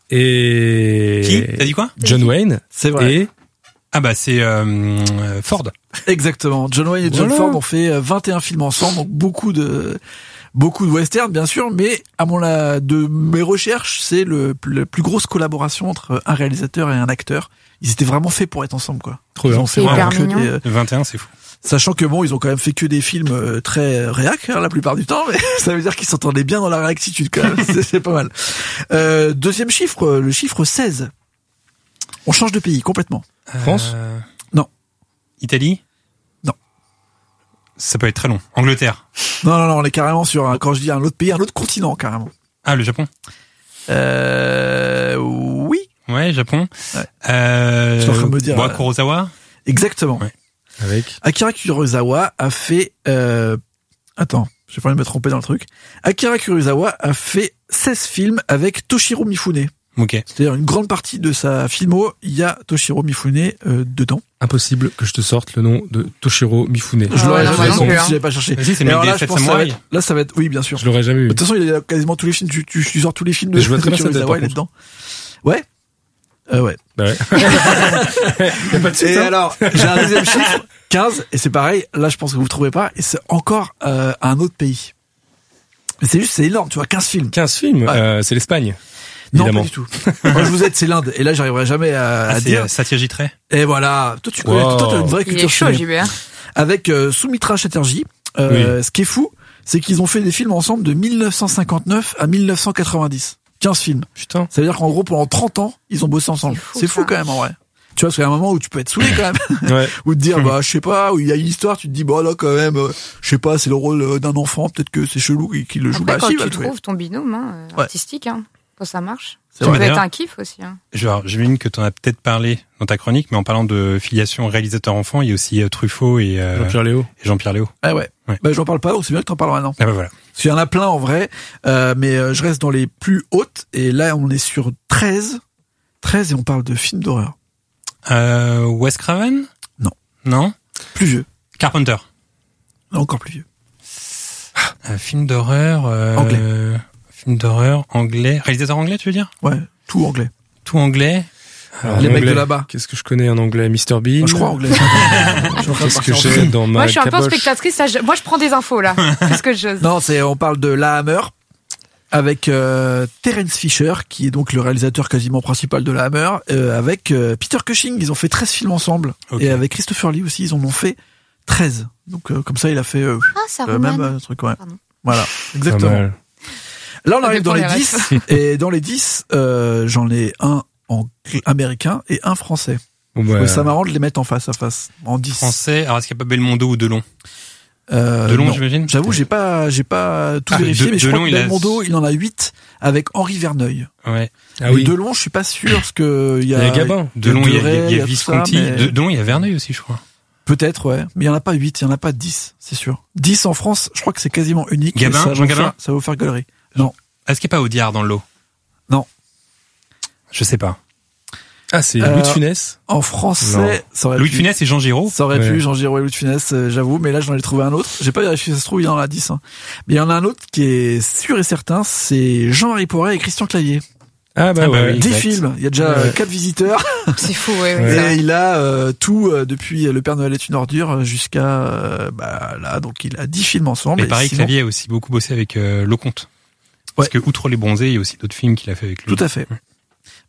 Speaker 3: et
Speaker 2: Qui T'as dit quoi
Speaker 3: John Wayne
Speaker 4: C'est vrai.
Speaker 3: et
Speaker 2: Ah bah c'est euh, euh, Ford.
Speaker 4: Exactement. John Wayne et John
Speaker 3: Voilà.
Speaker 4: Ford ont fait euh, 21 films ensemble, donc beaucoup de beaucoup de westerns bien sûr, mais à mon la de mes recherches, c'est le la plus grosse collaboration entre un réalisateur et un acteur. Ils étaient vraiment faits pour être ensemble quoi.
Speaker 2: Trop
Speaker 4: Ils
Speaker 2: bien.
Speaker 4: ont fait
Speaker 5: C'est hyper
Speaker 4: vraiment que
Speaker 5: mignon.
Speaker 4: des, euh,
Speaker 2: Le 21, c'est fou.
Speaker 4: sachant que bon, ils ont quand même fait que des films euh, très euh, réac hein, la plupart du temps, mais (laughs) ça veut dire qu'ils s'entendaient bien dans la réactitude quand même. (laughs) c'est c'est pas mal. Euh, deuxième chiffre, euh, le chiffre 16. On change de pays complètement.
Speaker 3: France
Speaker 2: Euh,
Speaker 4: Non.
Speaker 2: Italie
Speaker 4: Non.
Speaker 2: Ça peut être très long. Angleterre.
Speaker 4: Non non non, on est carrément sur un, quand je dis un autre pays, un autre continent carrément.
Speaker 2: Ah, le Japon.
Speaker 4: Euh, oui,
Speaker 2: Ouais, Japon.
Speaker 4: Ouais.
Speaker 2: Euh,
Speaker 4: Je suis en train de me dire,
Speaker 2: Bon,
Speaker 4: euh,
Speaker 2: Kurosawa.
Speaker 4: exactement.
Speaker 2: Ouais.
Speaker 3: Avec
Speaker 4: Akira Kurosawa a fait... Euh... Attends, j'ai pas envie de me tromper dans le truc. Akira Kurosawa a fait 16 films avec Toshiro Mifune.
Speaker 2: Ok.
Speaker 4: C'est-à-dire une grande partie de sa filmo, il y a Toshiro Mifune euh, dedans.
Speaker 3: Impossible que je te sorte le nom de Toshiro Mifune.
Speaker 5: Ah,
Speaker 4: Je l'aurais
Speaker 5: ouais, non,
Speaker 4: jamais
Speaker 5: moi non
Speaker 4: su
Speaker 5: plus,
Speaker 4: si
Speaker 5: hein.
Speaker 4: j'avais pas cherché.
Speaker 2: Vas-y, c'est
Speaker 4: Et
Speaker 2: le
Speaker 4: alors
Speaker 2: mec
Speaker 4: là,
Speaker 2: des
Speaker 4: je
Speaker 2: Sept
Speaker 4: pense que ça va
Speaker 2: Samouraïs.
Speaker 4: être, là, ça va être... Oui, bien sûr.
Speaker 3: Je l'aurais jamais eu.
Speaker 4: De toute façon, il a quasiment tous les films, tu, tu, tu sors tous les films de
Speaker 3: Je vois très bien sa tête,
Speaker 4: Kurosawa,
Speaker 3: par
Speaker 4: il
Speaker 3: contre.
Speaker 4: est dedans. Ouais euh, Ouais.
Speaker 3: Bah ouais.
Speaker 4: (laughs)
Speaker 3: Y a pas de suite,
Speaker 4: Et
Speaker 3: hein
Speaker 4: alors, j'ai un deuxième chiffre, 15, et c'est pareil, là je pense que vous ne trouvez pas, et c'est encore euh, un autre pays. Mais c'est juste, c'est énorme, tu vois, 15 films.
Speaker 3: 15 films,
Speaker 4: Ouais.
Speaker 3: euh, c'est l'Espagne.
Speaker 4: Non,
Speaker 3: évidemment.
Speaker 4: pas du tout. Moi je vous aide, c'est l'Inde, et là j'arriverai jamais à, à
Speaker 2: Ah, c'est
Speaker 4: dire.
Speaker 2: euh, Satyajit Ray.
Speaker 4: Et voilà, toi tu connais,
Speaker 3: Wow.
Speaker 4: toi t'as une vraie
Speaker 5: Il est
Speaker 4: culture
Speaker 5: chaud,
Speaker 4: ciné.
Speaker 5: JB.
Speaker 4: Avec euh, Soumitra Chatterjee, euh, ce qui est fou, c'est qu'ils ont fait des films ensemble de 1959 à 1990. 15 films.
Speaker 2: (laughs)
Speaker 3: Putain.
Speaker 4: Ça veut dire qu'en gros, pendant 30 ans, ils ont bossé ensemble.
Speaker 5: fou,
Speaker 4: C'est fou,
Speaker 5: ça.
Speaker 4: quand même, en vrai. Tu vois, parce qu'il y a un moment où tu peux être saoulé quand même. (laughs)
Speaker 3: Ouais.
Speaker 4: ou de dire bah je sais pas où il y a une histoire tu te dis bah là quand même euh, je sais pas c'est le rôle euh, d'un enfant peut-être que c'est chelou qui, qui le joue
Speaker 5: Après,
Speaker 4: bah
Speaker 5: quand
Speaker 4: si,
Speaker 5: tu
Speaker 4: bah, tu vois.
Speaker 5: trouves ton binôme hein, euh,
Speaker 4: Ouais.
Speaker 5: artistique, hein, quand ça marche,
Speaker 4: C'est
Speaker 5: ça
Speaker 4: vrai.
Speaker 5: peut être
Speaker 2: D'ailleurs-
Speaker 5: un kiff aussi. hein.
Speaker 2: Genre, j'imagine que t'en as peut-être parlé dans ta chronique, mais en parlant de filiation réalisateur-enfant, il y a aussi euh, Truffaut et euh,
Speaker 3: Jean-Pierre Léo.
Speaker 2: et Jean-Pierre Léo.
Speaker 4: ah ouais,
Speaker 2: Ouais.
Speaker 4: bah j'en parle pas donc c'est bien que t'en parles maintenant
Speaker 2: Ah bah voilà.
Speaker 4: parce qu'il y en a plein en vrai euh, mais euh, je reste dans les plus hautes et là on est sur 13 13 et on parle de films d'horreur
Speaker 2: Euh, Wes Craven
Speaker 4: Non.
Speaker 2: Non
Speaker 4: plus vieux
Speaker 2: Carpenter.
Speaker 4: encore plus vieux
Speaker 2: Un film d'horreur... euh, Film d'horreur anglais. Réalisateur anglais, tu veux dire
Speaker 4: ouais tout anglais
Speaker 2: Tout anglais. Ah.
Speaker 3: Alors, en
Speaker 4: les mecs
Speaker 3: anglais,
Speaker 4: de là-bas.
Speaker 3: Qu'est-ce que je connais en anglais Mr Bean.
Speaker 4: Enfin, je
Speaker 3: (laughs)
Speaker 4: crois anglais Je suis en train de
Speaker 3: Qu'est-ce que
Speaker 4: partir en
Speaker 3: j'ai
Speaker 4: couille.
Speaker 3: dans ma
Speaker 5: Moi, je suis un peu
Speaker 3: caboche
Speaker 5: spectatrice. là, je- Moi, je prends des infos
Speaker 4: (laughs)
Speaker 5: là. Parce que je.
Speaker 4: non c'est on parle de La Hammer avec euh, Terence Fisher qui est donc le réalisateur quasiment principal de La Hammer euh, avec euh, Peter Cushing ils ont fait 13 films ensemble
Speaker 2: Ok.
Speaker 4: Et avec Christopher Lee aussi, ils en ont fait 13. Donc euh, comme ça, il a fait euh,
Speaker 5: Ah, ça
Speaker 4: euh, même
Speaker 5: remonte.
Speaker 4: un truc, ouais.
Speaker 5: Pardon.
Speaker 4: Voilà,
Speaker 3: Pas
Speaker 4: exactement.
Speaker 3: mal.
Speaker 4: Là, on
Speaker 5: Ça
Speaker 4: arrive
Speaker 5: dépend
Speaker 4: dans les
Speaker 5: des
Speaker 4: 10, et dans les 10, euh, j'en ai un en cl- américain et un français.
Speaker 3: Bon,
Speaker 4: Je
Speaker 3: bah,
Speaker 4: trouvais ça marrant de les mettre en face à face, en 10.
Speaker 2: Français. Alors, est-ce qu'il n'y a pas Belmondo ou Delon
Speaker 4: Euh,
Speaker 2: Delon,
Speaker 4: non.
Speaker 2: j'imagine
Speaker 4: J'avoue, j'ai pas, j'ai pas tout
Speaker 2: Ah,
Speaker 4: vérifié,
Speaker 2: De-
Speaker 4: mais je
Speaker 2: Delon,
Speaker 4: crois que
Speaker 2: il a-
Speaker 4: Belmondo, il en a 8 avec Henri Verneuil.
Speaker 2: Ouais. euh,
Speaker 3: Ah
Speaker 4: Mais
Speaker 3: oui.
Speaker 4: Delon, je suis pas sûr, parce que il
Speaker 3: Il
Speaker 4: y
Speaker 3: y
Speaker 4: a,
Speaker 3: a Gabin.
Speaker 2: Delon, il y a,
Speaker 4: Deray,
Speaker 2: il y a- il y a
Speaker 4: tout
Speaker 2: Visconti.
Speaker 4: ça, mais-
Speaker 2: De- Delon, il y a Verneuil aussi, je crois.
Speaker 4: Peut-être, ouais. Mais il n'y en a pas 8, il n'y en a pas 10, c'est sûr. 10 en France, je crois que c'est quasiment unique.
Speaker 2: Gabin,
Speaker 4: Et ça, va
Speaker 2: Jean
Speaker 4: vous
Speaker 2: Gabin
Speaker 4: faire- Ça va vous faire galerie.
Speaker 2: Est-ce qu'il n'y a pas Audiard dans le lot
Speaker 4: Non.
Speaker 2: Je sais pas.
Speaker 3: Ah, c'est
Speaker 4: Euh,
Speaker 3: Louis de Funès.
Speaker 4: En français, ça aurait
Speaker 2: Louis de
Speaker 4: pu.
Speaker 2: Funès et Jean Giraud
Speaker 4: Ça aurait
Speaker 3: Ouais.
Speaker 4: pu, Jean Giraud et Louis de Funès, euh, j'avoue, mais là j'en ai trouvé un autre. J'ai pas vérifié, ça se trouve, il y en a 10. hein. Mais il y en a un autre qui est sûr et certain, c'est Jean-Marie Poiret et Christian Clavier.
Speaker 3: Ah bah,
Speaker 2: Ah bah
Speaker 3: ouais.
Speaker 2: oui.
Speaker 4: Dix
Speaker 2: exact.
Speaker 4: films, il y a déjà euh,
Speaker 3: Ouais.
Speaker 4: quatre visiteurs,
Speaker 5: C'est fou, ouais. ouais,
Speaker 3: Ouais.
Speaker 5: ça va.
Speaker 4: et il a euh, tout euh, depuis Le Père Noël est une ordure jusqu'à euh, bah, là, donc il a 10 films ensemble.
Speaker 2: Mais
Speaker 4: et
Speaker 2: pareil,
Speaker 4: sinon-
Speaker 2: Clavier a aussi beaucoup bossé avec euh, Lecomte. Parce que, outre Les Bronzés, il y a aussi d'autres films qu'il a fait avec lui.
Speaker 4: Tout à fait.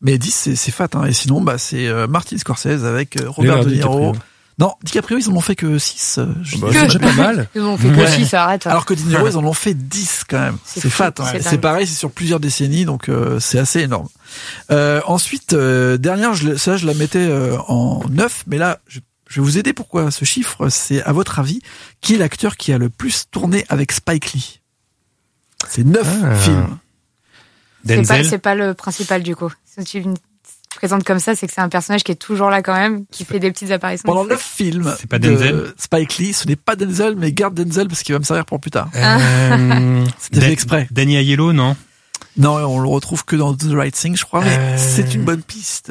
Speaker 4: Mais 10, c'est- c'est fat. Hein. Et sinon, bah, c'est euh, Martin Scorsese avec euh, Robert
Speaker 3: Leonardo
Speaker 4: De Niro.
Speaker 3: DiCaprio.
Speaker 4: Non, DiCaprio, ils en ont fait que euh, 6.
Speaker 3: Bah,
Speaker 5: Que-
Speaker 3: c'est déjà pas mal.
Speaker 5: Ils ont fait que
Speaker 2: Ouais.
Speaker 5: si, ça arrête. hein.
Speaker 4: Alors que De (laughs) Niro, ils en ont fait 10 quand même.
Speaker 5: C'est
Speaker 4: C'est
Speaker 5: fou,
Speaker 4: fat. hein.
Speaker 5: c'est
Speaker 4: C'est
Speaker 5: dingue.
Speaker 4: pareil, c'est sur plusieurs décennies, donc euh, c'est assez énorme. Euh, ensuite, euh, dernière, je, le- ça, je la mettais euh, en 9, mais là, je, je vais vous aider. Pourquoi ce chiffre C'est, à votre avis, qui est l'acteur qui a le plus tourné avec Spike Lee C'est 9
Speaker 3: Ah.
Speaker 4: films.
Speaker 5: C'est pas,
Speaker 2: (laughs)
Speaker 5: c'est
Speaker 2: Denzel.
Speaker 5: pas le principal du coup. Si tu me présentes comme ça, c'est que c'est un personnage qui est toujours là quand même, qui fait des petites apparitions.
Speaker 4: Pendant 9 films
Speaker 2: C'est pas
Speaker 4: de
Speaker 2: Denzel
Speaker 4: Spike Lee, ce n'est pas Denzel, mais garde Denzel parce qu'il va me servir pour plus tard.
Speaker 5: Ah.
Speaker 2: Euh,
Speaker 4: (laughs) C'était fait
Speaker 2: Dan-
Speaker 4: exprès.
Speaker 2: Danny Aiello, non
Speaker 4: Non, on le retrouve que dans The Right Thing, je crois, mais
Speaker 2: Euh.
Speaker 4: c'est une bonne piste.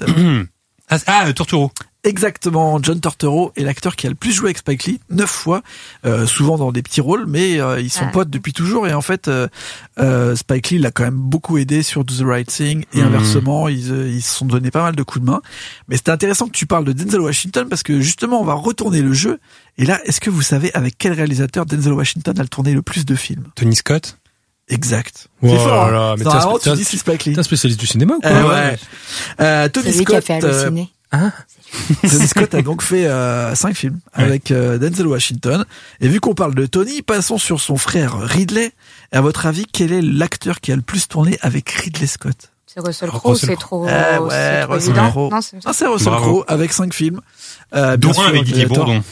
Speaker 2: Ah, ah, Torturo.
Speaker 4: Exactement, John Turturro est l'acteur qui a le plus joué avec Spike Lee, neuf fois, euh, souvent dans des petits rôles, mais euh, ils sont
Speaker 5: Ah.
Speaker 4: potes depuis toujours. Et en fait, euh, euh, Spike Lee l'a quand même beaucoup aidé sur Do the Right Thing, et
Speaker 3: Mhm.
Speaker 4: inversement, ils, euh, ils se sont donné pas mal de coups de main. Mais c'était intéressant que tu parles de Denzel Washington, parce que justement, on va retourner le jeu. Et là, est-ce que vous savez avec quel réalisateur Denzel Washington a tourné le plus de films
Speaker 2: Tony Scott
Speaker 4: Exact.
Speaker 3: Oh
Speaker 4: C'est
Speaker 3: là
Speaker 4: fort. hein.
Speaker 3: là, mais t'as-
Speaker 4: Normalement, tu
Speaker 3: t'as-
Speaker 4: dis c'est Spike Lee.
Speaker 3: T'es un spécialiste du cinéma ou quoi
Speaker 4: Euh, ouais. Euh,
Speaker 5: C'est
Speaker 4: Tony
Speaker 5: lui qui a
Speaker 4: Scott,
Speaker 5: fait
Speaker 4: euh,
Speaker 5: halluciner.
Speaker 4: Tony Scott a donc fait euh, cinq films
Speaker 2: Ouais.
Speaker 4: avec euh, Denzel Washington. Et vu qu'on parle de Tony, passons sur son frère Ridley. Et à votre avis, quel est l'acteur qui a le plus tourné avec Ridley Scott
Speaker 5: C'est Russell
Speaker 2: Oh,
Speaker 5: Crowe,
Speaker 2: Russell
Speaker 5: c'est
Speaker 2: Crowe.
Speaker 5: trop,
Speaker 4: Eh ouais,
Speaker 5: c'est trop
Speaker 4: Russell
Speaker 5: évident.
Speaker 4: Crowe.
Speaker 5: Non, c'est
Speaker 4: Ah, c'est Russell
Speaker 2: Bravo.
Speaker 4: Crowe avec cinq films. Euh, bien
Speaker 2: Dont
Speaker 4: sûr,
Speaker 2: un avec Didier
Speaker 4: réalisateur.
Speaker 2: Bourdon.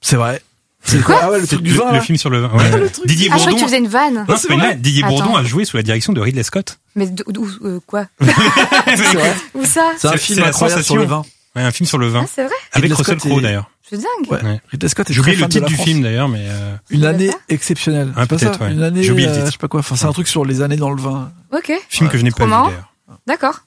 Speaker 4: C'est vrai. C'est quoi Ah ouais, le truc du
Speaker 2: Le-
Speaker 4: vin.
Speaker 2: Le
Speaker 4: là.
Speaker 2: film sur le vin. ouais. Didier
Speaker 5: Ah, je crois que
Speaker 2: Bourdon.
Speaker 5: tu faisais une vanne.
Speaker 4: Hein
Speaker 2: Non, c'est pas une blague. Didier
Speaker 5: Attends.
Speaker 2: Bourdon a joué sous la direction de Ridley Scott.
Speaker 5: Mais d'o- d'où, euh,
Speaker 4: (laughs)
Speaker 5: quoi
Speaker 4: C'est vrai.
Speaker 5: Où ça
Speaker 4: C'est un
Speaker 2: C'est- c'est
Speaker 4: film
Speaker 2: la
Speaker 4: incroyable sur
Speaker 2: sensation.
Speaker 4: le vin.
Speaker 2: Ouais, un film sur le
Speaker 5: Ah,
Speaker 2: vin.
Speaker 5: c'est vrai
Speaker 2: Avec
Speaker 4: Ridley
Speaker 2: Russell
Speaker 4: Scott
Speaker 2: Crowe
Speaker 4: est-
Speaker 2: d'ailleurs.
Speaker 5: C'est dingue.
Speaker 4: Ouais.
Speaker 2: Ouais.
Speaker 4: Ridley Scott est
Speaker 2: J'ai oublié le
Speaker 4: très fan de
Speaker 2: titre
Speaker 4: la
Speaker 2: du
Speaker 4: France.
Speaker 2: film d'ailleurs, mais euh,
Speaker 4: Une
Speaker 5: Je
Speaker 4: année
Speaker 5: savais
Speaker 4: exceptionnelle.
Speaker 2: Ah,
Speaker 4: C'est pas ça
Speaker 2: peut-être, ouais.
Speaker 4: Une année,
Speaker 2: J'ai oublié le
Speaker 4: euh,
Speaker 2: titre.
Speaker 4: je sais pas quoi. Enfin, c'est un truc sur les années dans le vin.
Speaker 5: Ok,
Speaker 2: film que je n'ai pas vu
Speaker 5: Romain
Speaker 2: d'ailleurs.
Speaker 5: d'accord.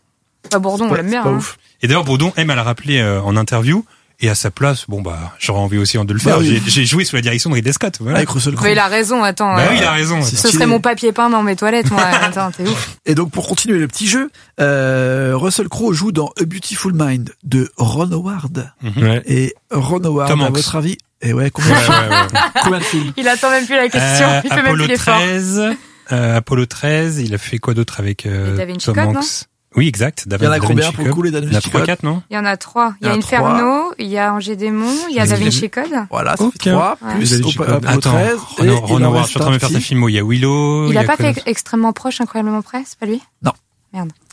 Speaker 5: Bah, Bourdon,
Speaker 4: C'est
Speaker 5: on
Speaker 4: pas-
Speaker 5: l'aime
Speaker 4: c'est
Speaker 5: bien.
Speaker 4: pas
Speaker 5: hein.
Speaker 4: ouf.
Speaker 2: Et d'ailleurs, Bourdon aime à la rappeler euh, en interview. Et à sa place, bon bah, j'aurais envie aussi de le
Speaker 4: Bah
Speaker 2: faire.
Speaker 4: oui.
Speaker 2: J'ai- J'ai joué sous la direction de Ridley Scott. Voilà.
Speaker 4: Avec Russell Crowe.
Speaker 5: Mais il a raison, attends.
Speaker 2: Bah
Speaker 5: euh,
Speaker 2: oui, il a raison.
Speaker 4: c'est-
Speaker 5: Ce
Speaker 4: Stylé.
Speaker 5: serait mon papier peint dans mes toilettes,
Speaker 4: (laughs)
Speaker 5: moi. Attends, t'es ouf.
Speaker 4: Et donc pour continuer le petit jeu, euh, Russell Crowe joue dans A Beautiful Mind de Ron Howard.
Speaker 3: Ouais.
Speaker 4: Et Ron Howard,
Speaker 2: Tom
Speaker 4: à
Speaker 2: Hanks.
Speaker 4: votre avis Et ouais,
Speaker 2: Mhm. (laughs) Ouais,
Speaker 4: combien,
Speaker 2: ouais, ouais.
Speaker 4: (laughs) combien de films
Speaker 5: Il attend même plus la question.
Speaker 2: Euh,
Speaker 5: il fait même
Speaker 2: Apollo
Speaker 5: plus l'effort.
Speaker 2: 13. euh, Apollo 13. Il a fait quoi d'autre avec euh,
Speaker 5: Et Da Vinci
Speaker 2: Tom
Speaker 5: Code,
Speaker 2: Hanks
Speaker 5: non
Speaker 2: Oui, exact. Da
Speaker 4: Il y en a
Speaker 2: Da
Speaker 4: combien
Speaker 2: Vinci
Speaker 4: pour le
Speaker 2: Code.
Speaker 4: coup les Dan
Speaker 2: Il y en a
Speaker 4: Vinci
Speaker 2: 3
Speaker 4: Code
Speaker 2: 4 non
Speaker 5: Il y en a trois. Il y
Speaker 4: Il
Speaker 5: a
Speaker 4: y en a
Speaker 5: Inferno, il y a Angers Démon, il y a
Speaker 2: Il y
Speaker 5: Da
Speaker 2: a
Speaker 5: Vinci Code.
Speaker 4: Voilà, ça fait
Speaker 3: Aucun.
Speaker 4: 3,
Speaker 5: Ouais.
Speaker 4: plus
Speaker 3: Les
Speaker 4: au-
Speaker 3: Vinci Code.
Speaker 4: Apollo 13.
Speaker 2: Ron- Ron
Speaker 4: et il en
Speaker 2: oh Howard, je
Speaker 4: reste
Speaker 2: suis en train de me faire
Speaker 4: un
Speaker 2: ta
Speaker 4: petit.
Speaker 2: film. Il y a Willow.
Speaker 5: Il a pas
Speaker 2: quoi
Speaker 5: fait
Speaker 2: d'autre
Speaker 5: extrêmement proche, incroyablement près, c'est pas lui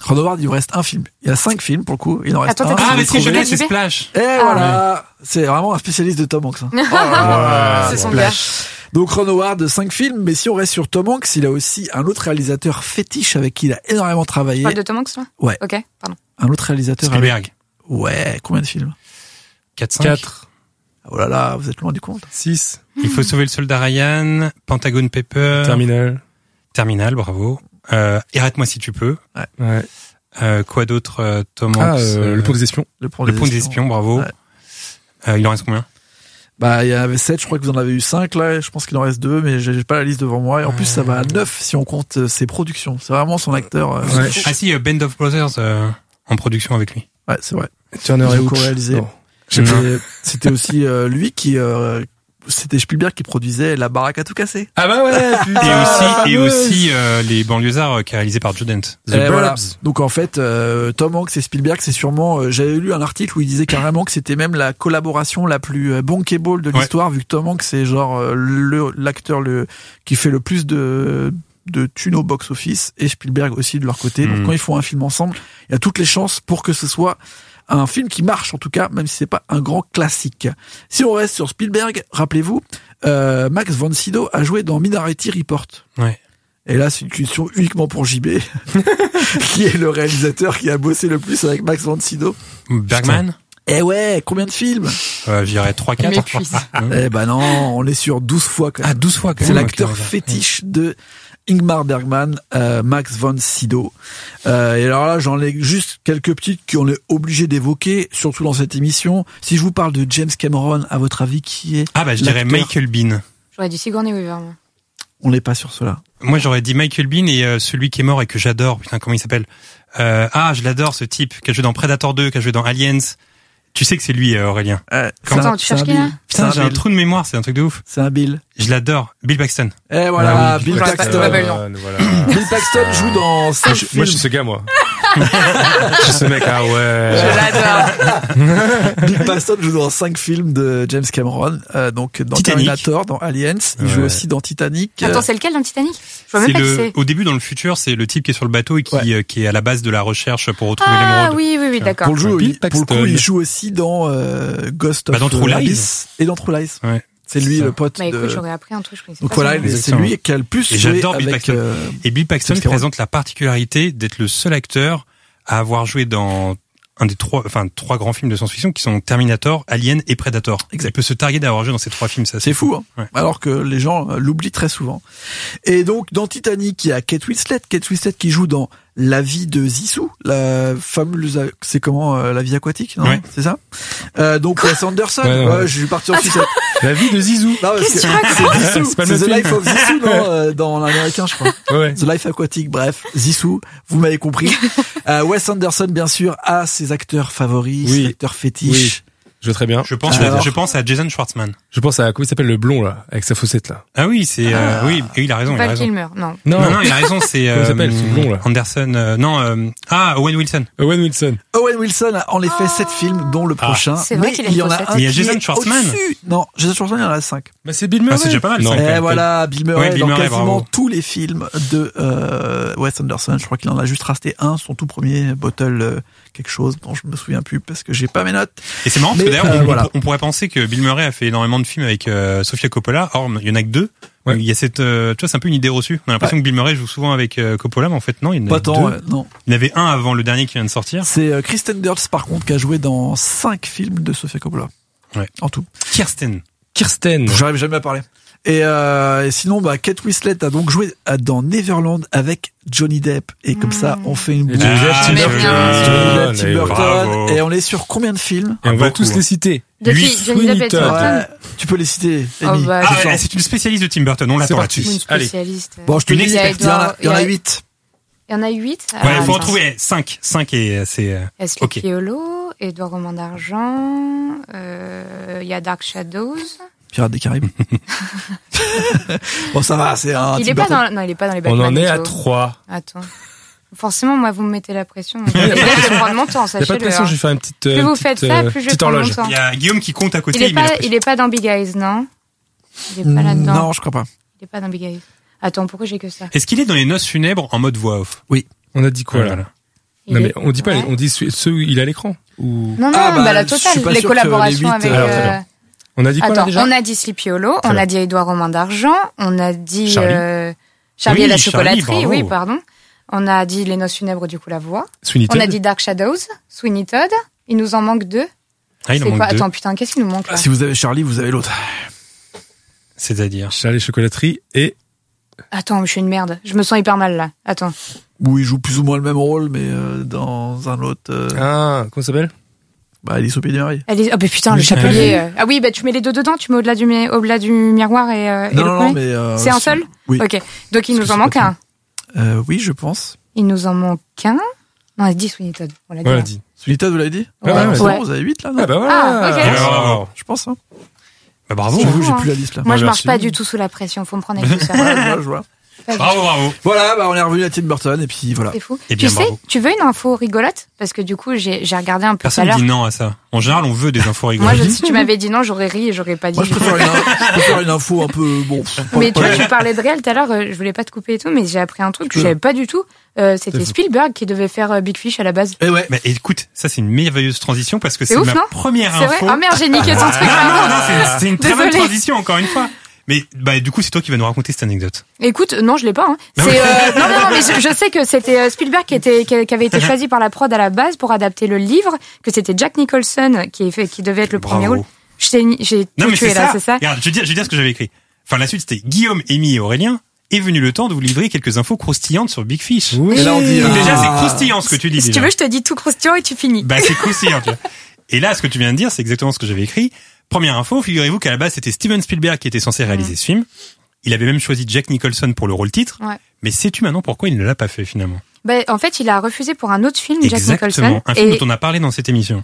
Speaker 4: Ron Howard, il vous reste un film. Il y a 5 films pour le coup, il en reste
Speaker 5: Attends,
Speaker 4: un.
Speaker 5: t'as
Speaker 2: Ah,
Speaker 4: Vous
Speaker 2: mais ce que je
Speaker 4: trouvez.
Speaker 2: l'ai, c'est Splash.
Speaker 4: Et
Speaker 5: Ah,
Speaker 4: voilà, c'est vraiment un spécialiste de Tom
Speaker 5: (laughs)
Speaker 4: Hanks. hein. Ah,
Speaker 5: C'est son gars.
Speaker 4: Donc Ron Howard, 5 films, mais si on reste sur Tom Hanks, il a aussi un autre réalisateur fétiche avec qui il a énormément travaillé.
Speaker 5: Tu parles de Tom Hanks, là
Speaker 4: Ouais.
Speaker 5: Ok, pardon.
Speaker 4: Un autre réalisateur. avec-
Speaker 2: Spielberg.
Speaker 4: Ouais, combien de films
Speaker 2: 4 5.
Speaker 3: 4,
Speaker 4: Oh là là, vous êtes loin du compte.
Speaker 3: 6,
Speaker 2: Il faut sauver le soldat Ryan, Pentagon Paper,
Speaker 3: Terminal.
Speaker 2: Terminal, bravo. Euh, Arrête-moi si tu peux.
Speaker 3: Ouais.
Speaker 2: Euh, quoi d'autre, euh, Tom
Speaker 3: Ah,
Speaker 2: Hanks,
Speaker 3: euh,
Speaker 2: euh,
Speaker 3: le pont des espions.
Speaker 4: Le pont,
Speaker 2: Le pont des espions, bravo.
Speaker 4: Ouais.
Speaker 2: Euh, il en reste combien
Speaker 4: Bah, il y en avait 7, je crois que vous en avez eu 5 là, je pense qu'il en reste 2, mais j'ai j'ai pas la liste devant moi. Et en plus, ça va à 9 si on compte euh, ses productions. C'est vraiment son acteur. euh,
Speaker 3: Ouais.
Speaker 4: fétiche.
Speaker 2: Ah si, euh, Band of Brothers euh, en production avec lui.
Speaker 4: Ouais, c'est vrai.
Speaker 3: Turner
Speaker 4: Ils
Speaker 3: et
Speaker 4: ont
Speaker 3: Hooch.
Speaker 4: co-réalisé.
Speaker 3: Non.
Speaker 4: C'était- C'était aussi euh, lui qui... euh, C'était Spielberg qui produisait La baraque à tout casser.
Speaker 3: Ah bah ouais,
Speaker 2: Et
Speaker 3: putain,
Speaker 2: aussi, et
Speaker 3: ouais.
Speaker 2: aussi euh, les banlieusards euh, qui est réalisé par Joe Euh, Dante.
Speaker 3: The
Speaker 4: Eh, voilà.
Speaker 3: Burbs.
Speaker 4: Donc en fait, euh, Tom Hanks et Spielberg, c'est sûrement. euh, J'avais lu un article où il disait carrément que c'était même la collaboration la plus euh, bankable de
Speaker 2: Ouais.
Speaker 4: l'histoire, vu que Tom Hanks c'est genre euh, le l'acteur le qui fait le plus de de thunes au box office et Spielberg aussi de leur côté. Donc
Speaker 2: Mm.
Speaker 4: quand ils font un film ensemble, il y a toutes les chances pour que ce soit un film qui marche en tout cas, même si c'est pas un grand classique. Si on reste sur Spielberg, rappelez-vous, euh, Max von Sydow a joué dans Minority Report.
Speaker 2: Ouais.
Speaker 4: Et là, c'est une question uniquement pour JB, (laughs) qui est le réalisateur qui a bossé le plus avec Max von Sydow.
Speaker 2: Bergman
Speaker 4: Eh ouais, combien de films
Speaker 2: euh, Je dirais Hein 3 4. (laughs)
Speaker 5: m'épuise.
Speaker 4: Eh ben non, on est sur 12 fois quand
Speaker 2: ah,
Speaker 4: même.
Speaker 2: 12 fois quand
Speaker 4: C'est
Speaker 2: même.
Speaker 4: l'acteur
Speaker 2: ok, ouais.
Speaker 4: fétiche de Ingmar Bergman, euh, Max von Sydow. Euh, et alors là, j'en ai juste quelques petites qu'on est obligé d'évoquer, surtout dans cette émission. Si je vous parle de James Cameron, à votre avis, qui est
Speaker 2: Ah bah je dirais
Speaker 4: l'acteur.
Speaker 2: Michael Bean.
Speaker 5: J'aurais dû Sigourney Weaver, moi.
Speaker 4: On n'est pas sur cela.
Speaker 2: Moi j'aurais dit Michael Bean et euh, celui qui est mort et que j'adore, putain comment il s'appelle Euh, Ah je l'adore ce type, qui a joué dans Predator 2, qui a joué dans Aliens. Tu sais que c'est lui euh, Aurélien.
Speaker 4: Euh,
Speaker 2: Comment
Speaker 4: c'est un-
Speaker 5: Attends, tu
Speaker 4: c'est un
Speaker 5: cherches qui, là
Speaker 4: Bill.
Speaker 2: Putain
Speaker 4: C'est
Speaker 2: j'ai
Speaker 4: un
Speaker 2: un
Speaker 4: Bill.
Speaker 2: trou de mémoire, c'est un truc de ouf.
Speaker 4: C'est un Bill.
Speaker 2: Je l'adore. Bill Paxton.
Speaker 4: Eh voilà,
Speaker 2: Bah
Speaker 3: Ah oui,
Speaker 4: Bill
Speaker 5: Bill
Speaker 4: Paxton.
Speaker 5: Paxton.
Speaker 3: Euh, voilà. (coughs) Moi,
Speaker 4: Bill Paxton joue
Speaker 2: Ah,
Speaker 4: dans 5
Speaker 3: je- Moi,
Speaker 4: films.
Speaker 3: je suis ce gars, moi. je suis ce mec, ah ouais.
Speaker 5: l'adore.
Speaker 4: Bill Paxton joue dans 5 films de James Cameron. euh, donc dans
Speaker 2: Titanic.
Speaker 4: Terminator, dans Aliens. Il joue
Speaker 2: Ouais.
Speaker 4: aussi dans Titanic.
Speaker 5: Attends,
Speaker 4: Euh,
Speaker 5: c'est lequel dans Titanic Je vois
Speaker 2: C'est
Speaker 5: même pas qui
Speaker 2: le,
Speaker 5: c'est.
Speaker 2: au début dans le futur, c'est le type qui est sur le bateau et qui,
Speaker 4: Ouais.
Speaker 2: euh, qui est à la base de la recherche pour retrouver
Speaker 5: Ah
Speaker 2: l'émeraude.
Speaker 5: oui, oui, oui, d'accord.
Speaker 4: pour le, jeu,
Speaker 3: Bill
Speaker 4: il- pour le coup,
Speaker 3: Paxton.
Speaker 4: il joue aussi dans euh, Ghost of
Speaker 2: Bah, dans True Lies.
Speaker 4: Abyss et dans True Lies.
Speaker 2: Ouais.
Speaker 4: C'est lui
Speaker 2: C'est ça.
Speaker 4: le pote
Speaker 5: Bah écoute,
Speaker 4: de...
Speaker 5: j'aurais appris un truc, je connaissais
Speaker 4: Donc
Speaker 5: pas
Speaker 4: voilà,
Speaker 5: son nom.
Speaker 4: il- c'est
Speaker 2: Exactement.
Speaker 4: lui qui a le plus
Speaker 2: Et
Speaker 4: joué
Speaker 2: j'adore Bill
Speaker 4: avec...
Speaker 2: Paxton.
Speaker 4: euh,
Speaker 2: Et Bill Paxton
Speaker 4: James Cameron.
Speaker 2: présente la particularité d'être le seul acteur à avoir joué dans un des trois, enfin trois grands films de science-fiction qui sont Terminator, Alien et Predator.
Speaker 4: Exact.
Speaker 2: Il peut se targuer d'avoir joué dans ces trois films, ça.
Speaker 4: C'est fou, hein
Speaker 2: Ouais.
Speaker 4: alors que les gens euh, l'oublient très souvent. Et donc dans Titanic, il y a Kate Winslet, Kate Winslet qui joue dans La vie de Zissou, la fameuse, c'est comment, euh, la vie aquatique, non
Speaker 2: Ouais.
Speaker 4: C'est ça Euh, donc Wes Anderson,
Speaker 3: Ouais, ouais,
Speaker 4: ouais,
Speaker 3: ouais.
Speaker 4: je suis parti en sucette.
Speaker 3: La vie de Zizou.
Speaker 4: Non, parce
Speaker 5: Ah, Qu'est-ce que tu
Speaker 4: que-
Speaker 5: racontes
Speaker 4: Zissou,
Speaker 3: C'est pas le
Speaker 4: c'est
Speaker 3: même
Speaker 4: The
Speaker 3: film.
Speaker 4: Life of Zissou, non, euh, dans l'américain, je crois.
Speaker 3: Ouais.
Speaker 4: The Life Aquatic, bref, Zissou, vous m'avez compris.
Speaker 5: (laughs)
Speaker 4: Euh, Wes Anderson, bien sûr, a ses acteurs favoris,
Speaker 3: Oui.
Speaker 4: ses acteurs fétiches.
Speaker 3: Je vois très bien.
Speaker 2: Je pense,
Speaker 4: Alors.
Speaker 2: à, je pense à Jason Schwartzman.
Speaker 3: Je pense à comment il s'appelle le blond là, avec sa fossette là.
Speaker 2: Ah oui, c'est euh, oui, et il a raison, il a
Speaker 5: Val
Speaker 2: raison.
Speaker 5: Kilmer, non.
Speaker 2: Non, non, il a raison, (laughs) c'est euh,
Speaker 3: Comment il s'appelle, ce blond, là
Speaker 2: Anderson. euh, non, euh, ah Owen Wilson.
Speaker 3: Owen Wilson.
Speaker 4: Owen Wilson a en effet sept films, dont le prochain.
Speaker 5: Ah. C'est vrai
Speaker 4: mais
Speaker 5: qu'il a
Speaker 4: il y en
Speaker 5: une
Speaker 4: a un.
Speaker 5: fossette.
Speaker 2: Ah. Mais il y a
Speaker 4: qui
Speaker 2: Jason
Speaker 4: est
Speaker 2: Schwartzman.
Speaker 4: au-dessus. Non, Jason Schwartzman, il y en a cinq.
Speaker 3: Bah c'est Bill Murray.
Speaker 2: Ah, c'est déjà pas mal,
Speaker 3: Non. Eh,
Speaker 2: ça.
Speaker 4: Et
Speaker 2: Ouais,
Speaker 4: voilà, Bill Murray,
Speaker 2: Bill
Speaker 4: dans
Speaker 2: Murray,
Speaker 4: quasiment
Speaker 2: bravo.
Speaker 4: tous les films de euh, Wes Anderson. Je crois qu'il en a juste resté un, son tout premier Bottle euh, quelque chose dont je me souviens plus parce que j'ai pas mes notes.
Speaker 2: Et c'est marrant parce que
Speaker 4: Mais,
Speaker 2: d'ailleurs,
Speaker 4: euh,
Speaker 2: on,
Speaker 4: voilà.
Speaker 2: on pourrait penser que Bill Murray a fait énormément de films avec euh, Sofia Coppola. Or, il y en a que deux.
Speaker 3: Ouais.
Speaker 2: Il y a cette, euh, tu vois, c'est un peu une idée reçue. On a l'impression que Bill Murray joue souvent avec euh, Coppola, mais en fait non, il y en a
Speaker 4: Pas
Speaker 2: deux.
Speaker 4: tant, ouais, non.
Speaker 2: Il y en avait un avant le dernier qui vient de sortir.
Speaker 4: C'est euh, Kristen Dirtz par contre qui a joué dans cinq films de Sofia Coppola.
Speaker 2: Ouais.
Speaker 4: En tout.
Speaker 2: Kirsten.
Speaker 3: Kirsten.
Speaker 4: J'arrive jamais à parler. Et, euh, et sinon, bah, Kate Winslet a donc joué à- dans Neverland avec Johnny Depp. Et comme ça,
Speaker 5: Mmh.
Speaker 4: on fait une
Speaker 3: Et
Speaker 4: boucle.
Speaker 3: Johnny Depp,
Speaker 2: Ah,
Speaker 3: Tim
Speaker 5: mais
Speaker 3: Burton.
Speaker 5: bien.
Speaker 4: Johnny Depp,
Speaker 3: Ah,
Speaker 4: Tim
Speaker 3: allez,
Speaker 4: Burton.
Speaker 2: bravo.
Speaker 4: Et on est sur combien de films
Speaker 3: Et on va
Speaker 2: Beaucoup,
Speaker 3: tous
Speaker 2: hein.
Speaker 3: les citer.
Speaker 5: Depuis
Speaker 3: Huit
Speaker 5: Johnny Depp et
Speaker 3: Swinton.
Speaker 5: Tim Burton.
Speaker 4: Ouais, Tu peux les citer,
Speaker 5: Oh,
Speaker 4: Amy.
Speaker 5: bah,
Speaker 4: je
Speaker 2: Ah,
Speaker 4: sens.
Speaker 2: elle, c'est une spécialiste de Tim Burton. On
Speaker 3: C'est
Speaker 2: l'attend
Speaker 3: parti.
Speaker 2: là-dessus.
Speaker 5: Une
Speaker 3: Allez.
Speaker 5: spécialiste.
Speaker 4: Bon, je te
Speaker 2: Une
Speaker 4: dis, il y en a-
Speaker 5: experte.
Speaker 4: il y en a
Speaker 5: Il y a-
Speaker 4: huit.
Speaker 5: Il y en a Ah, 8.
Speaker 2: Ouais, il faut en trouver 5. 5 et euh, c'est euh,
Speaker 5: Ashley
Speaker 2: Ok.
Speaker 5: Piolo, Edouard Roman d'Argent, euh, il y a Dark Shadows.
Speaker 4: Pirates
Speaker 5: (laughs)
Speaker 4: des Caraïbes. bon, ça va, c'est un.
Speaker 5: il
Speaker 4: Tim
Speaker 5: est pas
Speaker 4: Burton.
Speaker 5: dans, non, il est pas dans les
Speaker 3: On
Speaker 5: Batman.
Speaker 3: en est à
Speaker 5: Joe.
Speaker 3: 3.
Speaker 5: Attends. Forcément, moi, vous me mettez
Speaker 3: (laughs)
Speaker 5: la pression. Les gars, je vais prendre mon temps,
Speaker 3: Il y a pas de
Speaker 5: sachez-le.
Speaker 3: pression,
Speaker 5: hein.
Speaker 3: je vais faire une petite euh,
Speaker 5: Plus vous
Speaker 3: petite,
Speaker 5: faites ça,
Speaker 3: euh,
Speaker 5: plus je vais
Speaker 3: petite
Speaker 5: prendre mon
Speaker 3: horloge.
Speaker 5: temps.
Speaker 2: Il y a Guillaume qui compte à côté.
Speaker 5: Il est
Speaker 2: il met la
Speaker 5: pas,
Speaker 2: pression.
Speaker 5: il est pas dans Big Eyes, non? Il est pas là-dedans.
Speaker 4: Non, je crois pas.
Speaker 5: Il est pas dans Big Eyes. Attends, pourquoi j'ai que ça?
Speaker 2: Est-ce qu'il est dans les noces funèbres en mode voix off
Speaker 3: On a dit quoi là
Speaker 2: Voilà.
Speaker 5: Il
Speaker 3: Non
Speaker 5: est-
Speaker 3: mais on dit pas,
Speaker 5: Ouais.
Speaker 3: on dit ceux ceux où il est à l'écran. Ou
Speaker 5: Non, non,
Speaker 4: Ah, bah,
Speaker 5: bah, la
Speaker 4: je suis
Speaker 5: totale.
Speaker 4: pas
Speaker 5: Les
Speaker 4: sûr que les
Speaker 5: collaborations
Speaker 4: huit,
Speaker 5: avec,
Speaker 3: euh, Alors, très
Speaker 5: euh,
Speaker 3: bien. on a dit quoi là
Speaker 5: Attends,
Speaker 3: déjà
Speaker 5: on a dit Slipiolo, on
Speaker 3: bien.
Speaker 5: a dit Édouard Romain d'Argent, on a dit
Speaker 2: Charlie.
Speaker 5: euh, Charlie
Speaker 2: Oui,
Speaker 5: et la
Speaker 2: Charlie,
Speaker 5: chocolaterie,
Speaker 2: bravo.
Speaker 5: oui, pardon. On a dit Les Noces funèbres, du coup, la voix.
Speaker 3: Sweeney
Speaker 5: On a
Speaker 3: Todd
Speaker 5: dit Dark Shadows, Sweeney Todd. Il nous en manque deux.
Speaker 2: Ah, il en
Speaker 5: C'est quoi
Speaker 2: manque deux.
Speaker 5: Attends, putain, qu'est-ce qu'il nous
Speaker 3: Ah,
Speaker 5: manque là
Speaker 4: Si vous avez Charlie, vous avez l'autre.
Speaker 2: C'est-à-dire.
Speaker 3: Charlie Chocolaterie et
Speaker 5: Attends, je suis une merde. Je me sens hyper mal là. Attends.
Speaker 4: Où il joue plus ou moins le même rôle, mais euh, dans un autre. Euh,
Speaker 3: ah comment ça s'appelle
Speaker 4: Bah, Alice au Pays des Merveilles.
Speaker 5: Elle est... Oh, bah, putain, le
Speaker 3: Oui,
Speaker 5: chapelier. euh. Ah oui, bah tu mets les deux dedans, tu mets au-delà du, mi- au-delà du miroir et, euh, et
Speaker 4: Non,
Speaker 5: le
Speaker 4: non, non,
Speaker 5: premier
Speaker 4: mais. euh,
Speaker 5: C'est un seul
Speaker 4: Oui.
Speaker 5: Ok. Donc il
Speaker 4: Parce
Speaker 5: nous
Speaker 4: que
Speaker 5: en
Speaker 4: c'est
Speaker 5: manque
Speaker 4: pas
Speaker 5: un.
Speaker 4: Euh, oui, je pense.
Speaker 5: Il nous en manque un. Non, on a dit Sweeney Todd. On l'a dit.
Speaker 3: On l'a
Speaker 5: hein.
Speaker 3: dit.
Speaker 4: Celui-là, vous l'avez dit
Speaker 3: Ah Ouais, ouais,
Speaker 4: c'est bon,
Speaker 5: ouais.
Speaker 4: Vous avez huit, là non
Speaker 3: Ah bah
Speaker 5: Ah, ok.
Speaker 3: voilà.
Speaker 2: Bravo.
Speaker 4: Je pense, hein.
Speaker 2: Bah, bravo.
Speaker 5: C'est
Speaker 4: J'avoue,
Speaker 5: fou,
Speaker 4: j'ai
Speaker 5: hein.
Speaker 4: plus la liste, là.
Speaker 5: Moi, je marche
Speaker 3: merci.
Speaker 5: pas du tout sous la pression. Faut me prendre
Speaker 4: (laughs)
Speaker 5: avec tout ça.
Speaker 4: Bah, Ouais, je vois, je vois.
Speaker 5: Pas du tout.
Speaker 2: Bravo, bravo.
Speaker 4: Voilà, bah, on est revenu à Tim Burton, et puis voilà.
Speaker 5: C'est fou.
Speaker 2: Eh bien,
Speaker 5: tu sais,
Speaker 2: bravo.
Speaker 5: tu veux une info rigolote Parce que du coup, j'ai j'ai regardé un peu tout à
Speaker 2: Personne
Speaker 5: l'heure.
Speaker 2: dit non à ça. En général, on veut des infos
Speaker 5: Moi,
Speaker 2: rigolotes.
Speaker 5: je- si tu m'avais dit non, j'aurais ri et j'aurais pas dit.
Speaker 4: Moi, je préfère, une, je préfère une info un peu. Bon. pas-
Speaker 5: mais tu
Speaker 4: pas-
Speaker 5: vois, tu parlais de réel tout à l'heure, euh, je voulais pas te couper et tout, mais j'ai appris un truc que je savais pas du tout. Euh, C'était
Speaker 3: C'est fou.
Speaker 5: Spielberg qui devait faire euh, Big Fish à la base.
Speaker 4: Eh ouais.
Speaker 2: Bah, écoute, ça c'est une merveilleuse transition parce que
Speaker 5: C'est
Speaker 2: c'est
Speaker 5: ouf,
Speaker 2: ma
Speaker 5: non
Speaker 2: première
Speaker 5: C'est vrai
Speaker 2: info.
Speaker 5: Ah merde, j'ai niqué ton
Speaker 2: Ah, non,
Speaker 5: truc. pardon.
Speaker 2: non, c'est- c'est une très bonne
Speaker 5: Désolée.
Speaker 2: transition encore une fois. Mais bah du coup, c'est toi qui vas nous raconter cette anecdote.
Speaker 5: Écoute, non, je l'ai pas. Hein.
Speaker 2: Non,
Speaker 5: C'est,
Speaker 2: mais-
Speaker 5: euh, non, non, non, mais je, je sais que c'était euh, Spielberg qui, était, qui, qui avait été choisi par la prod à la base pour adapter le livre, que c'était Jack Nicholson qui, est fait- qui devait être le premier
Speaker 2: Bravo.
Speaker 5: rôle. Je t'ai ni- J'ai
Speaker 2: Non
Speaker 5: tout
Speaker 2: mais
Speaker 5: tué
Speaker 2: c'est
Speaker 5: là,
Speaker 2: ça.
Speaker 5: c'est ça
Speaker 2: Regarde, je vais dire, je vais dire ce que j'avais écrit. Enfin, la suite c'était Guillaume, Amy et Aurélien. Est venu le temps de vous livrer quelques infos croustillantes sur Big Fish.
Speaker 3: Oui.
Speaker 4: Et là, on dit.
Speaker 2: Donc, euh, déjà, c'est
Speaker 4: ah.
Speaker 2: croustillant ce que tu dis.
Speaker 5: Si
Speaker 2: déjà.
Speaker 5: tu veux, je te dis tout croustillant et tu finis.
Speaker 2: Bah, c'est croustillant, tu vois. Et là, ce que tu viens de dire, c'est exactement ce que j'avais écrit. Première info, figurez-vous qu'à la base, c'était Steven Spielberg qui était censé réaliser ce film. Il avait même choisi Jack Nicholson pour le rôle titre.
Speaker 5: Mm. Ouais.
Speaker 2: Mais sais-tu maintenant pourquoi il ne l'a pas fait finalement
Speaker 5: Bah, en fait, il a refusé pour un autre film, Jack
Speaker 2: Exactement.
Speaker 5: Nicholson.
Speaker 2: Un film
Speaker 5: Et...
Speaker 2: dont on a parlé dans cette émission.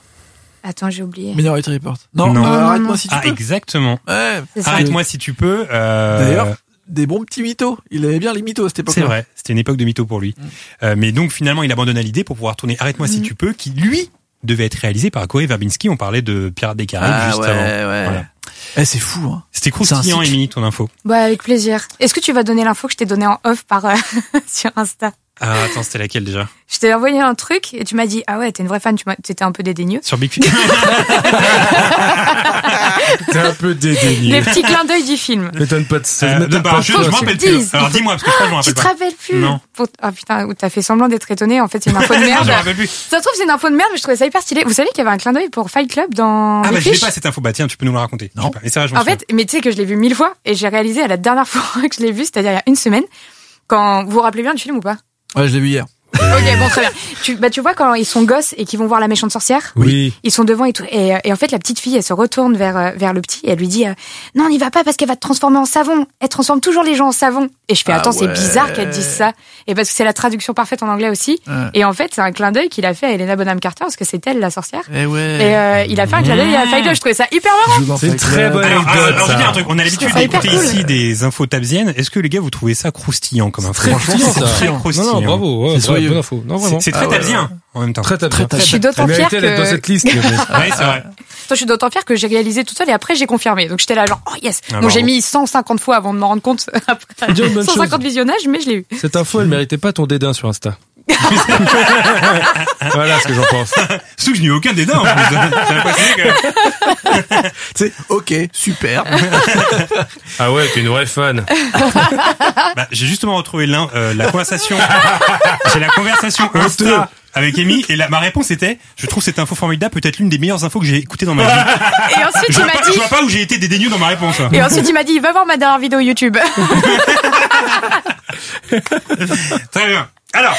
Speaker 5: Attends, j'ai oublié.
Speaker 4: Minority Report. Non,
Speaker 2: Non.
Speaker 4: euh,
Speaker 5: Non, non,
Speaker 4: arrête-moi
Speaker 5: non.
Speaker 4: si tu
Speaker 2: Ah,
Speaker 4: peux.
Speaker 2: exactement.
Speaker 3: Euh.
Speaker 4: Ouais.
Speaker 5: C'est ça.
Speaker 2: Arrête-moi si tu peux. euh,
Speaker 4: D'ailleurs, des bons petits mythos. Il avait bien les mythos à cette époque.
Speaker 2: C'est vrai, c'était une époque de mytho pour lui. Euh, mais donc finalement, il abandonna l'idée pour pouvoir tourner Arrête-moi
Speaker 5: Mm.
Speaker 2: si tu peux, qui lui devait être réalisé par Corey Verbinski. On parlait de Pirates des Caraïbes
Speaker 4: Ah
Speaker 2: juste
Speaker 4: ouais,
Speaker 2: avant.
Speaker 4: ouais.
Speaker 2: Voilà.
Speaker 4: Eh, c'est fou, hein.
Speaker 2: C'était
Speaker 4: C'est un
Speaker 2: croustillant,
Speaker 4: cycle.
Speaker 2: Émilie, ton info.
Speaker 5: Bah, avec plaisir. Est-ce que tu vas donner l'info que je t'ai donnée en off par euh, (laughs) sur Insta
Speaker 2: Ah, attends, c'était laquelle déjà
Speaker 5: Je t'ai envoyé un truc et tu m'as dit ah ouais, t'es une vraie fan. Tu m'as- t'étais un peu dédaigneux.
Speaker 2: Sur
Speaker 4: (laughs)
Speaker 2: Big Fish. Euh,
Speaker 3: T'es un peu
Speaker 5: Les
Speaker 3: dédaigné.
Speaker 2: (laughs)
Speaker 5: petits clins d'œil du film.
Speaker 3: M'étonne pas de ça.
Speaker 2: Euh,
Speaker 3: m'étonne
Speaker 2: non,
Speaker 3: pas
Speaker 2: bah,
Speaker 3: de
Speaker 2: je,
Speaker 3: ça,
Speaker 2: je m'en
Speaker 3: c'est-
Speaker 2: rappelle
Speaker 5: Dix.
Speaker 2: plus. Alors dis-moi parce que je crois que je m'en
Speaker 5: Tu
Speaker 2: rappelle
Speaker 5: te
Speaker 2: pas.
Speaker 5: rappelles plus
Speaker 2: Non.
Speaker 5: Pour- Ah putain, ou t'as fait semblant d'être étonné. En fait, c'est une info de
Speaker 2: Non, (laughs) je m'en
Speaker 5: merde.
Speaker 2: rappelle plus.
Speaker 5: Ça se trouve, c'est une info de merde, mais je trouvais ça hyper stylé. Vous savez qu'il y avait un clin d'œil pour Fight Club dans
Speaker 2: Ah
Speaker 5: Big
Speaker 2: bah je l'ai
Speaker 5: Fish
Speaker 2: pas cette info. Bah tiens, tu peux nous la raconter.
Speaker 4: Non.
Speaker 2: Je sais pas. Mais ça, je m'en
Speaker 5: En fait, mais tu sais que je l'ai vu mille fois et j'ai (laughs) réalisé à la dernière fois que je l'ai vu, c'est-à-dire il y a une semaine, quand vous vous rappelez bien du film ou pas
Speaker 4: Ouais, je l'ai vu hier.
Speaker 5: ok, bon, très bien. Tu, bah, tu vois, quand ils sont gosses et qu'ils vont voir la méchante sorcière,
Speaker 3: Oui.
Speaker 5: ils sont devant et tout. Et, euh, et en fait, la petite fille, elle se retourne vers, euh, vers le petit et elle lui dit euh, Non, n'y va pas parce qu'elle va te transformer en savon. Elle transforme toujours les gens en savon. Et je fais
Speaker 4: Ah
Speaker 5: Attends, c'est
Speaker 4: ouais.
Speaker 5: bizarre qu'elle dise ça. Et parce que c'est la traduction parfaite en anglais aussi.
Speaker 4: Ouais.
Speaker 5: Et en fait, c'est un clin d'œil qu'il a fait à Elena Bonham Carter parce que c'est elle la sorcière.
Speaker 4: Eh ouais.
Speaker 5: Et euh, il a fait un clin d'œil à Fight Club. Je trouvais ça hyper marrant.
Speaker 3: C'est très bonne
Speaker 2: Ah, Alors, alors, alors, je dis un
Speaker 3: anecdote.
Speaker 2: truc, on a l'habitude
Speaker 5: C'est hyper
Speaker 2: d'écouter
Speaker 5: cool.
Speaker 2: ici des infos tabziennes. Est-ce que les gars, vous trouvez ça croustillant comme info
Speaker 3: Franchement,
Speaker 4: croustillant,
Speaker 3: c'est
Speaker 4: ça.
Speaker 2: très
Speaker 4: Non,
Speaker 2: croustillant.
Speaker 3: Non, non, bravo. ouais,
Speaker 4: C'est
Speaker 3: ouais,
Speaker 4: soyeux.
Speaker 3: bonne info. Non,
Speaker 2: hein. C'est-
Speaker 3: vraiment.
Speaker 2: C'est très tabzien en même temps.
Speaker 3: Très très
Speaker 4: Très
Speaker 3: bien.
Speaker 4: tabzien.
Speaker 5: Je suis d'autant
Speaker 3: Elle
Speaker 5: fière
Speaker 3: méritait d'être dans
Speaker 5: que.
Speaker 3: cette liste. mais bon.
Speaker 2: Ouais, c'est vrai.
Speaker 5: Toi, je suis d'autant fière que j'ai réalisé toute seule et après j'ai confirmé. Donc j'étais là genre oh yes.
Speaker 2: Ah,
Speaker 5: Donc j'ai
Speaker 2: bravo.
Speaker 5: mis 150 fois avant de m'en rendre compte (laughs) après
Speaker 3: Dis une bonne
Speaker 5: 150
Speaker 3: chose.
Speaker 5: visionnages, mais je l'ai eu.
Speaker 3: Cette info, elle méritait pas ton dédain sur Insta. voilà ce que j'en pense.
Speaker 2: (laughs) Sauf que je n'ai eu aucun dédain en (laughs) plus. J'ai l'impression que-
Speaker 4: Ok, super.
Speaker 3: Ah ouais, t'es une vraie fan.
Speaker 2: Bah, j'ai justement retrouvé l'in- euh, la (laughs) conversation. j'ai la conversation Insta avec Amy et la- ma réponse était je trouve cette info formidable, peut-être l'une des meilleures infos que j'ai écoutées (laughs) dans ma vie.
Speaker 5: Et ensuite
Speaker 2: Je
Speaker 5: il
Speaker 2: vois, pas,
Speaker 5: m'a
Speaker 2: je
Speaker 5: dit
Speaker 2: vois pas où j'ai été dédaigneux dans ma réponse. hein.
Speaker 5: et ensuite il m'a dit va voir ma dernière vidéo YouTube.
Speaker 2: Très bien. Alors,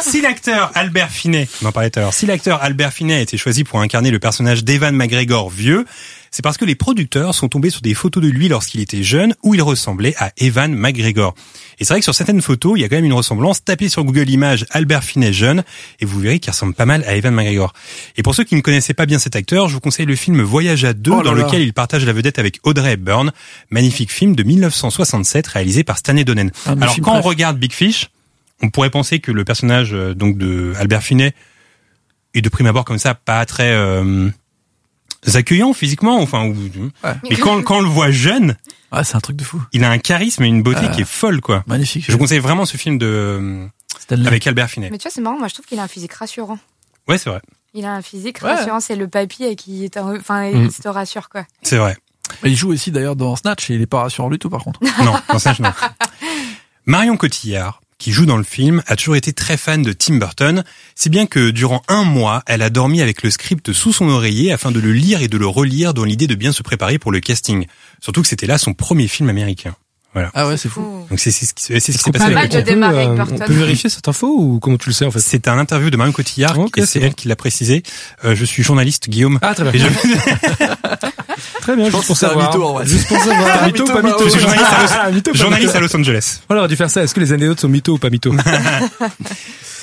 Speaker 2: si l'acteur Albert Finet, on en parlait tout à l'heure, si l'acteur Albert Finet a été choisi pour incarner le personnage d'Evan McGregor vieux, c'est parce que les producteurs sont tombés sur des photos de lui lorsqu'il était jeune où il ressemblait à Evan McGregor. Et c'est vrai que sur certaines photos, il y a quand même une ressemblance. Tapez sur Google Images Albert Finet jeune et vous verrez qu'il ressemble pas mal à Evan McGregor. Et pour ceux qui ne connaissaient pas bien cet acteur, je vous conseille le film Voyage à deux
Speaker 4: Oh là
Speaker 2: dans
Speaker 4: là.
Speaker 2: lequel il partage la vedette avec Audrey Hepburn. Magnifique film de 1967 réalisé par Stanley Donen.
Speaker 4: Ah, mais
Speaker 2: Alors
Speaker 4: film
Speaker 2: quand on
Speaker 4: préf.
Speaker 2: regarde Big Fish, on pourrait penser que le personnage euh, donc de Albert Finet est de prime abord comme ça pas très euh, accueillant physiquement, enfin. ou- euh, Mais quand, quand on le voit jeune,
Speaker 4: Ah, c'est un truc de fou.
Speaker 2: il a un charisme et une beauté qui est folle quoi.
Speaker 4: Magnifique.
Speaker 2: Je conseille vraiment ce film de euh,
Speaker 4: Stanley.
Speaker 2: avec Albert Finet.
Speaker 5: (laughs) mais tu vois c'est marrant, moi je trouve qu'il a un physique rassurant.
Speaker 2: Ouais c'est vrai,
Speaker 5: Il a un physique
Speaker 4: Ouais.
Speaker 5: rassurant, c'est le papy et qui te, enfin,
Speaker 3: Mm.
Speaker 5: il te rassure quoi.
Speaker 2: c'est vrai.
Speaker 4: Il joue aussi d'ailleurs dans Snatch et il est pas rassurant du tout par contre.
Speaker 2: Non, dans Snatch, non. Marion Cotillard, qui joue dans le film, a toujours été très fan de Tim Burton, si bien que durant un mois, elle a dormi avec le script sous son oreiller afin de le lire et de le relire dans l'idée de bien se préparer pour le casting. Surtout que c'était là son premier film américain.
Speaker 4: Ah ouais, c'est fou.
Speaker 2: Donc c'est c'est ce qui c'est ce qui
Speaker 3: Est-ce
Speaker 2: s'est
Speaker 3: qu'on
Speaker 2: passé
Speaker 5: pas
Speaker 3: peut-
Speaker 5: mal
Speaker 2: avec
Speaker 5: de
Speaker 2: elle.
Speaker 3: on peut,
Speaker 5: démarrer avec
Speaker 3: euh,
Speaker 5: Burton.
Speaker 3: On peut vérifier cette info ou comment tu le sais en fait
Speaker 2: C'est un interview de Marion Cotillard
Speaker 3: Ok,
Speaker 2: et
Speaker 3: c'est
Speaker 2: c'est
Speaker 3: bon.
Speaker 2: elle qui l'a précisé. Euh, je suis journaliste, Guillaume.
Speaker 3: Ah très
Speaker 2: Et
Speaker 3: bien.
Speaker 2: je- (laughs)
Speaker 3: Très bien,
Speaker 4: Je pense
Speaker 3: juste pour
Speaker 4: que c'est un
Speaker 3: savoir.
Speaker 4: mytho, en vrai.
Speaker 3: Juste pour savoir.
Speaker 4: Un mytho
Speaker 3: Mytho ou pas
Speaker 4: pas
Speaker 3: mytho
Speaker 4: mytho.
Speaker 2: Journaliste à Los-
Speaker 3: Ah, mytho ou pas
Speaker 2: journaliste
Speaker 3: mytho
Speaker 2: à Los Angeles.
Speaker 3: On aurait dû faire ça. Est-ce que les anecdotes sont mytho ou pas (laughs) mytho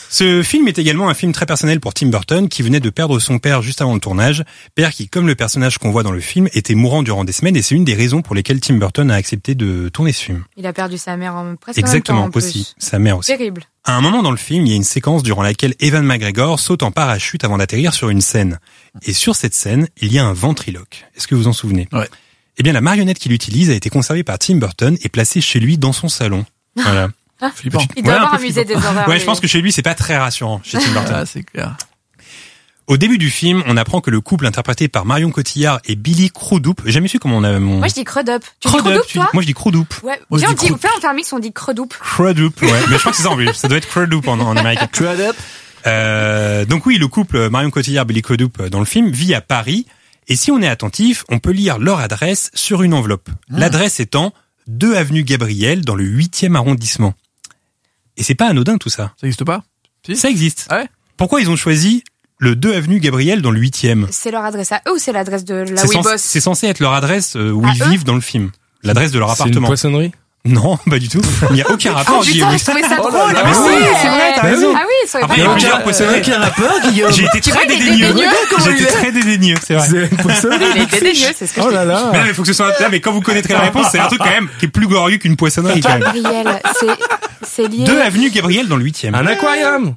Speaker 2: Ce film est également un film très personnel pour Tim Burton qui venait de perdre son père juste avant le tournage, père qui, comme le personnage qu'on voit dans le film, était mourant durant des semaines et c'est une des raisons pour lesquelles Tim Burton a accepté de tourner ce film.
Speaker 5: Il a perdu sa mère en presque en
Speaker 2: Exactement,
Speaker 5: même temps, en
Speaker 2: aussi,
Speaker 5: plus.
Speaker 2: sa mère aussi.
Speaker 5: Terrible.
Speaker 2: À un moment dans le film, il y a une séquence durant laquelle Evan McGregor saute en parachute avant d'atterrir sur une scène. Et sur cette scène, il y a un ventriloque. Est-ce que vous vous en souvenez
Speaker 4: Ouais.
Speaker 2: Eh bien, la marionnette qu'il utilise a été conservée par Tim Burton et placée chez lui dans son salon. Voilà.
Speaker 4: Flippant.
Speaker 2: Petite-
Speaker 5: Il
Speaker 2: Ouais,
Speaker 5: doit
Speaker 2: un
Speaker 5: avoir
Speaker 2: peu
Speaker 5: un musée des horreurs.
Speaker 2: Ouais,
Speaker 5: lui.
Speaker 2: je pense que chez lui, c'est pas très rassurant chez Tim Burton.
Speaker 4: Ah, Ah, c'est clair.
Speaker 2: Au début du film, on apprend que le couple interprété par Marion Cotillard et Billy Crudup, j'ai jamais su comment on a mon...
Speaker 5: Moi je dis Credoup. Tu dis
Speaker 2: Crudup,
Speaker 5: Credoup
Speaker 2: tu-
Speaker 5: toi
Speaker 2: Moi je dis Crudup.
Speaker 5: Ouais,
Speaker 4: Moi, je
Speaker 5: viens, on
Speaker 4: dis
Speaker 5: dit,
Speaker 4: Croup.
Speaker 5: fais un faire un mix, on dit Credoup.
Speaker 2: Crudup, ouais. (laughs) Mais je crois que c'est ça en plus. Ça doit être Crudup en, en américain.
Speaker 4: Credit.
Speaker 2: Euh, donc oui, le couple euh, Marion Cotillard, Billy Crudup euh, dans le film vit à Paris. Et si on est attentif, on peut lire leur adresse sur une enveloppe.
Speaker 4: Ah.
Speaker 2: L'adresse étant 2 avenue Gabriel dans le 8e arrondissement. Et c'est pas anodin tout ça.
Speaker 4: Ça existe pas Si.
Speaker 2: Ça existe.
Speaker 4: Ah ouais
Speaker 2: Pourquoi ils ont choisi le 2 avenue Gabriel dans le 8e
Speaker 5: C'est leur adresse à eux ou c'est l'adresse de là
Speaker 2: C'est
Speaker 5: où ils
Speaker 2: censé-
Speaker 5: bossent
Speaker 2: C'est censé être leur adresse euh, où
Speaker 5: À
Speaker 2: ils
Speaker 5: eux
Speaker 2: vivent dans le film. L'adresse de leur
Speaker 3: C'est une
Speaker 2: appartement.
Speaker 3: poissonnerie
Speaker 2: (laughs) Non, pas du tout. Il n'y a
Speaker 5: (laughs)
Speaker 2: aucun
Speaker 5: Oh
Speaker 2: rapport.
Speaker 5: putain,
Speaker 2: Guillaume.
Speaker 5: je trouvais ça
Speaker 4: Oh là
Speaker 5: drôle.
Speaker 4: là.
Speaker 5: Ah
Speaker 4: Mais
Speaker 5: ouais.
Speaker 4: oui,
Speaker 2: c'est vrai, t'as raison.
Speaker 5: Ah oui, ça aurait
Speaker 2: Après, il
Speaker 5: pas
Speaker 2: y a
Speaker 5: dû.
Speaker 2: plusieurs poissonneries.
Speaker 4: rapport,
Speaker 2: J'ai été très
Speaker 5: vois, il est
Speaker 2: dédaigneux.
Speaker 5: dédaigneux, comment
Speaker 2: J'étais
Speaker 5: il est.
Speaker 2: très dédaigneux, c'est vrai.
Speaker 3: C'est
Speaker 2: (laughs)
Speaker 3: une poissonnerie
Speaker 5: Il était dégueu, c'est ce que
Speaker 3: Oh
Speaker 5: je
Speaker 3: là
Speaker 2: Mais non,
Speaker 3: là
Speaker 2: mais faut que ce soit là, mais quand vous connaîtrez la réponse, c'est un truc quand même qui est plus glorieux qu'une poissonnerie quand
Speaker 5: (laughs)
Speaker 2: même.
Speaker 5: Gabriel, c'est- c'est lié.
Speaker 2: 2 avenue Gabriel dans le 8e.
Speaker 3: Un aquarium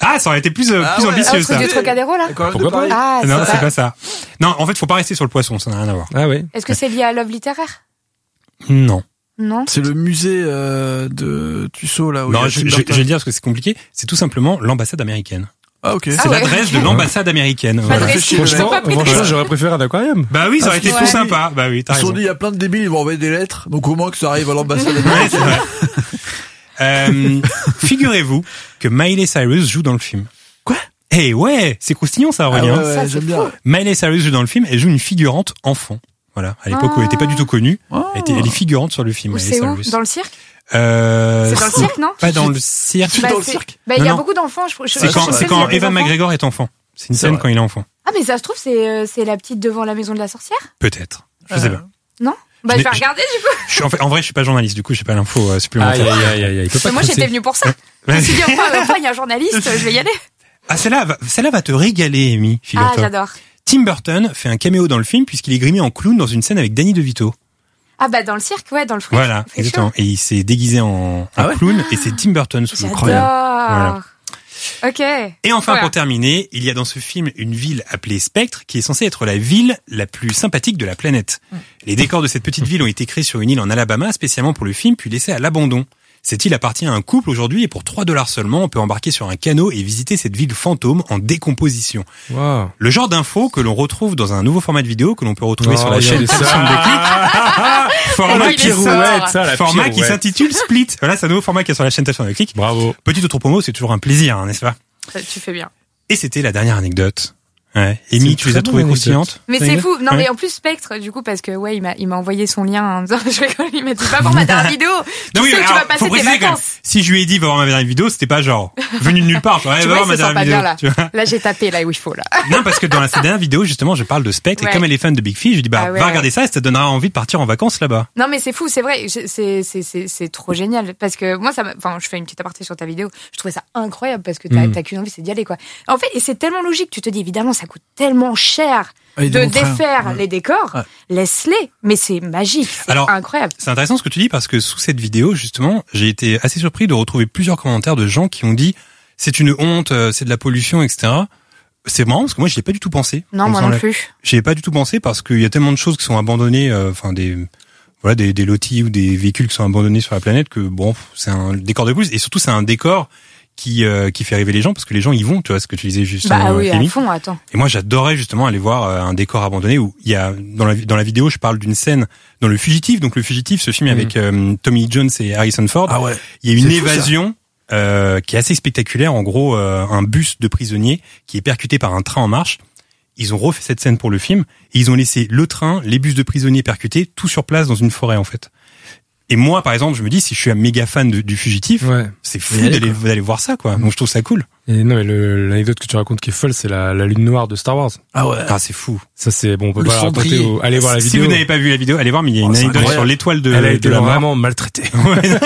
Speaker 2: Ah, ça aurait été plus, euh,
Speaker 4: Ah
Speaker 2: plus
Speaker 4: ouais.
Speaker 5: Ah,
Speaker 2: ambitieux
Speaker 5: le
Speaker 2: ça.
Speaker 5: truc du Trocadéro là
Speaker 3: Pourquoi pas
Speaker 5: Ah,
Speaker 2: non,
Speaker 5: c'est
Speaker 2: c'est
Speaker 5: pas.
Speaker 2: pas ça. Non, en fait, faut pas rester sur le poisson, ça n'a rien à voir.
Speaker 3: Ah ouais.
Speaker 5: Est-ce que c'est lié à Love littéraire
Speaker 2: Non.
Speaker 5: Non.
Speaker 4: C'est le musée euh, de Tussaud là où il y
Speaker 2: Non,
Speaker 4: a
Speaker 2: je,
Speaker 4: Tim
Speaker 2: je- je
Speaker 4: Burton.
Speaker 2: vais le dire parce que c'est compliqué. C'est tout simplement l'ambassade américaine.
Speaker 4: Ah ok.
Speaker 2: C'est
Speaker 5: Ah ouais.
Speaker 2: l'adresse
Speaker 5: (laughs)
Speaker 2: de l'ambassade américaine.
Speaker 5: Pas de
Speaker 2: voilà.
Speaker 5: récit, ils ont
Speaker 3: Franchement,
Speaker 5: pas pris de
Speaker 3: franchement,
Speaker 5: récit.
Speaker 3: j'aurais préféré un aquarium.
Speaker 2: Bah oui, ça aurait été
Speaker 5: Ouais.
Speaker 2: tout sympa. Bah oui, t'as
Speaker 4: Ils se
Speaker 2: raison.
Speaker 4: sont dit il y a plein de débiles, ils vont envoyer des lettres. Donc au moins que ça arrive à l'ambassade.
Speaker 2: Ouais, c'est
Speaker 4: (laughs)
Speaker 2: vrai. Euh, Figurez-vous que Miley Cyrus joue dans le film.
Speaker 4: Quoi
Speaker 2: Eh ouais, c'est croustillant ça,
Speaker 4: Ah
Speaker 2: Aurélien.
Speaker 4: ouais, ouais,
Speaker 5: Ça, c'est
Speaker 4: j'aime bien.
Speaker 5: fou.
Speaker 2: Miley Cyrus joue dans le film, elle joue une figurante enfant. Voilà, à l'époque où elle était pas du tout connue.
Speaker 4: Oh.
Speaker 2: Elle, était, elle est figurante sur le film.
Speaker 5: Où
Speaker 2: elle est
Speaker 5: c'est où
Speaker 2: Cyrus.
Speaker 5: Dans le cirque
Speaker 2: Euh,
Speaker 5: C'est dans le
Speaker 2: c'est
Speaker 5: cirque, non
Speaker 2: Pas dans le cirque.
Speaker 4: Tu es dans le
Speaker 5: c'est-
Speaker 4: cirque
Speaker 5: bah, Il y
Speaker 2: Non,
Speaker 5: a
Speaker 2: non.
Speaker 5: beaucoup d'enfants. Je, je-
Speaker 2: C'est
Speaker 5: je
Speaker 2: quand,
Speaker 5: sais
Speaker 2: c'est
Speaker 5: qu'il y a
Speaker 2: quand
Speaker 5: des
Speaker 2: Evan
Speaker 5: enfants.
Speaker 2: McGregor est enfant. C'est une
Speaker 3: C'est
Speaker 2: scène
Speaker 3: vrai.
Speaker 2: quand il est enfant.
Speaker 5: Ah, mais ça se trouve, c'est euh, c'est la petite devant la maison de la sorcière
Speaker 2: Peut-être. Je sais
Speaker 4: Euh,
Speaker 2: pas.
Speaker 5: Bah,
Speaker 2: Je
Speaker 5: je
Speaker 2: n'ai-
Speaker 5: vais
Speaker 2: je-
Speaker 5: regarder du coup.
Speaker 2: Je suis, en, fait, en vrai, je suis pas journaliste, du coup, j'ai pas l'info euh,
Speaker 3: Aïe,
Speaker 2: supplémentaire.
Speaker 3: aïe, aïe, aïe, aïe, il peut pas
Speaker 5: Mais moi,
Speaker 3: creuser.
Speaker 5: j'étais venue pour ça. Je me suis dit, enfin, euh, enfin, il y a un journaliste, je vais y aller.
Speaker 2: (laughs) Ah, celle-là, va- celle-là va te régaler, Amy,
Speaker 5: Ah,
Speaker 2: figure-toi.
Speaker 5: j'adore.
Speaker 2: Tim Burton fait un caméo dans le film puisqu'il est grimé en clown dans une scène avec Danny DeVito.
Speaker 5: Ah, bah, dans le cirque, ouais, dans le fruit.
Speaker 2: Voilà,
Speaker 5: Freak
Speaker 2: exactement. Et il s'est déguisé en, en
Speaker 4: Ah ouais
Speaker 2: clown et c'est Tim Burton sous le
Speaker 5: J'adore.
Speaker 2: croyant. Voilà.
Speaker 5: Ok. Euh,
Speaker 2: Et enfin,
Speaker 5: Voilà.
Speaker 2: pour terminer, il y a dans ce film une ville appelée Spectre qui est censée être la ville la plus sympathique de la planète. Les décors de cette petite ville ont été créés sur une île en Alabama spécialement pour le film puis laissés à l'abandon. Cette île appartient à un couple aujourd'hui et pour 3 dollars seulement, on peut embarquer sur un canot et visiter cette ville fantôme en décomposition.
Speaker 3: Waouh.
Speaker 2: Le genre d'info que l'on retrouve dans un nouveau format de vidéo que l'on peut retrouver sur la
Speaker 3: Oh,
Speaker 2: chaîne
Speaker 3: regardez ça.
Speaker 2: Personne de Clic.
Speaker 5: Ah,
Speaker 2: Format
Speaker 5: il
Speaker 2: qui,
Speaker 5: est sort.
Speaker 3: pirouette, ça, la
Speaker 2: format qui
Speaker 3: pirouette.
Speaker 2: s'intitule Split. Voilà, c'est un nouveau format qui est sur la chaîne Tâche de Clic.
Speaker 3: Bravo.
Speaker 2: Petit autre promo, c'est toujours un plaisir, hein, n'est-ce pas
Speaker 5: Ça, Tu fais bien.
Speaker 2: Et c'était la dernière anecdote. Ouais. Amy,
Speaker 3: une
Speaker 2: tu les
Speaker 3: très
Speaker 2: as trouvées
Speaker 3: bonne anecdote.
Speaker 2: croustillantes
Speaker 5: Mais
Speaker 2: T'as
Speaker 5: c'est
Speaker 2: une-
Speaker 5: fou. Non,
Speaker 2: Ouais.
Speaker 5: mais en plus, Spectre, du coup, parce que, ouais, il m'a, il m'a envoyé son lien en disant, (laughs) je rigole, il m'a dit, va voir
Speaker 2: (laughs)
Speaker 5: ma dernière vidéo.
Speaker 2: Non,
Speaker 5: tu sais où tu
Speaker 2: alors,
Speaker 5: vas passer
Speaker 2: Ah, faut
Speaker 5: tes
Speaker 2: préciser quand même,
Speaker 5: vacances.
Speaker 2: Si je lui ai dit va voir ma dernière vidéo, c'était pas genre venu de nulle part. Genre, ouais,
Speaker 5: Tu
Speaker 2: va
Speaker 5: vois,
Speaker 2: voir
Speaker 5: il
Speaker 2: ma
Speaker 5: se sent
Speaker 2: dernière
Speaker 5: pas
Speaker 2: vidéo.
Speaker 5: bien là.
Speaker 2: tu vois.
Speaker 5: Là, j'ai tapé là où il
Speaker 2: (laughs)
Speaker 5: faut, là.
Speaker 2: Non, parce que dans la cette dernière vidéo, justement, je parle de Spectre et
Speaker 5: Ouais.
Speaker 2: comme elle est fan de Big Fish, je lui dis bah
Speaker 5: Ah ouais,
Speaker 2: va
Speaker 5: ouais.
Speaker 2: regarder ça et ça te donnera envie de partir en vacances là-bas.
Speaker 5: Non mais c'est fou, c'est vrai, je- c'est c'est c'est c'est trop génial parce que moi ça m'a- enfin je fais une petite aparté sur ta vidéo, je trouvais ça incroyable parce que t'as
Speaker 2: Mm.
Speaker 5: t'as qu'une envie c'est d'y aller quoi. En fait, et c'est tellement logique, tu te dis évidemment ça coûte tellement cher
Speaker 4: Ah, il
Speaker 5: de
Speaker 4: démontre rien.
Speaker 5: défaire
Speaker 4: Ouais.
Speaker 5: les décors,
Speaker 4: Ouais.
Speaker 5: laisse-les, mais c'est magique, c'est
Speaker 2: Alors-
Speaker 5: incroyable.
Speaker 2: C'est intéressant ce que tu dis parce que sous cette vidéo, justement, j'ai été assez surpris de retrouver plusieurs commentaires de gens qui ont dit c'est une honte, euh, c'est de la pollution, etc. C'est marrant parce que moi, je l'ai pas du tout pensé.
Speaker 5: Non,
Speaker 2: en
Speaker 5: moi
Speaker 2: faisant
Speaker 5: non
Speaker 2: la-
Speaker 5: plus.
Speaker 2: J'y ai pas du tout pensé parce qu'il y a tellement de choses qui sont abandonnées, euh, enfin des voilà des, des lotis ou des véhicules qui sont abandonnés sur la planète que bon pff, c'est un décor de plus et surtout c'est un décor qui euh, qui fait rêver les gens parce que les gens y vont tu vois ce que tu disais juste
Speaker 5: Bah
Speaker 2: euh,
Speaker 5: oui, à
Speaker 2: Camille.
Speaker 5: fond, attends.
Speaker 2: et moi j'adorais justement aller voir euh, un décor abandonné où il y a dans la dans la vidéo je parle d'une scène dans le fugitif donc le fugitif ce film
Speaker 3: Mhm.
Speaker 2: avec euh, Tommy Lee Jones et Harrison Ford
Speaker 4: Ah ouais.
Speaker 2: il y a une
Speaker 4: C'est fou, ça.
Speaker 2: évasion euh, qui est assez spectaculaire. En gros, euh, un bus de prisonniers qui est percuté par un train en marche. Ils ont refait cette scène pour le film et ils ont laissé le train, les bus de prisonniers percutés, tout sur place dans une forêt en fait. Et moi, par exemple, je me dis si je suis un méga fan de- du fugitif,
Speaker 3: Ouais.
Speaker 2: c'est
Speaker 4: Faut
Speaker 2: fou
Speaker 4: y aller,
Speaker 2: d'aller d'aller voir ça quoi. Donc je trouve ça cool.
Speaker 3: Et non, mais le- l'anecdote que tu racontes qui est folle, c'est la, la lune noire de Star Wars.
Speaker 4: Ah ouais.
Speaker 2: Ah c'est fou.
Speaker 3: Ça, c'est bon, on peut
Speaker 4: Le
Speaker 3: pas la raconter.
Speaker 4: cendrier.
Speaker 3: au- Allez voir la
Speaker 2: si
Speaker 3: vidéo.
Speaker 2: vous n'avez pas vu la vidéo, allez voir. Mais il y a
Speaker 4: Oh,
Speaker 2: une
Speaker 4: c'est
Speaker 2: anecdote sur
Speaker 4: incroyable.
Speaker 2: l'étoile de,
Speaker 3: Elle a été
Speaker 2: de la mort.
Speaker 3: vraiment maltraitée.
Speaker 2: (laughs)
Speaker 3: (laughs)
Speaker 2: Ouais.
Speaker 3: Je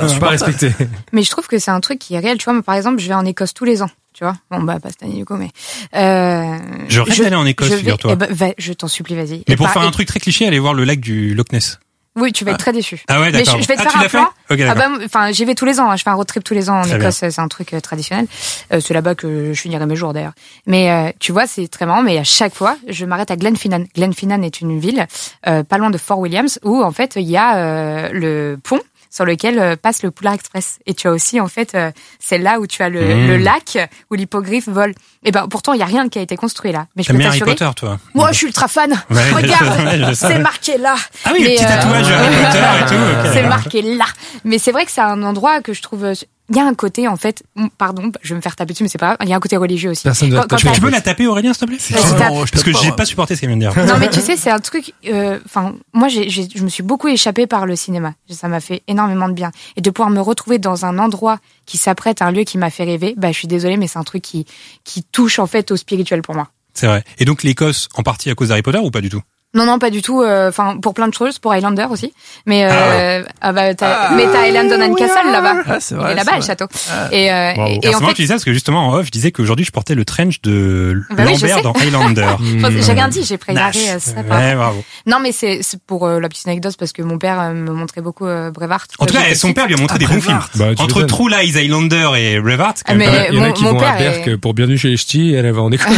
Speaker 5: Ah,
Speaker 3: suis pas respecté.
Speaker 5: Mais je trouve que c'est un truc qui est réel, tu vois, moi par exemple, je vais en Écosse tous les ans, tu vois. Bon bah pas cette année du coup, mais euh,
Speaker 2: Je rêve d'aller en Écosse,
Speaker 5: je vais-
Speaker 2: figure-toi.
Speaker 5: eh ben, bah, va- je t'en supplie, vas-y.
Speaker 2: mais pour
Speaker 5: Par-
Speaker 2: faire un truc très cliché, allez voir le lac du Loch Ness.
Speaker 5: Oui, tu vas être très déçu.
Speaker 2: Ah ouais,
Speaker 5: Mais
Speaker 2: d'accord.
Speaker 5: je- je vais te
Speaker 2: Ah,
Speaker 5: faire
Speaker 2: tu
Speaker 5: un
Speaker 2: l'as fait
Speaker 5: plan.
Speaker 2: Ok, d'accord.
Speaker 5: Ah bah, enfin, j'y vais tous les ans. hein. Je fais un road trip tous les ans en
Speaker 2: ben. Très bien.
Speaker 5: Écosse. C'est un truc euh, traditionnel. Euh, c'est là-bas que je finirai mes jours d'ailleurs. Mais euh, tu vois, c'est très marrant. Mais à chaque fois, je m'arrête à Glenfinnan. Glenfinnan est une ville euh, pas loin de Fort Williams où en fait il y a euh, le pont sur lequel euh, passe le Polar Express. Et tu as aussi en fait, euh, c'est là où tu as le,
Speaker 2: Mmh.
Speaker 5: le lac où l'hippogriffe vole. Et ben pourtant il y a rien qui a été construit là. Mais je
Speaker 2: T'aimes
Speaker 5: peux
Speaker 2: bien Harry
Speaker 5: t'assurer.
Speaker 2: Potter, toi
Speaker 5: Moi, je suis ultra
Speaker 2: (laughs)
Speaker 5: fan.
Speaker 2: Ouais, je sais, je
Speaker 5: Regarde,
Speaker 2: sais.
Speaker 5: c'est marqué là.
Speaker 2: Ah oui, le
Speaker 5: Mais,
Speaker 2: petit
Speaker 5: euh,
Speaker 2: tatouage
Speaker 5: (laughs)
Speaker 2: Harry Potter et tout. ok.
Speaker 5: c'est marqué là. Mais c'est vrai que c'est un endroit que je trouve. euh, Il y a un côté, en fait, pardon, je vais me faire taper dessus, mais c'est pas grave. Il y a un côté religieux aussi.
Speaker 3: Personne ne va
Speaker 5: Quand-
Speaker 3: te
Speaker 5: quand
Speaker 3: taper.
Speaker 2: Tu
Speaker 5: t'as-
Speaker 2: peux la taper Aurélien s'il te plaît
Speaker 5: Vas-y, tape.
Speaker 4: je
Speaker 2: Parce que
Speaker 4: tape
Speaker 2: j'ai
Speaker 4: ouais.
Speaker 2: pas supporté ce qu'elle vient de dire.
Speaker 3: Hein
Speaker 5: Non, mais tu sais, c'est un truc. euh, Enfin, moi, j'ai- j'ai- je me suis beaucoup échappée par le cinéma. Ça m'a fait énormément de bien. Et de pouvoir me retrouver dans un endroit qui s'apprête à un lieu qui m'a fait rêver, bah, je suis désolée, mais c'est un truc qui, qui touche, en fait, au spirituel pour moi.
Speaker 2: C'est vrai. Et donc l'Écosse en partie à cause d'Harry Potter ou pas du tout
Speaker 5: Non, non, pas du tout. euh, Enfin, pour plein de choses, pour Highlander aussi. Mais, euh,
Speaker 2: Ah
Speaker 5: ah bah, t'as- mais t'as Helen Donan Castle là-bas.
Speaker 4: Ah, c'est
Speaker 5: Il
Speaker 4: vrai.
Speaker 5: est
Speaker 4: Ah. c'est
Speaker 5: là-bas, le
Speaker 4: vrai.
Speaker 5: château. Et, euh,
Speaker 3: Bravo.
Speaker 5: et-
Speaker 2: Et
Speaker 5: et
Speaker 2: en ce
Speaker 5: en
Speaker 2: moment, tu
Speaker 5: fait,
Speaker 2: disais parce que justement en off, je disais qu'aujourd'hui je portais le trench de
Speaker 5: Bah oui, je
Speaker 2: Lambert
Speaker 5: sais.
Speaker 2: dans
Speaker 5: (laughs)
Speaker 2: Highlander.
Speaker 3: Hmm.
Speaker 5: Enfin, J'ai rien dit, j'ai préparé
Speaker 2: Mm. Nash.
Speaker 5: euh, ça. par-
Speaker 2: Ouais, bravo.
Speaker 5: Non, mais c'est c'est pour euh, la petite anecdote parce que mon père euh, me montrait beaucoup euh, Brevard.
Speaker 2: En tout
Speaker 5: J'étais
Speaker 2: cas, son
Speaker 5: petite.
Speaker 2: père lui a montré des
Speaker 4: Après
Speaker 2: bons films.
Speaker 4: Vart.
Speaker 3: Bah, tu
Speaker 2: Entre
Speaker 3: m'étonnes.
Speaker 2: True Lies, Highlander et Brevard, c'est quand
Speaker 5: Ah,
Speaker 2: même pas
Speaker 5: mais-
Speaker 2: mal.
Speaker 3: Il y en a
Speaker 5: mon-
Speaker 3: qui
Speaker 5: mon
Speaker 3: vont à
Speaker 5: père est-
Speaker 3: Berck pour bienvenue chez les ch'tis et elle va en Écosse.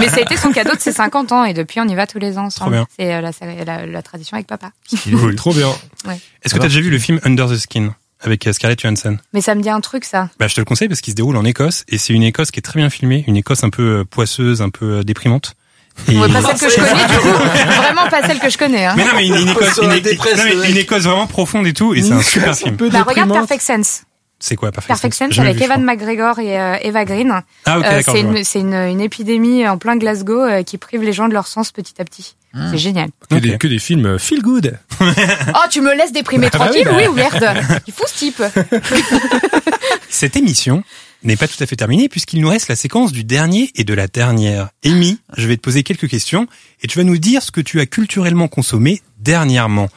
Speaker 5: mais ça a été son cadeau de ses 50 ans et depuis on y va tous les ans
Speaker 2: bien.
Speaker 5: ensemble. C'est euh, la, série- la- la tradition avec papa.
Speaker 2: Cool.
Speaker 3: Trop bien.
Speaker 2: Est-ce que t'as déjà vu le film Under the Skin avec euh, Scarlett Johansson
Speaker 5: Mais ça me dit un truc ça.
Speaker 2: Bah, je te le conseille parce qu'il se déroule en Écosse et c'est une Écosse qui est très bien filmée, une Écosse un peu euh, poisseuse, un peu euh, déprimante. Et-
Speaker 5: Ouais, pas celle que je connais du coup. Vraiment pas celle que je connais. Hein.
Speaker 2: Mais non, mais une, une Écosse,
Speaker 4: (laughs) Sur la
Speaker 2: une-
Speaker 4: dépresse,
Speaker 2: non, mais
Speaker 4: le
Speaker 2: une
Speaker 4: mec. (laughs)
Speaker 2: Écosse vraiment profonde et tout, et c'est un super film.
Speaker 5: Bah, regarde Perfect Sense.
Speaker 2: C'est quoi Perfect,
Speaker 5: Perfect Sense
Speaker 2: Jamais vu,
Speaker 5: avec
Speaker 2: je
Speaker 5: Evan
Speaker 2: crois.
Speaker 5: McGregor et euh, Eva Green.
Speaker 2: Ah ok,
Speaker 5: Euh,
Speaker 2: d'accord.
Speaker 5: c'est
Speaker 2: je vois.
Speaker 5: une, c'est une, une épidémie en plein Glasgow euh, qui prive les gens de leur sens petit à petit.
Speaker 2: Ah.
Speaker 5: C'est génial.
Speaker 3: Que,
Speaker 2: Ok.
Speaker 3: des, que des films euh, feel good.
Speaker 5: Oh, tu me laisses déprimer
Speaker 3: Bah, bah
Speaker 5: tranquille
Speaker 3: oui,
Speaker 5: Oui, ou merde. Il est fou ce type.
Speaker 2: Cette émission n'est pas tout à fait terminée puisqu'il nous reste la séquence du dernier et de la dernière. Amy, je vais te poser quelques questions et tu vas nous dire ce que tu as culturellement consommé dernièrement.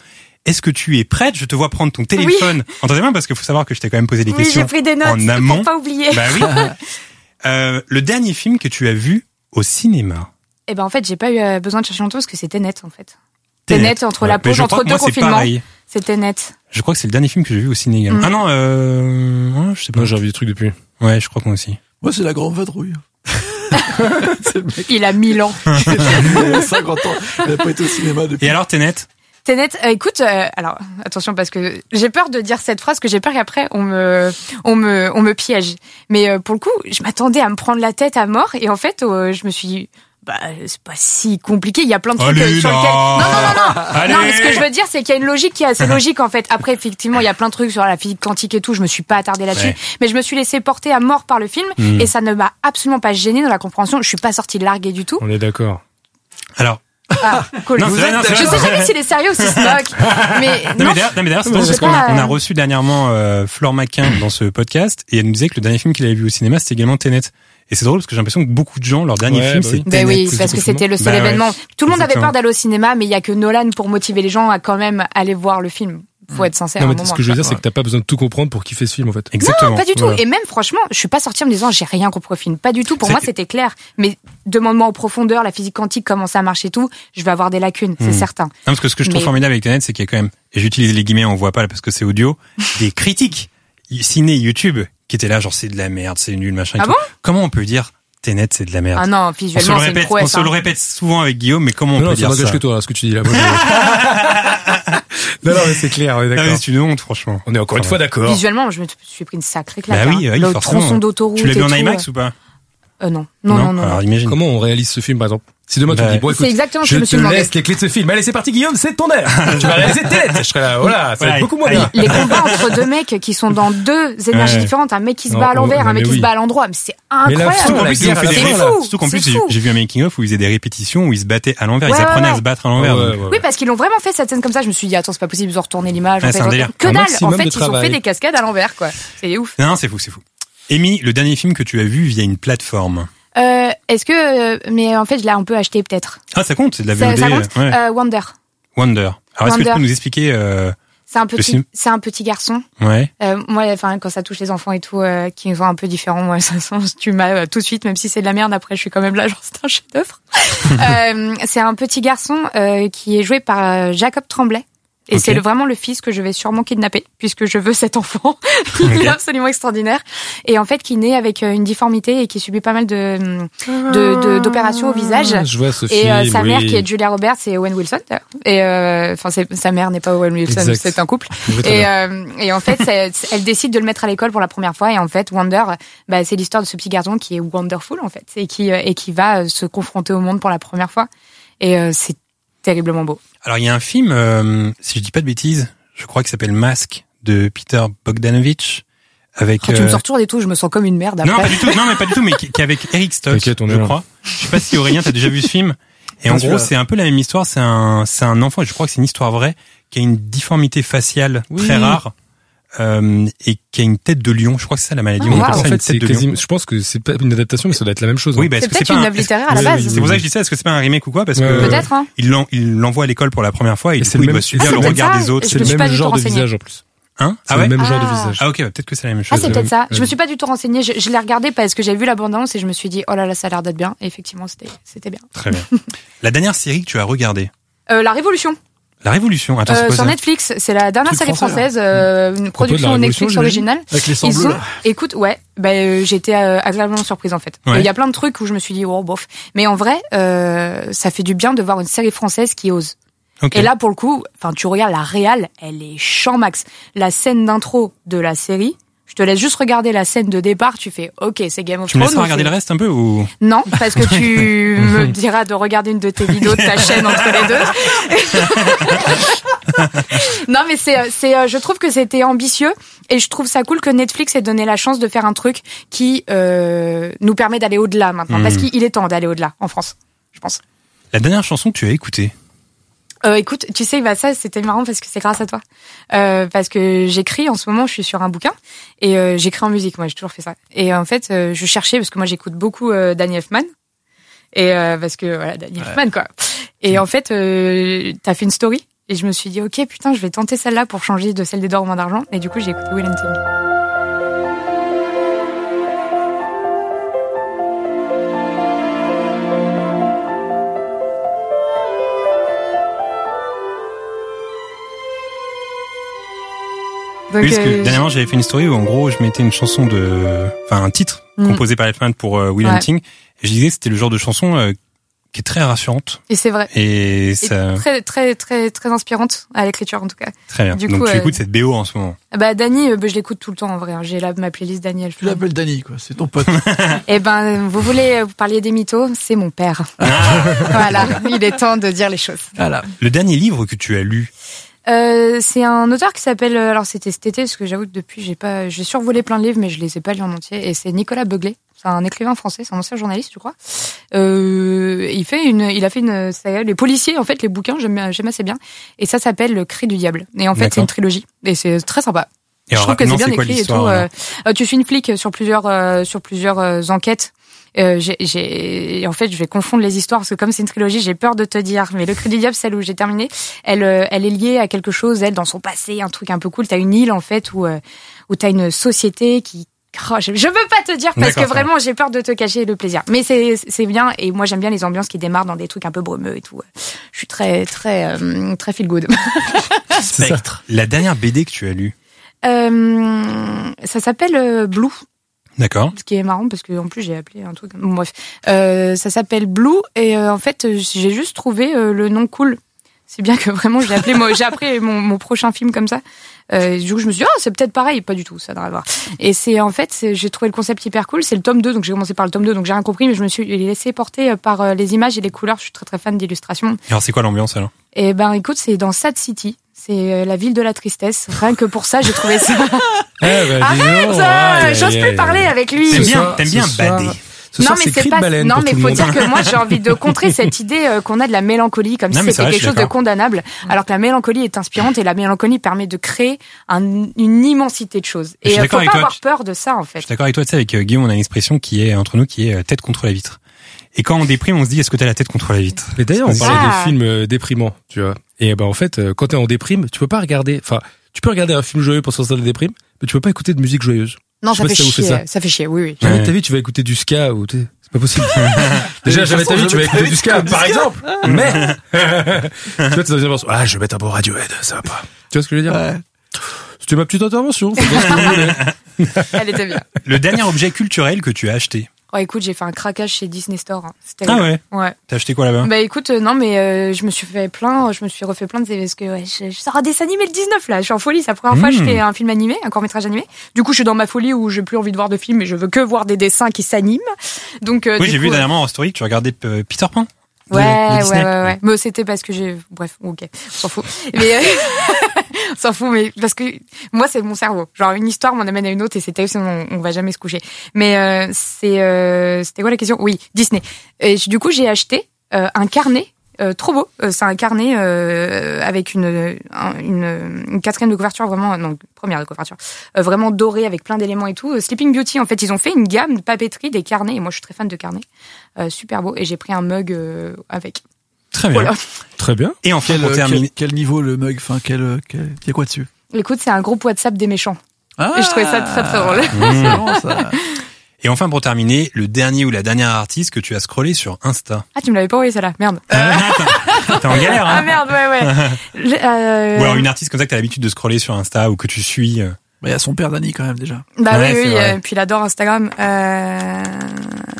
Speaker 2: Est-ce que tu es prête Je te vois prendre ton téléphone entre tes mains parce qu'il faut savoir que je t'ai quand même posé des
Speaker 5: Oui, j'ai
Speaker 2: questions.
Speaker 5: pris des notes
Speaker 2: en amont.
Speaker 5: pour pas oublier.
Speaker 2: Bah oui.
Speaker 5: (laughs)
Speaker 2: Euh, le dernier film que tu as vu au cinéma.
Speaker 5: Et ben en fait, j'ai pas eu euh, besoin de chercher longtemps parce que c'était net en fait. C'était
Speaker 2: Tenet.
Speaker 5: net entre
Speaker 2: Ouais,
Speaker 5: la
Speaker 2: mais je
Speaker 5: pause,
Speaker 2: crois
Speaker 5: entre
Speaker 2: que
Speaker 5: deux
Speaker 2: moi, c'est
Speaker 5: confinements.
Speaker 2: pareil.
Speaker 5: C'était net.
Speaker 2: Je crois que c'est le dernier film que j'ai vu au ciné également.
Speaker 5: Mm.
Speaker 2: Ah non, euh, ouais, je sais pas.
Speaker 3: Non, j'ai envie des trucs depuis.
Speaker 2: Ouais, je crois qu'on aussi.
Speaker 4: Moi, c'est la grande
Speaker 5: (laughs)
Speaker 4: vadrouille. (laughs) c'est le mec
Speaker 5: Il a mille
Speaker 2: (laughs)
Speaker 5: ans.
Speaker 4: qui a 50 ans. Il n'a pas été au cinéma depuis.
Speaker 2: Et alors, Tenet
Speaker 5: T'es net. Euh, écoute, euh, alors attention parce que j'ai peur de dire cette phrase que j'ai peur qu'après on me on me on me piège. Mais euh, pour le coup, je m'attendais à me prendre la tête à mort et en fait, euh, je me suis dit, bah c'est pas si compliqué. Il y a plein de trucs euh,
Speaker 2: Allez,
Speaker 5: sur
Speaker 2: là
Speaker 5: lesquels. Non non non non.
Speaker 2: Allez
Speaker 5: Non, mais ce que je veux dire, c'est qu'il y a une logique qui
Speaker 2: (laughs)
Speaker 5: est assez logique en fait. Après, effectivement, il y a plein de trucs sur la physique quantique et tout. Je me suis pas attardée là-dessus,
Speaker 2: Ouais. Mm.
Speaker 5: mais je me suis laissée porter à mort par le film et ça ne m'a absolument pas gênée dans la compréhension. Je suis pas sortie larguée
Speaker 2: (laughs)
Speaker 5: du tout.
Speaker 3: On est d'accord.
Speaker 2: Alors,
Speaker 5: Ah, cool.
Speaker 2: Non, c'est vrai, non, c'est
Speaker 5: je
Speaker 2: vrai.
Speaker 5: sais jamais s'il est sérieux ou s'il se moque, mais
Speaker 2: (laughs) Non, mais
Speaker 5: non,
Speaker 2: d'ailleurs, non, mais d'ailleurs, c'est
Speaker 5: Non,
Speaker 2: drôle parce
Speaker 5: je sais
Speaker 2: qu'on a,
Speaker 5: pas,
Speaker 2: on a
Speaker 5: euh.
Speaker 2: reçu dernièrement euh, Flore Maquin dans ce podcast et elle nous disait que le dernier film qu'elle avait vu au cinéma c'était également Tenet. Et c'est drôle parce que j'ai l'impression que beaucoup de gens, leur dernier
Speaker 3: Ouais,
Speaker 2: film,
Speaker 3: bah
Speaker 2: c'est
Speaker 3: oui.
Speaker 2: Tenet.
Speaker 5: Ben oui, parce que c'était le seul
Speaker 2: Bah ouais.
Speaker 5: événement. Tout le monde avait
Speaker 2: Exactement.
Speaker 5: peur d'aller au cinéma, mais il y a que Nolan pour motiver les gens à quand même aller voir le film.
Speaker 2: Mm.
Speaker 5: Faut être sincère.
Speaker 3: Non,
Speaker 5: à un
Speaker 3: mais ce
Speaker 5: moment,
Speaker 3: que je veux
Speaker 5: tu
Speaker 3: dire,
Speaker 5: vois.
Speaker 3: c'est que t'as pas besoin de tout comprendre pour kiffer ce film, en fait.
Speaker 2: Exactement.
Speaker 5: Pas du tout.
Speaker 3: Voilà.
Speaker 5: Et même, franchement, je suis pas sortie en me disant j'ai rien compris au film. Pas du tout. Pour
Speaker 2: C'est-
Speaker 5: moi, c'était clair. Mais demande-moi en profondeur la physique quantique, comment ça marche et tout. Je vais avoir des lacunes,
Speaker 2: Hmm.
Speaker 5: c'est certain.
Speaker 2: Non, parce que ce que je trouve
Speaker 5: Mais-
Speaker 2: formidable avec Tenet, c'est qu'il y a quand même, et j'utilise les guillemets, on voit pas là parce que c'est
Speaker 5: (laughs)
Speaker 2: audio, des critiques ciné YouTube qui étaient là, genre c'est de la merde, c'est nul, machin. et
Speaker 5: Ah
Speaker 2: tout.
Speaker 5: bon
Speaker 2: Comment on peut dire Tenet, c'est de la merde
Speaker 5: Ah non,
Speaker 2: On se, le
Speaker 5: visuellement, c'est une
Speaker 2: répète, on
Speaker 5: prouesse.
Speaker 2: se le
Speaker 5: hein.
Speaker 2: répète souvent avec Guillaume, mais comment on
Speaker 3: non,
Speaker 2: peut
Speaker 3: non, ça
Speaker 2: dire ça
Speaker 3: n'engage que toi, là, ce que tu dis là. Moi, je- non, non, mais c'est clair, on est
Speaker 2: Ah
Speaker 3: d'accord.
Speaker 2: oui, C'est une honte, franchement.
Speaker 3: on est encore une
Speaker 2: Enfin,
Speaker 3: fois d'accord.
Speaker 5: Visuellement, je me suis pris une sacrée claque.
Speaker 2: Bah oui,
Speaker 5: hein.
Speaker 2: oui,
Speaker 5: le
Speaker 2: forcément.
Speaker 5: tronçon d'autoroute.
Speaker 2: Tu l'as vu
Speaker 5: et
Speaker 2: en
Speaker 5: tout,
Speaker 2: IMAX ou Ah pas
Speaker 5: euh, Non, non, non, non. non.
Speaker 2: Alors imagine.
Speaker 3: Comment on réalise ce film, par exemple Si demain tu
Speaker 2: Bah,
Speaker 3: me dis, bon, écoute,
Speaker 5: C'est exactement ce que
Speaker 3: je
Speaker 5: je me suis
Speaker 3: te
Speaker 5: demandé.
Speaker 3: laisse les clés de ce film. Allez, c'est parti, Guillaume, c'est ton (laughs) air. tu vas réaliser Tenet. Je serai là, voilà, ça va
Speaker 2: Ouais,
Speaker 3: être beaucoup moins
Speaker 2: allez.
Speaker 3: bien.
Speaker 2: (laughs)
Speaker 5: Les combats entre deux mecs qui sont dans deux énergies
Speaker 2: Ouais.
Speaker 5: différentes, un mec qui se
Speaker 3: Non,
Speaker 5: bat à
Speaker 3: on-
Speaker 5: l'envers,
Speaker 3: non,
Speaker 5: un
Speaker 3: mais
Speaker 5: mec qui
Speaker 3: oui.
Speaker 5: se bat à l'endroit, mais c'est
Speaker 3: Mais là,
Speaker 5: incroyable.
Speaker 3: surtout
Speaker 2: Surtout qu'en
Speaker 3: la
Speaker 2: plus, ils ont
Speaker 3: guerre
Speaker 2: fait
Speaker 3: à
Speaker 2: des
Speaker 3: la
Speaker 5: fin,
Speaker 2: répétitions.
Speaker 5: là.
Speaker 2: Surtout qu'en
Speaker 5: C'est
Speaker 2: plus, j'ai-
Speaker 5: fou.
Speaker 2: j'ai vu un making-of où ils faisaient des répétitions, où ils se battaient à l'envers, ils
Speaker 5: Ouais,
Speaker 2: apprenaient
Speaker 5: ouais,
Speaker 2: à
Speaker 5: ouais.
Speaker 2: se battre à
Speaker 3: Oh,
Speaker 2: l'envers. donc.
Speaker 5: Oui, parce qu'ils l'ont vraiment fait cette scène comme ça. Je me suis dit, attends, c'est pas possible, ils ont retourné l'image.
Speaker 2: Ouais,
Speaker 5: en
Speaker 2: c'est
Speaker 5: fait,
Speaker 2: un délire.
Speaker 5: Que
Speaker 3: Un
Speaker 5: dalle En
Speaker 3: maximum de
Speaker 5: fait, ils ont
Speaker 3: travail.
Speaker 5: fait des cascades à l'envers, quoi. C'est ouf.
Speaker 2: Non, non, c'est fou, c'est fou. Amy, le dernier film que tu as vu via une plateforme.
Speaker 5: Euh, Est-ce que. euh, Mais en fait, je l'ai un peu acheté, peut-être.
Speaker 2: Ah, ça compte, c'est de la
Speaker 5: Ça,
Speaker 2: VOD.
Speaker 5: ça compte
Speaker 2: ouais.
Speaker 5: Euh, Wonder.
Speaker 2: Wonder. Alors, est-ce que tu peux
Speaker 5: Wonder.
Speaker 2: nous expliquer euh...
Speaker 5: C'est un
Speaker 2: cinéma.
Speaker 5: petit, c'est un petit garçon.
Speaker 2: Ouais.
Speaker 5: Euh, moi, enfin, quand ça touche les enfants et tout, euh, qui sont un peu différents, moi, (laughs) ça sens, tu m'as euh, tout de suite, même si c'est de la merde. Après, je suis quand même là, (laughs) genre c'est un chef-d'œuvre. Euh, c'est un petit garçon euh, qui est joué par euh, Jacob Tremblay. Et
Speaker 2: Ok.
Speaker 5: c'est le- vraiment le fils que je vais sûrement kidnapper, puisque je veux cet enfant. (laughs) Il
Speaker 2: Ok.
Speaker 5: est absolument extraordinaire. Et en fait, qui naît avec euh, une difformité et qui subit pas mal de de- de- d'opérations au visage.
Speaker 3: Je vois ce
Speaker 5: Et
Speaker 3: film.
Speaker 5: euh, sa mère,
Speaker 3: Ah, oui.
Speaker 5: qui est Julia Roberts, c'est Owen Wilson. d'ailleurs. Et euh, enfin, c'est- sa mère n'est pas Owen Wilson,
Speaker 3: Exact.
Speaker 5: c'est un couple.
Speaker 3: Je vois très
Speaker 5: Et,
Speaker 3: bien.
Speaker 5: euh, et en fait, c'est- c'est- (laughs) elle décide de le mettre à l'école pour la première fois. Et en fait, Wonder, bah, c'est l'histoire de ce petit garçon qui est wonderful en fait, et qui euh, et qui va euh, se confronter au monde pour la première fois. Et euh, c'est terriblement beau.
Speaker 2: Alors, Ah, il y a un film, euh, si je dis pas de bêtises, je crois qu'il s'appelle Masque de Peter Bogdanovich avec.
Speaker 5: Quand Oh, tu
Speaker 2: euh,
Speaker 5: me sors tour des tout, je me sens comme une merde
Speaker 2: Non, pas
Speaker 5: après.
Speaker 2: du tout. Non, mais pas du tout. Mais qui, qui est avec Eric Stoltz,
Speaker 3: T'inquiète, on est
Speaker 2: je
Speaker 3: là.
Speaker 2: crois. Je sais pas si Aurélien, t'as déjà vu ce film. Et
Speaker 3: Pas
Speaker 2: en gros,
Speaker 3: celui-là.
Speaker 2: c'est un peu la même histoire. C'est un, c'est un enfant. et Je crois que c'est une histoire vraie qui a une difformité faciale
Speaker 3: Oui.
Speaker 2: très rare euh, et qui a une tête de lion. Je crois que c'est ça la maladie.
Speaker 5: Ah,
Speaker 2: On
Speaker 5: wow.
Speaker 2: appelle
Speaker 3: En
Speaker 2: ça une
Speaker 3: fait,
Speaker 2: tête
Speaker 3: c'est
Speaker 2: de lion.
Speaker 3: quasiment. Je pense que c'est pas une adaptation, mais ça doit être la même chose.
Speaker 2: Oui,
Speaker 3: hein.
Speaker 2: bah, est-ce
Speaker 5: C'est
Speaker 2: que c'est
Speaker 5: peut-être
Speaker 2: pas
Speaker 5: une
Speaker 2: un-
Speaker 5: œuvre
Speaker 2: est-ce-
Speaker 5: littéraire à la
Speaker 3: Oui,
Speaker 5: base.
Speaker 3: oui,
Speaker 2: C'est pour ça que je dis ça. Est-ce que c'est pas un remake ou quoi Parce que
Speaker 3: Ouais, ouais.
Speaker 5: Peut-être. Hein.
Speaker 2: il l'en- il l'envoie à l'école pour la première fois et du coup,
Speaker 3: C'est le
Speaker 2: il
Speaker 3: même-
Speaker 2: doit subir
Speaker 3: Ah,
Speaker 2: le
Speaker 3: c'est
Speaker 2: regard
Speaker 5: peut-être
Speaker 2: des
Speaker 5: ça.
Speaker 2: autres.
Speaker 5: Je
Speaker 2: C'est
Speaker 5: me
Speaker 2: le
Speaker 5: suis
Speaker 2: même.
Speaker 5: pas
Speaker 3: même
Speaker 5: du tout
Speaker 3: genre de
Speaker 5: renseignée.
Speaker 3: visage en plus.
Speaker 2: Hein
Speaker 3: C'est
Speaker 2: Ah ouais.
Speaker 3: le même genre de
Speaker 5: Ah.
Speaker 3: visage.
Speaker 2: Ah ok, bah, peut-être que c'est la même
Speaker 5: Ah,
Speaker 2: chose.
Speaker 5: c'est peut-être ça. Je me
Speaker 3: ouais.
Speaker 5: suis pas du tout renseignée. Je, je l'ai regardé parce que j'ai vu la bande-annonce et je me suis dit, oh là là, ça a l'air d'être bien. Et effectivement, c'était, c'était bien.
Speaker 2: Très bien.
Speaker 5: (laughs)
Speaker 2: La dernière série que tu as regardée,
Speaker 5: Euh, la Révolution.
Speaker 2: La Révolution. Attends, Ah, c'est
Speaker 5: euh,
Speaker 2: quoi
Speaker 5: sur
Speaker 2: ça
Speaker 5: Netflix, c'est la dernière
Speaker 4: Truc
Speaker 5: série
Speaker 4: français, là.
Speaker 5: française, euh, une production
Speaker 3: Révolution,
Speaker 5: Netflix
Speaker 3: j'imagine.
Speaker 5: originale.
Speaker 4: Avec les sangs
Speaker 5: Ils
Speaker 4: bleus.
Speaker 5: ont,
Speaker 4: là.
Speaker 5: écoute, ouais, bah, euh, j'étais euh, agréablement surprise en fait. Euh, Il
Speaker 2: Ouais.
Speaker 5: y a plein de trucs où je me suis dit, oh bof. Mais en vrai, euh, ça fait du bien de voir une série française qui ose.
Speaker 2: Ok.
Speaker 5: Et là, pour le coup, enfin, tu regardes la réal, elle est champ max. La scène d'intro de la série, je te laisse juste regarder la scène de départ, tu fais, ok, c'est Game of
Speaker 2: Tu me
Speaker 5: Thrones.
Speaker 2: laisses
Speaker 5: ou
Speaker 2: regarder
Speaker 5: c'est-
Speaker 2: le reste un peu ou
Speaker 5: non, parce que tu me diras de regarder une de tes vidéos de ta chaîne entre les deux. (laughs) non, mais c'est, euh, c'est, euh, je trouve que c'était ambitieux et je trouve ça cool que Netflix ait donné la chance de faire un truc qui euh, nous permet d'aller au-delà maintenant,
Speaker 2: Mhm.
Speaker 5: parce qu'il est temps d'aller au-delà en France, je pense.
Speaker 2: La dernière chanson que tu as écoutée
Speaker 5: Euh, écoute, tu sais, bah ça c'était marrant parce que c'est grâce à toi, Euh, parce que j'écris en ce moment, je suis sur un bouquin et euh, j'écris en musique. Moi, j'ai toujours fait ça. Et euh, en fait, euh, je cherchais parce que moi j'écoute beaucoup euh, Danny Elfman et euh, parce que voilà Danny Elfman quoi. Et en fait, euh, t'as fait une story et je me suis dit ok putain, je vais tenter celle-là pour changer de celle des d'or au moins d'argent. Et du coup, j'ai écouté Will Hunting. Donc,
Speaker 2: Oui, parce
Speaker 5: euh,
Speaker 2: que dernièrement, j'avais fait une story où, en gros, je mettais une chanson de, enfin, un euh, titre
Speaker 5: Mm.
Speaker 2: composé par Elfman pour euh, Will
Speaker 5: Ouais.
Speaker 2: Hunting. Et je disais que c'était le genre de chanson euh, qui est très rassurante.
Speaker 5: et c'est vrai.
Speaker 2: Et
Speaker 5: Et
Speaker 2: ça,
Speaker 5: Très très très très inspirante à l'écriture en tout cas.
Speaker 2: très bien.
Speaker 5: du
Speaker 2: Donc
Speaker 5: coup,
Speaker 2: tu
Speaker 5: euh,
Speaker 2: écoutes cette BO en ce moment.
Speaker 5: Ah Bah Dany, euh, bah, je l'écoute tout le temps en vrai. hein. J'ai là ma playlist Dany
Speaker 4: Tu
Speaker 5: Elfman.
Speaker 4: l'appelles Danny, quoi. C'est
Speaker 2: (laughs)
Speaker 4: ton pote.
Speaker 5: Eh ben, vous voulez vous parliez des mythos, c'est mon père. voilà, il est temps de dire les choses.
Speaker 4: voilà.
Speaker 2: Le dernier livre que tu as lu,
Speaker 5: Euh, c'est un auteur qui s'appelle euh, alors c'était cet été parce que j'avoue que depuis j'ai pas j'ai survolé plein de livres mais je les ai pas lus en entier et c'est Nicolas Beuglé. C'est un écrivain français, c'est un ancien journaliste, je crois. Euh, il fait une, il a fait une saga, les policiers en fait, les bouquins, j'aime j'aime assez bien. Et ça s'appelle Le Cri du Diable. Et en fait, c'est
Speaker 2: D'accord.
Speaker 5: une trilogie et c'est très sympa.
Speaker 2: Et
Speaker 5: je
Speaker 2: alors,
Speaker 5: trouve que c'est
Speaker 2: rapidement,
Speaker 5: bien
Speaker 2: c'est quoi
Speaker 5: écrit et tout.
Speaker 2: l'histoire,
Speaker 5: euh, euh, tu suis une flic sur plusieurs euh, sur plusieurs euh, enquêtes. Euh, j'ai- j'ai, et en fait, je vais confondre les histoires parce que comme c'est une trilogie, j'ai peur de te dire. Mais le Cri du Diable, celle où j'ai terminé, elle, euh, elle est liée à quelque chose. Elle dans son passé, un truc un peu cool. T'as une île en fait où euh, où t'as une société qui Oh, je, je veux pas te dire parce
Speaker 2: D'accord,
Speaker 5: que
Speaker 2: ça va.
Speaker 5: vraiment j'ai peur de te cacher le plaisir. Mais c'est c'est bien et moi j'aime bien les ambiances qui démarrent dans des trucs un peu brumeux et tout. Je suis très très euh, très feel good.
Speaker 2: Spectre. La dernière BD que tu as lu.
Speaker 5: Euh, ça s'appelle euh, Blue.
Speaker 2: D'accord.
Speaker 5: Ce qui est marrant parce que en plus j'ai appelé un truc. Bon, bref, Euh, ça s'appelle Blue et euh, en fait euh, j'ai juste trouvé euh, le nom cool. C'est bien que vraiment j'ai appelé moi j'ai appris mon, mon prochain film comme ça. Euh, du coup je me suis dit ah c'est peut-être pareil pas du tout ça n'a rien à voir. Et c'est en fait c'est- j'ai trouvé le concept hyper cool. C'est le tome 2 donc j'ai commencé par le tome 2 donc j'ai rien compris mais je me suis laissé porter euh, par euh, les images et les couleurs. Je suis très très fan d'illustration.
Speaker 2: Et Alors c'est quoi l'ambiance alors
Speaker 5: Et ben écoute c'est dans Sad City. C'est euh, la ville de la tristesse. Rien que pour ça, j'ai trouvé ça.
Speaker 3: Eh, bah,
Speaker 5: Arrête, euh, j'ose plus parler avec lui.
Speaker 2: T'aimes
Speaker 3: Ce
Speaker 2: Oh, bien,
Speaker 3: soir-
Speaker 2: t'aimes
Speaker 3: ce
Speaker 2: bien
Speaker 3: soir-
Speaker 2: bader.
Speaker 3: Ce soir, c'est cri de baleine
Speaker 5: Non,
Speaker 3: pour
Speaker 5: mais
Speaker 3: tout le
Speaker 5: faut
Speaker 3: monde.
Speaker 5: dire que moi,
Speaker 3: (laughs)
Speaker 5: j'ai envie de contrer cette idée euh, qu'on a de la mélancolie, comme
Speaker 2: Non, mais
Speaker 5: si
Speaker 2: c'est vrai,
Speaker 5: c'était
Speaker 2: je
Speaker 5: quelque
Speaker 2: suis
Speaker 5: chose de
Speaker 2: d'accord.
Speaker 5: condamnable. Alors que la mélancolie est inspirante et la mélancolie permet de créer un- une immensité de choses.
Speaker 2: Je suis
Speaker 5: Et euh,
Speaker 2: d'accord
Speaker 5: faut pas
Speaker 2: avec toi.
Speaker 5: avoir peur de ça, en
Speaker 2: Je suis
Speaker 5: fait.
Speaker 2: d'accord avec toi, tu sais, avec euh, Guillaume, on a une expression qui est entre nous qui est euh, tête contre la vitre. Et quand on déprime, on se dit est-ce que t'as la tête contre la vitre
Speaker 3: Mais d'ailleurs, on
Speaker 2: Ah.
Speaker 3: parlait de films euh, déprimants, tu vois. Et ben en fait, euh, quand t'es en déprime, tu peux pas regarder. Enfin, tu peux regarder un film joyeux pour sortir de la déprime, mais tu peux pas écouter de musique joyeuse.
Speaker 5: Non,
Speaker 3: Je sais
Speaker 5: ça
Speaker 3: pas
Speaker 5: fait
Speaker 3: si ça vous fait ça.
Speaker 5: chier. Ça. fait chier, oui, (laughs) oui.
Speaker 3: Jamais
Speaker 2: Ouais.
Speaker 3: de ta vie, tu vas écouter du ska ou t'es- c'est
Speaker 2: (laughs)
Speaker 3: pas possible. Déjà, jamais de ta vie, tu vas écouter du ska, par exemple. Mais
Speaker 2: (laughs)
Speaker 3: (laughs) tu vois, t'es dans une ambiance, Ah, je vais mettre un bon Radiohead, ça va pas. Tu vois ce que je veux dire
Speaker 4: Ouais.
Speaker 3: C'était ma petite intervention. faut dire ce que vous voulez.
Speaker 5: Elle était bien.
Speaker 2: Le dernier objet culturel que tu as acheté.
Speaker 5: Oh, écoute, j'ai fait un craquage chez Disney Store. hein. C'était
Speaker 2: Ah ouais
Speaker 5: ouais.
Speaker 2: T'as acheté quoi là-bas
Speaker 5: Bah écoute, euh, non mais euh, je me suis fait plein, je me suis refait plein de parce que ouais, je, je sors un dessin animé le 19 là, je suis en folie, c'est la première fois que je
Speaker 2: Mmh.
Speaker 5: fais un film animé, un court-métrage animé. Du coup, je suis dans ma folie où j'ai plus envie de voir de films et je veux que voir des dessins qui s'animent. Donc euh,
Speaker 2: Oui,
Speaker 5: du
Speaker 2: j'ai
Speaker 5: coup,
Speaker 2: vu
Speaker 5: euh,
Speaker 2: dernièrement en story que tu regardais euh, Peter Pan. de-
Speaker 5: Ouais,
Speaker 2: de
Speaker 5: ouais,
Speaker 2: Disney.
Speaker 5: ouais, ouais. Mais c'était parce que j'ai bref, OK, on s'en fout. Mais euh, (laughs) on s'en fout mais parce que moi c'est mon cerveau. Genre une histoire m'en amène à une autre et c'est terrible sinon on, on va jamais se coucher. Mais euh, c'est euh, c'était quoi la question Oui, Disney. Et j- du coup, j'ai acheté euh, un carnet euh, trop beau. Euh, c'est un carnet euh, avec une, un- une, une quatrième de couverture vraiment, non, première de couverture, euh, vraiment dorée avec plein d'éléments et tout. Euh, Sleeping Beauty, en fait, ils ont fait une gamme de papeterie des carnets. Et moi, je suis très fan de carnets. Euh, super beau. Et j'ai pris un mug euh, avec.
Speaker 2: (laughs) Très bien.
Speaker 5: Voilà.
Speaker 3: Très bien.
Speaker 2: Et enfin,
Speaker 4: Quel,
Speaker 2: pour
Speaker 4: euh,
Speaker 2: terminer.
Speaker 4: quel, quel niveau le mug Enfin, quel, euh, quel... y a quoi dessus
Speaker 5: Écoute, c'est un groupe WhatsApp des méchants.
Speaker 4: ah,
Speaker 5: Et je trouvais ça très, très drôle.
Speaker 4: C'est
Speaker 5: (laughs)
Speaker 4: marrant, ça.
Speaker 2: Et enfin, pour terminer, le dernier ou la dernière artiste que tu as scrollé sur Insta.
Speaker 5: Ah, tu me l'avais pas envoyé, celle-là. Merde.
Speaker 2: Ah, T'es t'es en galère,
Speaker 5: Ah,
Speaker 2: hein
Speaker 5: merde,
Speaker 2: (laughs)
Speaker 5: ouais, ouais. Le- euh,
Speaker 2: Ou alors une artiste comme ça que t'as l'habitude de scroller sur Insta ou que tu suis. euh.
Speaker 4: Mais il y a son père Danny quand même déjà.
Speaker 5: Bah
Speaker 2: Ouais,
Speaker 5: oui,
Speaker 2: c'est
Speaker 5: oui,
Speaker 2: vrai.
Speaker 5: euh, puis il adore Instagram. Euh...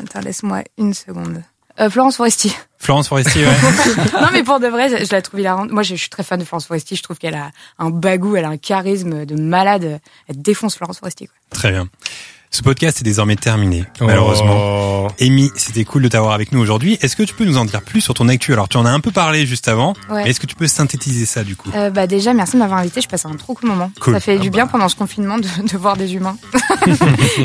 Speaker 5: Attends, laisse-moi une seconde. Euh, Florence Foresti.
Speaker 2: (laughs) Florence Forestier, ouais.
Speaker 5: (laughs) non, mais pour de vrai, je, je la trouve hilarante. Moi, je, je suis très fan de Florence Foresti. Je trouve qu'elle a un bagou, elle a un charisme de malade. Elle défonce Florence Foresti. Quoi.
Speaker 2: Très bien. Ce podcast est désormais terminé, malheureusement.
Speaker 3: Oh.
Speaker 2: Amy, c'était cool de t'avoir avec nous aujourd'hui. Est-ce que tu peux nous en dire plus sur ton actu Alors, tu en as un peu parlé juste avant,
Speaker 5: Ouais.
Speaker 2: mais est-ce que tu peux synthétiser ça du coup
Speaker 5: Euh, bah déjà, merci de m'avoir invité. Je passe un trop cool moment.
Speaker 2: Cool.
Speaker 5: Ça fait du bien pendant ce confinement de, de voir des humains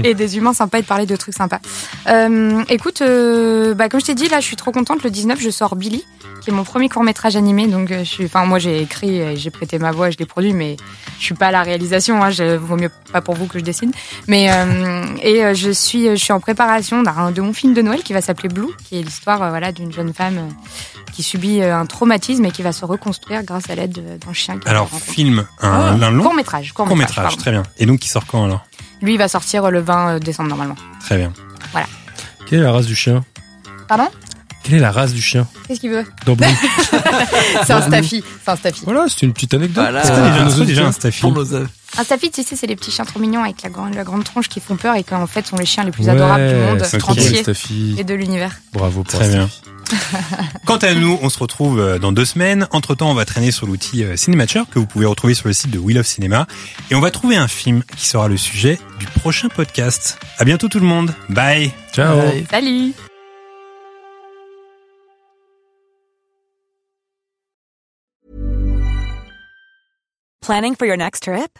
Speaker 5: et des humains sympas et de parler de trucs sympas. Euh, écoute, euh, bah, comme je t'ai dit, là, je suis trop contente. Le 19, je sors Billy, qui est mon premier court métrage animé. Donc, euh, je suis, enfin, moi, j'ai écrit, euh, j'ai prêté ma voix, je l'ai produit, mais je suis pas à la réalisation. Hein, je, vaut mieux pas pour vous que je décide. Mais euh, et euh, je suis, je suis en préparation d'un de mon film de Noël qui va s'appeler Blue, qui est l'histoire, euh, voilà, d'une jeune femme. euh, qui subit euh, un traumatisme et qui va se reconstruire grâce à l'aide euh, d'un chien. qui
Speaker 2: Alors,
Speaker 5: la Oh, rencontre.
Speaker 2: film, un, un long
Speaker 5: Court métrage. Court métrage.
Speaker 2: court-métrage, très bien. Et donc, qui sort quand alors
Speaker 5: pardon. Lui il va sortir euh, le 20 décembre normalement.
Speaker 2: Très bien.
Speaker 3: Quelle est la race du chien
Speaker 5: Pardon
Speaker 3: Quelle est la race du chien
Speaker 5: Qu'est-ce qu'il veut
Speaker 3: dans
Speaker 5: (laughs)
Speaker 3: Blue
Speaker 5: C'est un staffy. C'est un staffy.
Speaker 3: Voilà, c'est une petite anecdote.
Speaker 4: Voilà.
Speaker 3: Est-ce qu'on
Speaker 4: Ah,
Speaker 3: est déjà-
Speaker 2: c'est
Speaker 3: nos
Speaker 2: déjà un
Speaker 3: auditeurs
Speaker 2: staffy.
Speaker 4: Pour nos œuvres.
Speaker 5: Un staffy, tu sais, c'est les petits chiens trop mignons avec la, grande la grande tronche qui font peur et qui en fait sont les chiens les plus
Speaker 3: Ouais,
Speaker 5: adorables du monde
Speaker 3: c'est
Speaker 2: tranquille.
Speaker 3: cool,
Speaker 5: entier
Speaker 3: Staffy.
Speaker 5: et de l'univers.
Speaker 3: Bravo pour
Speaker 2: Très
Speaker 3: Staffy.
Speaker 2: bien. Quant à nous, on se retrouve euh, dans deux semaines. Entre temps, on va traîner sur l'outil euh, Cinémature que vous pouvez retrouver sur le site de Wheel of Cinema. Et on va trouver un film qui sera le sujet du prochain podcast. À bientôt tout le monde. Bye.
Speaker 3: Ciao.
Speaker 4: Ouais.
Speaker 5: Salut
Speaker 6: Planning for your next trip?